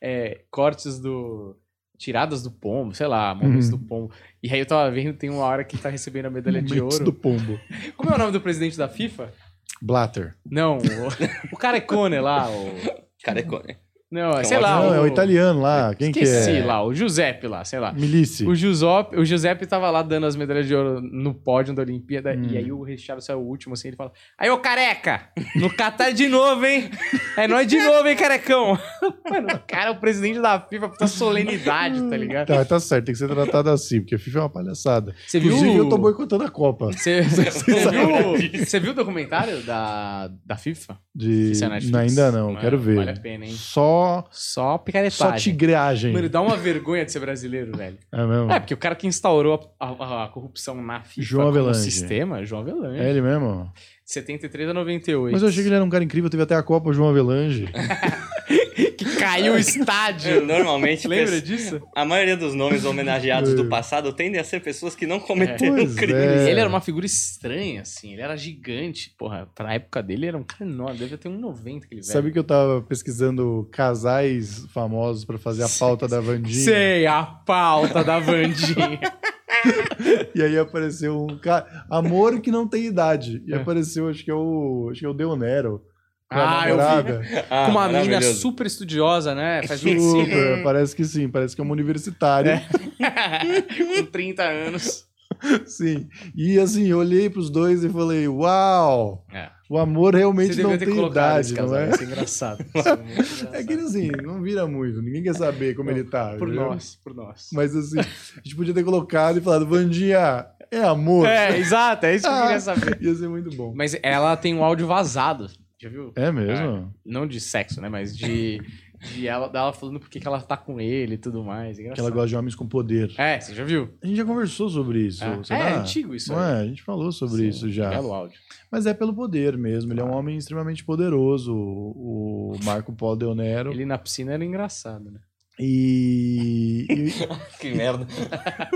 [SPEAKER 1] é cortes do. Tiradas do pombo, sei lá, momentos
[SPEAKER 2] Uhum.
[SPEAKER 1] do pombo. E aí eu tava vendo, tem uma hora que ele tá recebendo a medalha de
[SPEAKER 2] Momentos
[SPEAKER 1] ouro.
[SPEAKER 2] do Pombo.
[SPEAKER 1] Como é o nome do presidente da FIFA?
[SPEAKER 2] Blatter.
[SPEAKER 1] Não, o, o Carecone lá. O,
[SPEAKER 3] Carecone.
[SPEAKER 1] não, é,
[SPEAKER 3] Então,
[SPEAKER 1] sei lá.
[SPEAKER 2] Não, é o
[SPEAKER 1] o-
[SPEAKER 2] italiano lá. Quem que
[SPEAKER 1] Esqueci
[SPEAKER 2] é?
[SPEAKER 1] lá, o Giuseppe lá, sei lá.
[SPEAKER 2] Milice.
[SPEAKER 1] O Giuseppe, o Giuseppe tava lá dando as medalhas de ouro no pódio da Olimpíada,
[SPEAKER 2] Hum.
[SPEAKER 1] e aí o Richard saiu o último, assim, ele fala, aí ô careca, no Catar de novo, hein? É nós de novo, hein, carecão? Mano, o cara é o presidente da FIFA, puta solenidade, tá ligado?
[SPEAKER 2] Tá, tá certo, tem que ser tratado assim, porque a FIFA é uma palhaçada.
[SPEAKER 1] Você viu...
[SPEAKER 2] Inclusive, eu tô boicotando a Copa
[SPEAKER 1] Você, você viu, você viu o documentário da, da FIFA?
[SPEAKER 2] de.
[SPEAKER 1] Isso é Netflix.
[SPEAKER 2] Não, ainda não,
[SPEAKER 1] Mano,
[SPEAKER 2] quero ver.
[SPEAKER 1] Vale a pena, hein?
[SPEAKER 2] Só,
[SPEAKER 1] Só
[SPEAKER 2] só
[SPEAKER 1] picaretagem.
[SPEAKER 2] tigreagem.
[SPEAKER 1] Mano, dá uma vergonha de ser brasileiro, velho.
[SPEAKER 2] É mesmo?
[SPEAKER 1] É, porque o cara que instaurou a, a- a corrupção na FIFA
[SPEAKER 2] João
[SPEAKER 1] como
[SPEAKER 2] Avelange.
[SPEAKER 1] sistema, João Avelange.
[SPEAKER 2] É ele mesmo?
[SPEAKER 1] 73 a 98.
[SPEAKER 2] Mas eu achei que ele era um cara incrível, teve até a Copa João Avelange.
[SPEAKER 1] que caiu o
[SPEAKER 3] Eu,
[SPEAKER 1] estádio.
[SPEAKER 3] Normalmente,
[SPEAKER 1] Lembra
[SPEAKER 3] pesso-
[SPEAKER 1] disso?
[SPEAKER 3] a maioria dos nomes homenageados do passado tendem a ser pessoas que não cometeram
[SPEAKER 2] É. Pois
[SPEAKER 3] crime.
[SPEAKER 2] é.
[SPEAKER 1] Ele era uma figura estranha, assim. Ele era gigante. Porra, pra época dele era um cara enorme. Devia ter um 90 aquele velho.
[SPEAKER 2] Sabe que eu tava pesquisando casais famosos pra fazer a
[SPEAKER 1] Sei,
[SPEAKER 2] pauta da Vandinha?
[SPEAKER 1] Sei, a pauta da Vandinha.
[SPEAKER 2] E aí apareceu um cara. Amor que não tem idade. E
[SPEAKER 1] É.
[SPEAKER 2] apareceu, acho que é o. Acho que é o Deonero. com a
[SPEAKER 1] ah, eu vi.
[SPEAKER 2] namorada.
[SPEAKER 3] Ah,
[SPEAKER 1] Com uma mina
[SPEAKER 3] maravilhoso.
[SPEAKER 1] super estudiosa, né? Faz medicina.
[SPEAKER 2] É Super, parece que sim, parece que é uma universitária.
[SPEAKER 1] Com 30 anos.
[SPEAKER 2] Sim. E assim, eu olhei pros dois e falei: Uau!
[SPEAKER 1] É.
[SPEAKER 2] O amor realmente
[SPEAKER 1] Você
[SPEAKER 2] não
[SPEAKER 1] devia ter
[SPEAKER 2] tem
[SPEAKER 1] colocado esse
[SPEAKER 2] idade, não
[SPEAKER 1] casal.
[SPEAKER 2] é?
[SPEAKER 1] Isso é engraçado. Isso é muito engraçado.
[SPEAKER 2] É que ele assim, não vira muito, ninguém quer saber como
[SPEAKER 1] Não,
[SPEAKER 2] ele tá.
[SPEAKER 1] Por
[SPEAKER 2] entendeu?
[SPEAKER 1] nós, por nós.
[SPEAKER 2] Mas assim, a gente podia ter colocado e falado, Vandinha, É amor.
[SPEAKER 1] É, exato, é isso que eu
[SPEAKER 2] Ah.
[SPEAKER 1] queria saber.
[SPEAKER 2] Ia ser muito bom.
[SPEAKER 1] Mas ela tem um áudio vazado, já viu?
[SPEAKER 2] É mesmo?
[SPEAKER 1] Não de sexo, né? Mas de, de ela, dela falando porque que ela tá com ele e tudo mais. É
[SPEAKER 2] Que ela
[SPEAKER 1] engraçado.
[SPEAKER 2] gosta de homens com poder.
[SPEAKER 1] É, você já viu?
[SPEAKER 2] A gente já conversou sobre isso.
[SPEAKER 1] Ah,
[SPEAKER 2] será?
[SPEAKER 1] é, antigo isso
[SPEAKER 2] Não
[SPEAKER 1] aí.
[SPEAKER 2] é? A gente falou sobre
[SPEAKER 1] Sim, Tá
[SPEAKER 2] isso já.
[SPEAKER 1] Belo áudio.
[SPEAKER 2] Mas é pelo poder mesmo. Ele é um homem extremamente poderoso, o o Marco Polo Deonero.
[SPEAKER 1] Ele na piscina era engraçado, né?
[SPEAKER 2] E, e,
[SPEAKER 3] que merda.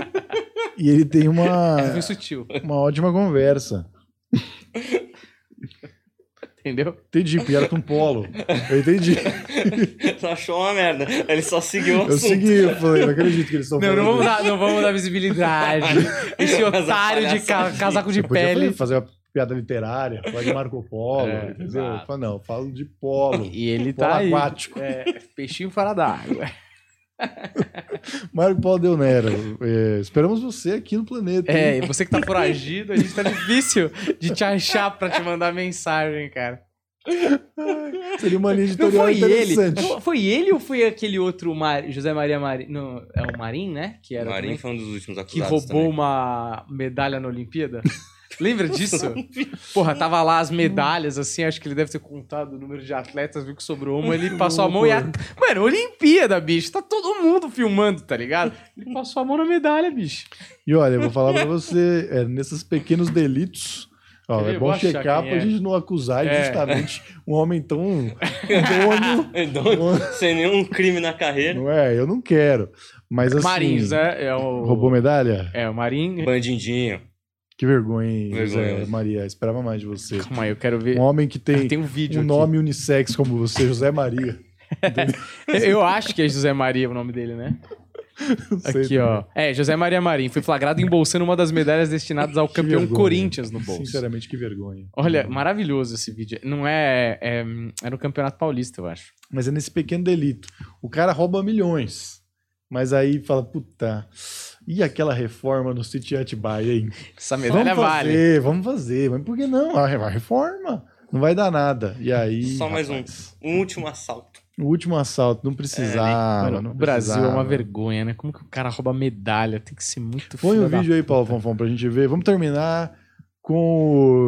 [SPEAKER 2] e ele tem uma,
[SPEAKER 1] É bem sutil,
[SPEAKER 2] uma ótima conversa.
[SPEAKER 1] entendeu?
[SPEAKER 2] Entendi, porque era com polo. Eu entendi.
[SPEAKER 3] Só achou uma merda. Ele só seguiu o
[SPEAKER 2] Eu
[SPEAKER 3] assunto.
[SPEAKER 2] segui, eu falei, não acredito que eles estão
[SPEAKER 1] Não,
[SPEAKER 2] falando
[SPEAKER 1] não vamos
[SPEAKER 2] disso.
[SPEAKER 1] dar, não vamos dar visibilidade. Esse
[SPEAKER 3] Mas a
[SPEAKER 1] otário de ca-
[SPEAKER 3] palhaçadinha.
[SPEAKER 1] casaco de
[SPEAKER 2] Eu podia
[SPEAKER 1] pele.
[SPEAKER 2] fazer- fazer uma piada literária, falar de Marco Polo,
[SPEAKER 1] É,
[SPEAKER 2] entendeu?
[SPEAKER 1] exato.
[SPEAKER 2] Eu falo, não, eu falo de polo.
[SPEAKER 1] E ele
[SPEAKER 2] Polo
[SPEAKER 1] tá aí.
[SPEAKER 2] aquático.
[SPEAKER 1] É, peixinho fora d'água.
[SPEAKER 2] Marco Polo Deonero, é, esperamos você aqui no planeta.
[SPEAKER 1] É,
[SPEAKER 2] hein?
[SPEAKER 1] e você que tá foragido, a gente tá difícil de te achar pra te mandar mensagem, cara.
[SPEAKER 2] Seria uma linha
[SPEAKER 1] É. Não
[SPEAKER 2] editorial
[SPEAKER 1] foi ele?
[SPEAKER 2] interessante.
[SPEAKER 1] Não, Foi ele ou foi aquele outro Mar- José Maria Marim? Não, é o Marim, né? Que era
[SPEAKER 3] Marinho
[SPEAKER 1] também,
[SPEAKER 3] foi um dos últimos acusados
[SPEAKER 1] que roubou
[SPEAKER 3] também.
[SPEAKER 1] uma medalha na Olimpíada. Lembra disso? Porra, tava lá as medalhas, assim, acho que ele deve ter contado o número de atletas, viu que sobrou uma, ele passou a mão e a... Mano, Olimpíada, bicho, tá todo mundo filmando, tá ligado? Ele passou a mão na medalha, bicho.
[SPEAKER 2] E olha, eu vou falar pra você, é, nesses pequenos delitos, ó,
[SPEAKER 1] Quer ver?
[SPEAKER 2] é
[SPEAKER 1] Eu
[SPEAKER 2] bom
[SPEAKER 1] vou achar
[SPEAKER 2] checar
[SPEAKER 1] quem
[SPEAKER 2] pra
[SPEAKER 1] é.
[SPEAKER 2] gente não acusar
[SPEAKER 1] É.
[SPEAKER 2] justamente um homem tão idôneo.
[SPEAKER 3] Doido, Então, Sem nenhum crime na carreira.
[SPEAKER 2] não é, eu não quero. Mas assim,
[SPEAKER 1] Marins, né? É o...
[SPEAKER 2] roubou medalha?
[SPEAKER 1] É, o Marim...
[SPEAKER 3] Bandindinho.
[SPEAKER 2] Que vergonha, hein,
[SPEAKER 3] Vergonha.
[SPEAKER 2] José Maria, esperava mais de você.
[SPEAKER 1] né? Calma aí, eu quero ver...
[SPEAKER 2] Um homem que tem,
[SPEAKER 1] Tem um vídeo
[SPEAKER 2] um
[SPEAKER 1] aqui.
[SPEAKER 2] nome unissex como você, José Maria.
[SPEAKER 1] Eu acho que é José Maria o nome dele, né?
[SPEAKER 2] Não sei
[SPEAKER 1] Aqui, ó. É, José Maria Marim. Foi flagrado embolsando uma das medalhas destinadas ao
[SPEAKER 2] Que
[SPEAKER 1] campeão
[SPEAKER 2] vergonha.
[SPEAKER 1] Corinthians no bolso.
[SPEAKER 2] Sinceramente, que vergonha. Hum.
[SPEAKER 1] Olha, maravilhoso esse vídeo. Não é. É, é no Campeonato Paulista, eu acho.
[SPEAKER 2] Mas é nesse pequeno delito. O cara rouba milhões. Mas aí fala, puta, e aquela reforma no City Atibaia, hein?
[SPEAKER 1] Essa medalha vale.
[SPEAKER 2] fazer, vamos fazer. Mas por que não? A re- a reforma. Não vai dar nada. E aí.
[SPEAKER 3] Só mais
[SPEAKER 2] rapaz,
[SPEAKER 3] Um último assalto.
[SPEAKER 2] O último assalto, não precisava.
[SPEAKER 1] Mano,
[SPEAKER 2] Ah, não
[SPEAKER 1] o Brasil é uma
[SPEAKER 2] precisava.
[SPEAKER 1] vergonha, né? Como que o cara rouba medalha? Tem que ser muito
[SPEAKER 2] Põe
[SPEAKER 1] filho
[SPEAKER 2] o
[SPEAKER 1] da-
[SPEAKER 2] vídeo aí, Paulo Fonfon, pra gente ver. Vamos terminar com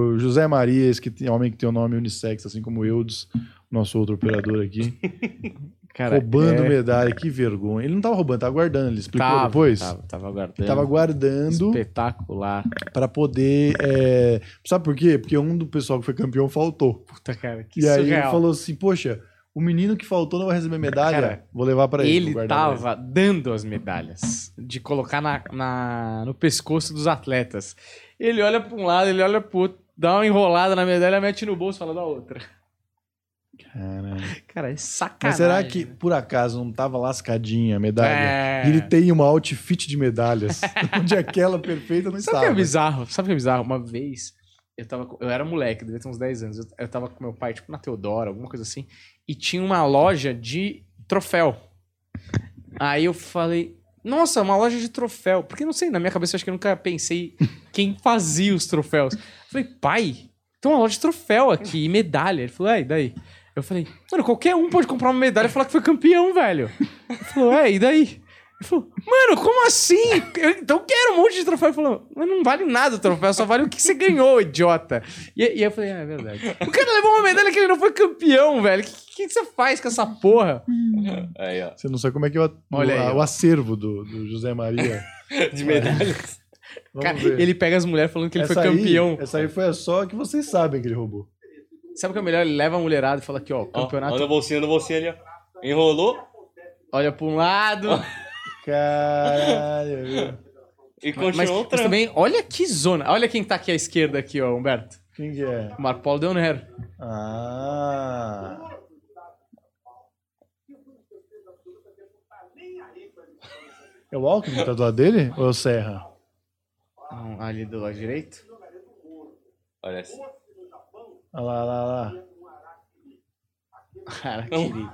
[SPEAKER 2] o José Maria, esse que tem, homem que tem o nome unissex, assim como o Eudes, nosso outro operador aqui.
[SPEAKER 1] Cara,
[SPEAKER 2] roubando
[SPEAKER 1] é...
[SPEAKER 2] medalha, que vergonha. Ele não tava roubando, tava guardando, ele explicou
[SPEAKER 1] Tava,
[SPEAKER 2] depois.
[SPEAKER 1] Tava, tava
[SPEAKER 2] Ele
[SPEAKER 1] aguardando.
[SPEAKER 2] Tava guardando
[SPEAKER 1] Espetacular.
[SPEAKER 2] pra poder. é, Sabe por quê? Porque um do pessoal que foi campeão faltou.
[SPEAKER 1] Puta, cara, que
[SPEAKER 2] e aí ele
[SPEAKER 1] surreal.
[SPEAKER 2] falou assim: Poxa, o menino que faltou não vai receber medalha,
[SPEAKER 1] Cara,
[SPEAKER 2] vou levar pra ele.
[SPEAKER 1] ele
[SPEAKER 2] vou guardar pra ele."
[SPEAKER 1] tava dando as medalhas de colocar na, na- no pescoço dos atletas. Ele olha pra um lado, ele olha pro outro, dá uma enrolada na medalha, mete no bolso e fala da outra.
[SPEAKER 2] Caralho.
[SPEAKER 1] Cara, é sacanagem.
[SPEAKER 2] Mas será que
[SPEAKER 1] né?
[SPEAKER 2] por acaso não tava lascadinha a medalha?
[SPEAKER 1] É.
[SPEAKER 2] E ele tem uma outfit de medalhas, onde aquela perfeita
[SPEAKER 1] Sabe
[SPEAKER 2] não
[SPEAKER 1] o que é
[SPEAKER 2] estava.
[SPEAKER 1] bizarro? Sabe o que é bizarro? Uma vez, eu tava. com- Eu era moleque, devia ter uns 10 anos. Eu, eu tava com meu pai, tipo, na Teodora, alguma coisa assim, e tinha uma loja de troféu. Aí eu falei, nossa, uma loja de troféu. Porque não sei, na minha cabeça eu acho que eu nunca pensei quem fazia os troféus. Eu falei, pai, tem uma loja de troféu aqui, e medalha. Ele falou, é, e daí? Eu falei, mano, qualquer um pode comprar uma medalha e falar que foi campeão, velho. Ele falou, é, e daí? Ele falou, mano, como assim? Eu, então eu quero um monte de troféu. Ele falou, mas não vale nada o troféu, só vale o que você ganhou, idiota. E, e eu falei, ah, é verdade. O cara levou uma medalha que ele não foi campeão, velho. O que, que você faz com essa porra?
[SPEAKER 3] Aí, ó.
[SPEAKER 2] Você não sabe como é que é o,
[SPEAKER 1] Olha aí,
[SPEAKER 2] o- a-
[SPEAKER 1] ó.
[SPEAKER 2] o acervo do, do José Maria.
[SPEAKER 3] De medalhas.
[SPEAKER 2] Vamos
[SPEAKER 1] Cara,
[SPEAKER 2] ver.
[SPEAKER 1] ele pega as mulheres falando que ele foi
[SPEAKER 2] Essa aí-
[SPEAKER 1] campeão.
[SPEAKER 2] essa aí foi a só que vocês sabem que ele roubou.
[SPEAKER 1] Sabe o que é melhor? Ele leva a mulherada e fala aqui, ó,
[SPEAKER 3] Ó,
[SPEAKER 1] campeonato.
[SPEAKER 3] Olha a bolsinha do bolsinho ali, ó. Enrolou
[SPEAKER 1] Olha pra um lado.
[SPEAKER 2] Caralho. meu.
[SPEAKER 3] e
[SPEAKER 1] Mas,
[SPEAKER 3] continuou o
[SPEAKER 1] mas
[SPEAKER 3] trampo.
[SPEAKER 1] também, olha que zona. Olha quem tá aqui à esquerda aqui, ó, Humberto.
[SPEAKER 2] Quem que é?
[SPEAKER 1] Marco Paulo Deonero.
[SPEAKER 2] Ah. É o Alckmin que tá do lado dele? Ou é o Serra?
[SPEAKER 1] Não, Ali do lado direito.
[SPEAKER 3] Olha essa.
[SPEAKER 2] Olha lá, olha lá, olha lá.
[SPEAKER 1] Cara,
[SPEAKER 3] Não.
[SPEAKER 1] querido.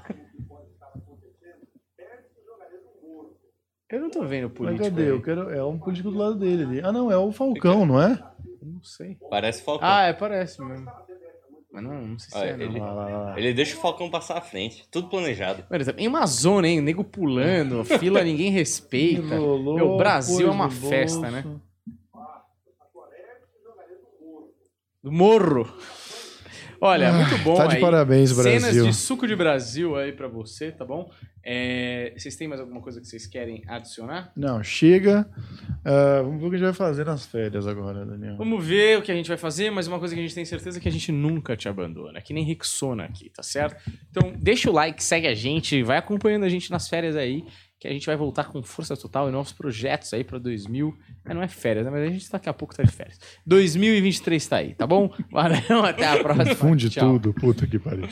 [SPEAKER 1] Eu não tô vendo o
[SPEAKER 2] Mas
[SPEAKER 1] político.
[SPEAKER 2] cadê?
[SPEAKER 1] aí.
[SPEAKER 2] Eu quero... É um político do lado dele ali. Ah, não, é o Falcão, não é?
[SPEAKER 1] Não sei.
[SPEAKER 3] Parece Falcão.
[SPEAKER 1] Ah, é, parece mesmo. Mas não, não sei se
[SPEAKER 3] Ah,
[SPEAKER 1] é, não.
[SPEAKER 2] Olha lá, olha lá.
[SPEAKER 3] Ele deixa o Falcão passar à frente. Tudo planejado.
[SPEAKER 1] Mano, também uma zona, hein? Nego pulando, fila ninguém respeita.
[SPEAKER 2] é Enrolou,
[SPEAKER 1] é Meu, o Brasil
[SPEAKER 2] pôs
[SPEAKER 1] é uma
[SPEAKER 2] no
[SPEAKER 1] festa, né?
[SPEAKER 2] bolso.
[SPEAKER 1] Do morro. Olha,
[SPEAKER 2] Ah,
[SPEAKER 1] muito bom
[SPEAKER 2] tá de
[SPEAKER 1] aí.
[SPEAKER 2] parabéns,
[SPEAKER 1] Cenas
[SPEAKER 2] Brasil.
[SPEAKER 1] de suco de Brasil aí pra você, tá bom? É, vocês têm mais alguma coisa que vocês querem adicionar?
[SPEAKER 2] Não, chega. Ah, vamos ver o que a gente vai fazer nas férias agora, Daniel.
[SPEAKER 1] Vamos ver o que a gente vai fazer, mas uma coisa que a gente tem certeza é que a gente nunca te abandona, que nem Rixona aqui, tá certo? Então deixa o like, segue a gente, vai acompanhando a gente nas férias aí, que a gente vai voltar com força total em novos projetos aí pra 2000. Ah, não é férias, né? Mas a gente daqui a pouco tá de férias. 2023 tá aí, tá bom? Valeu, até a próxima.
[SPEAKER 2] Funde
[SPEAKER 1] Tchau.
[SPEAKER 2] tudo, puta que pariu.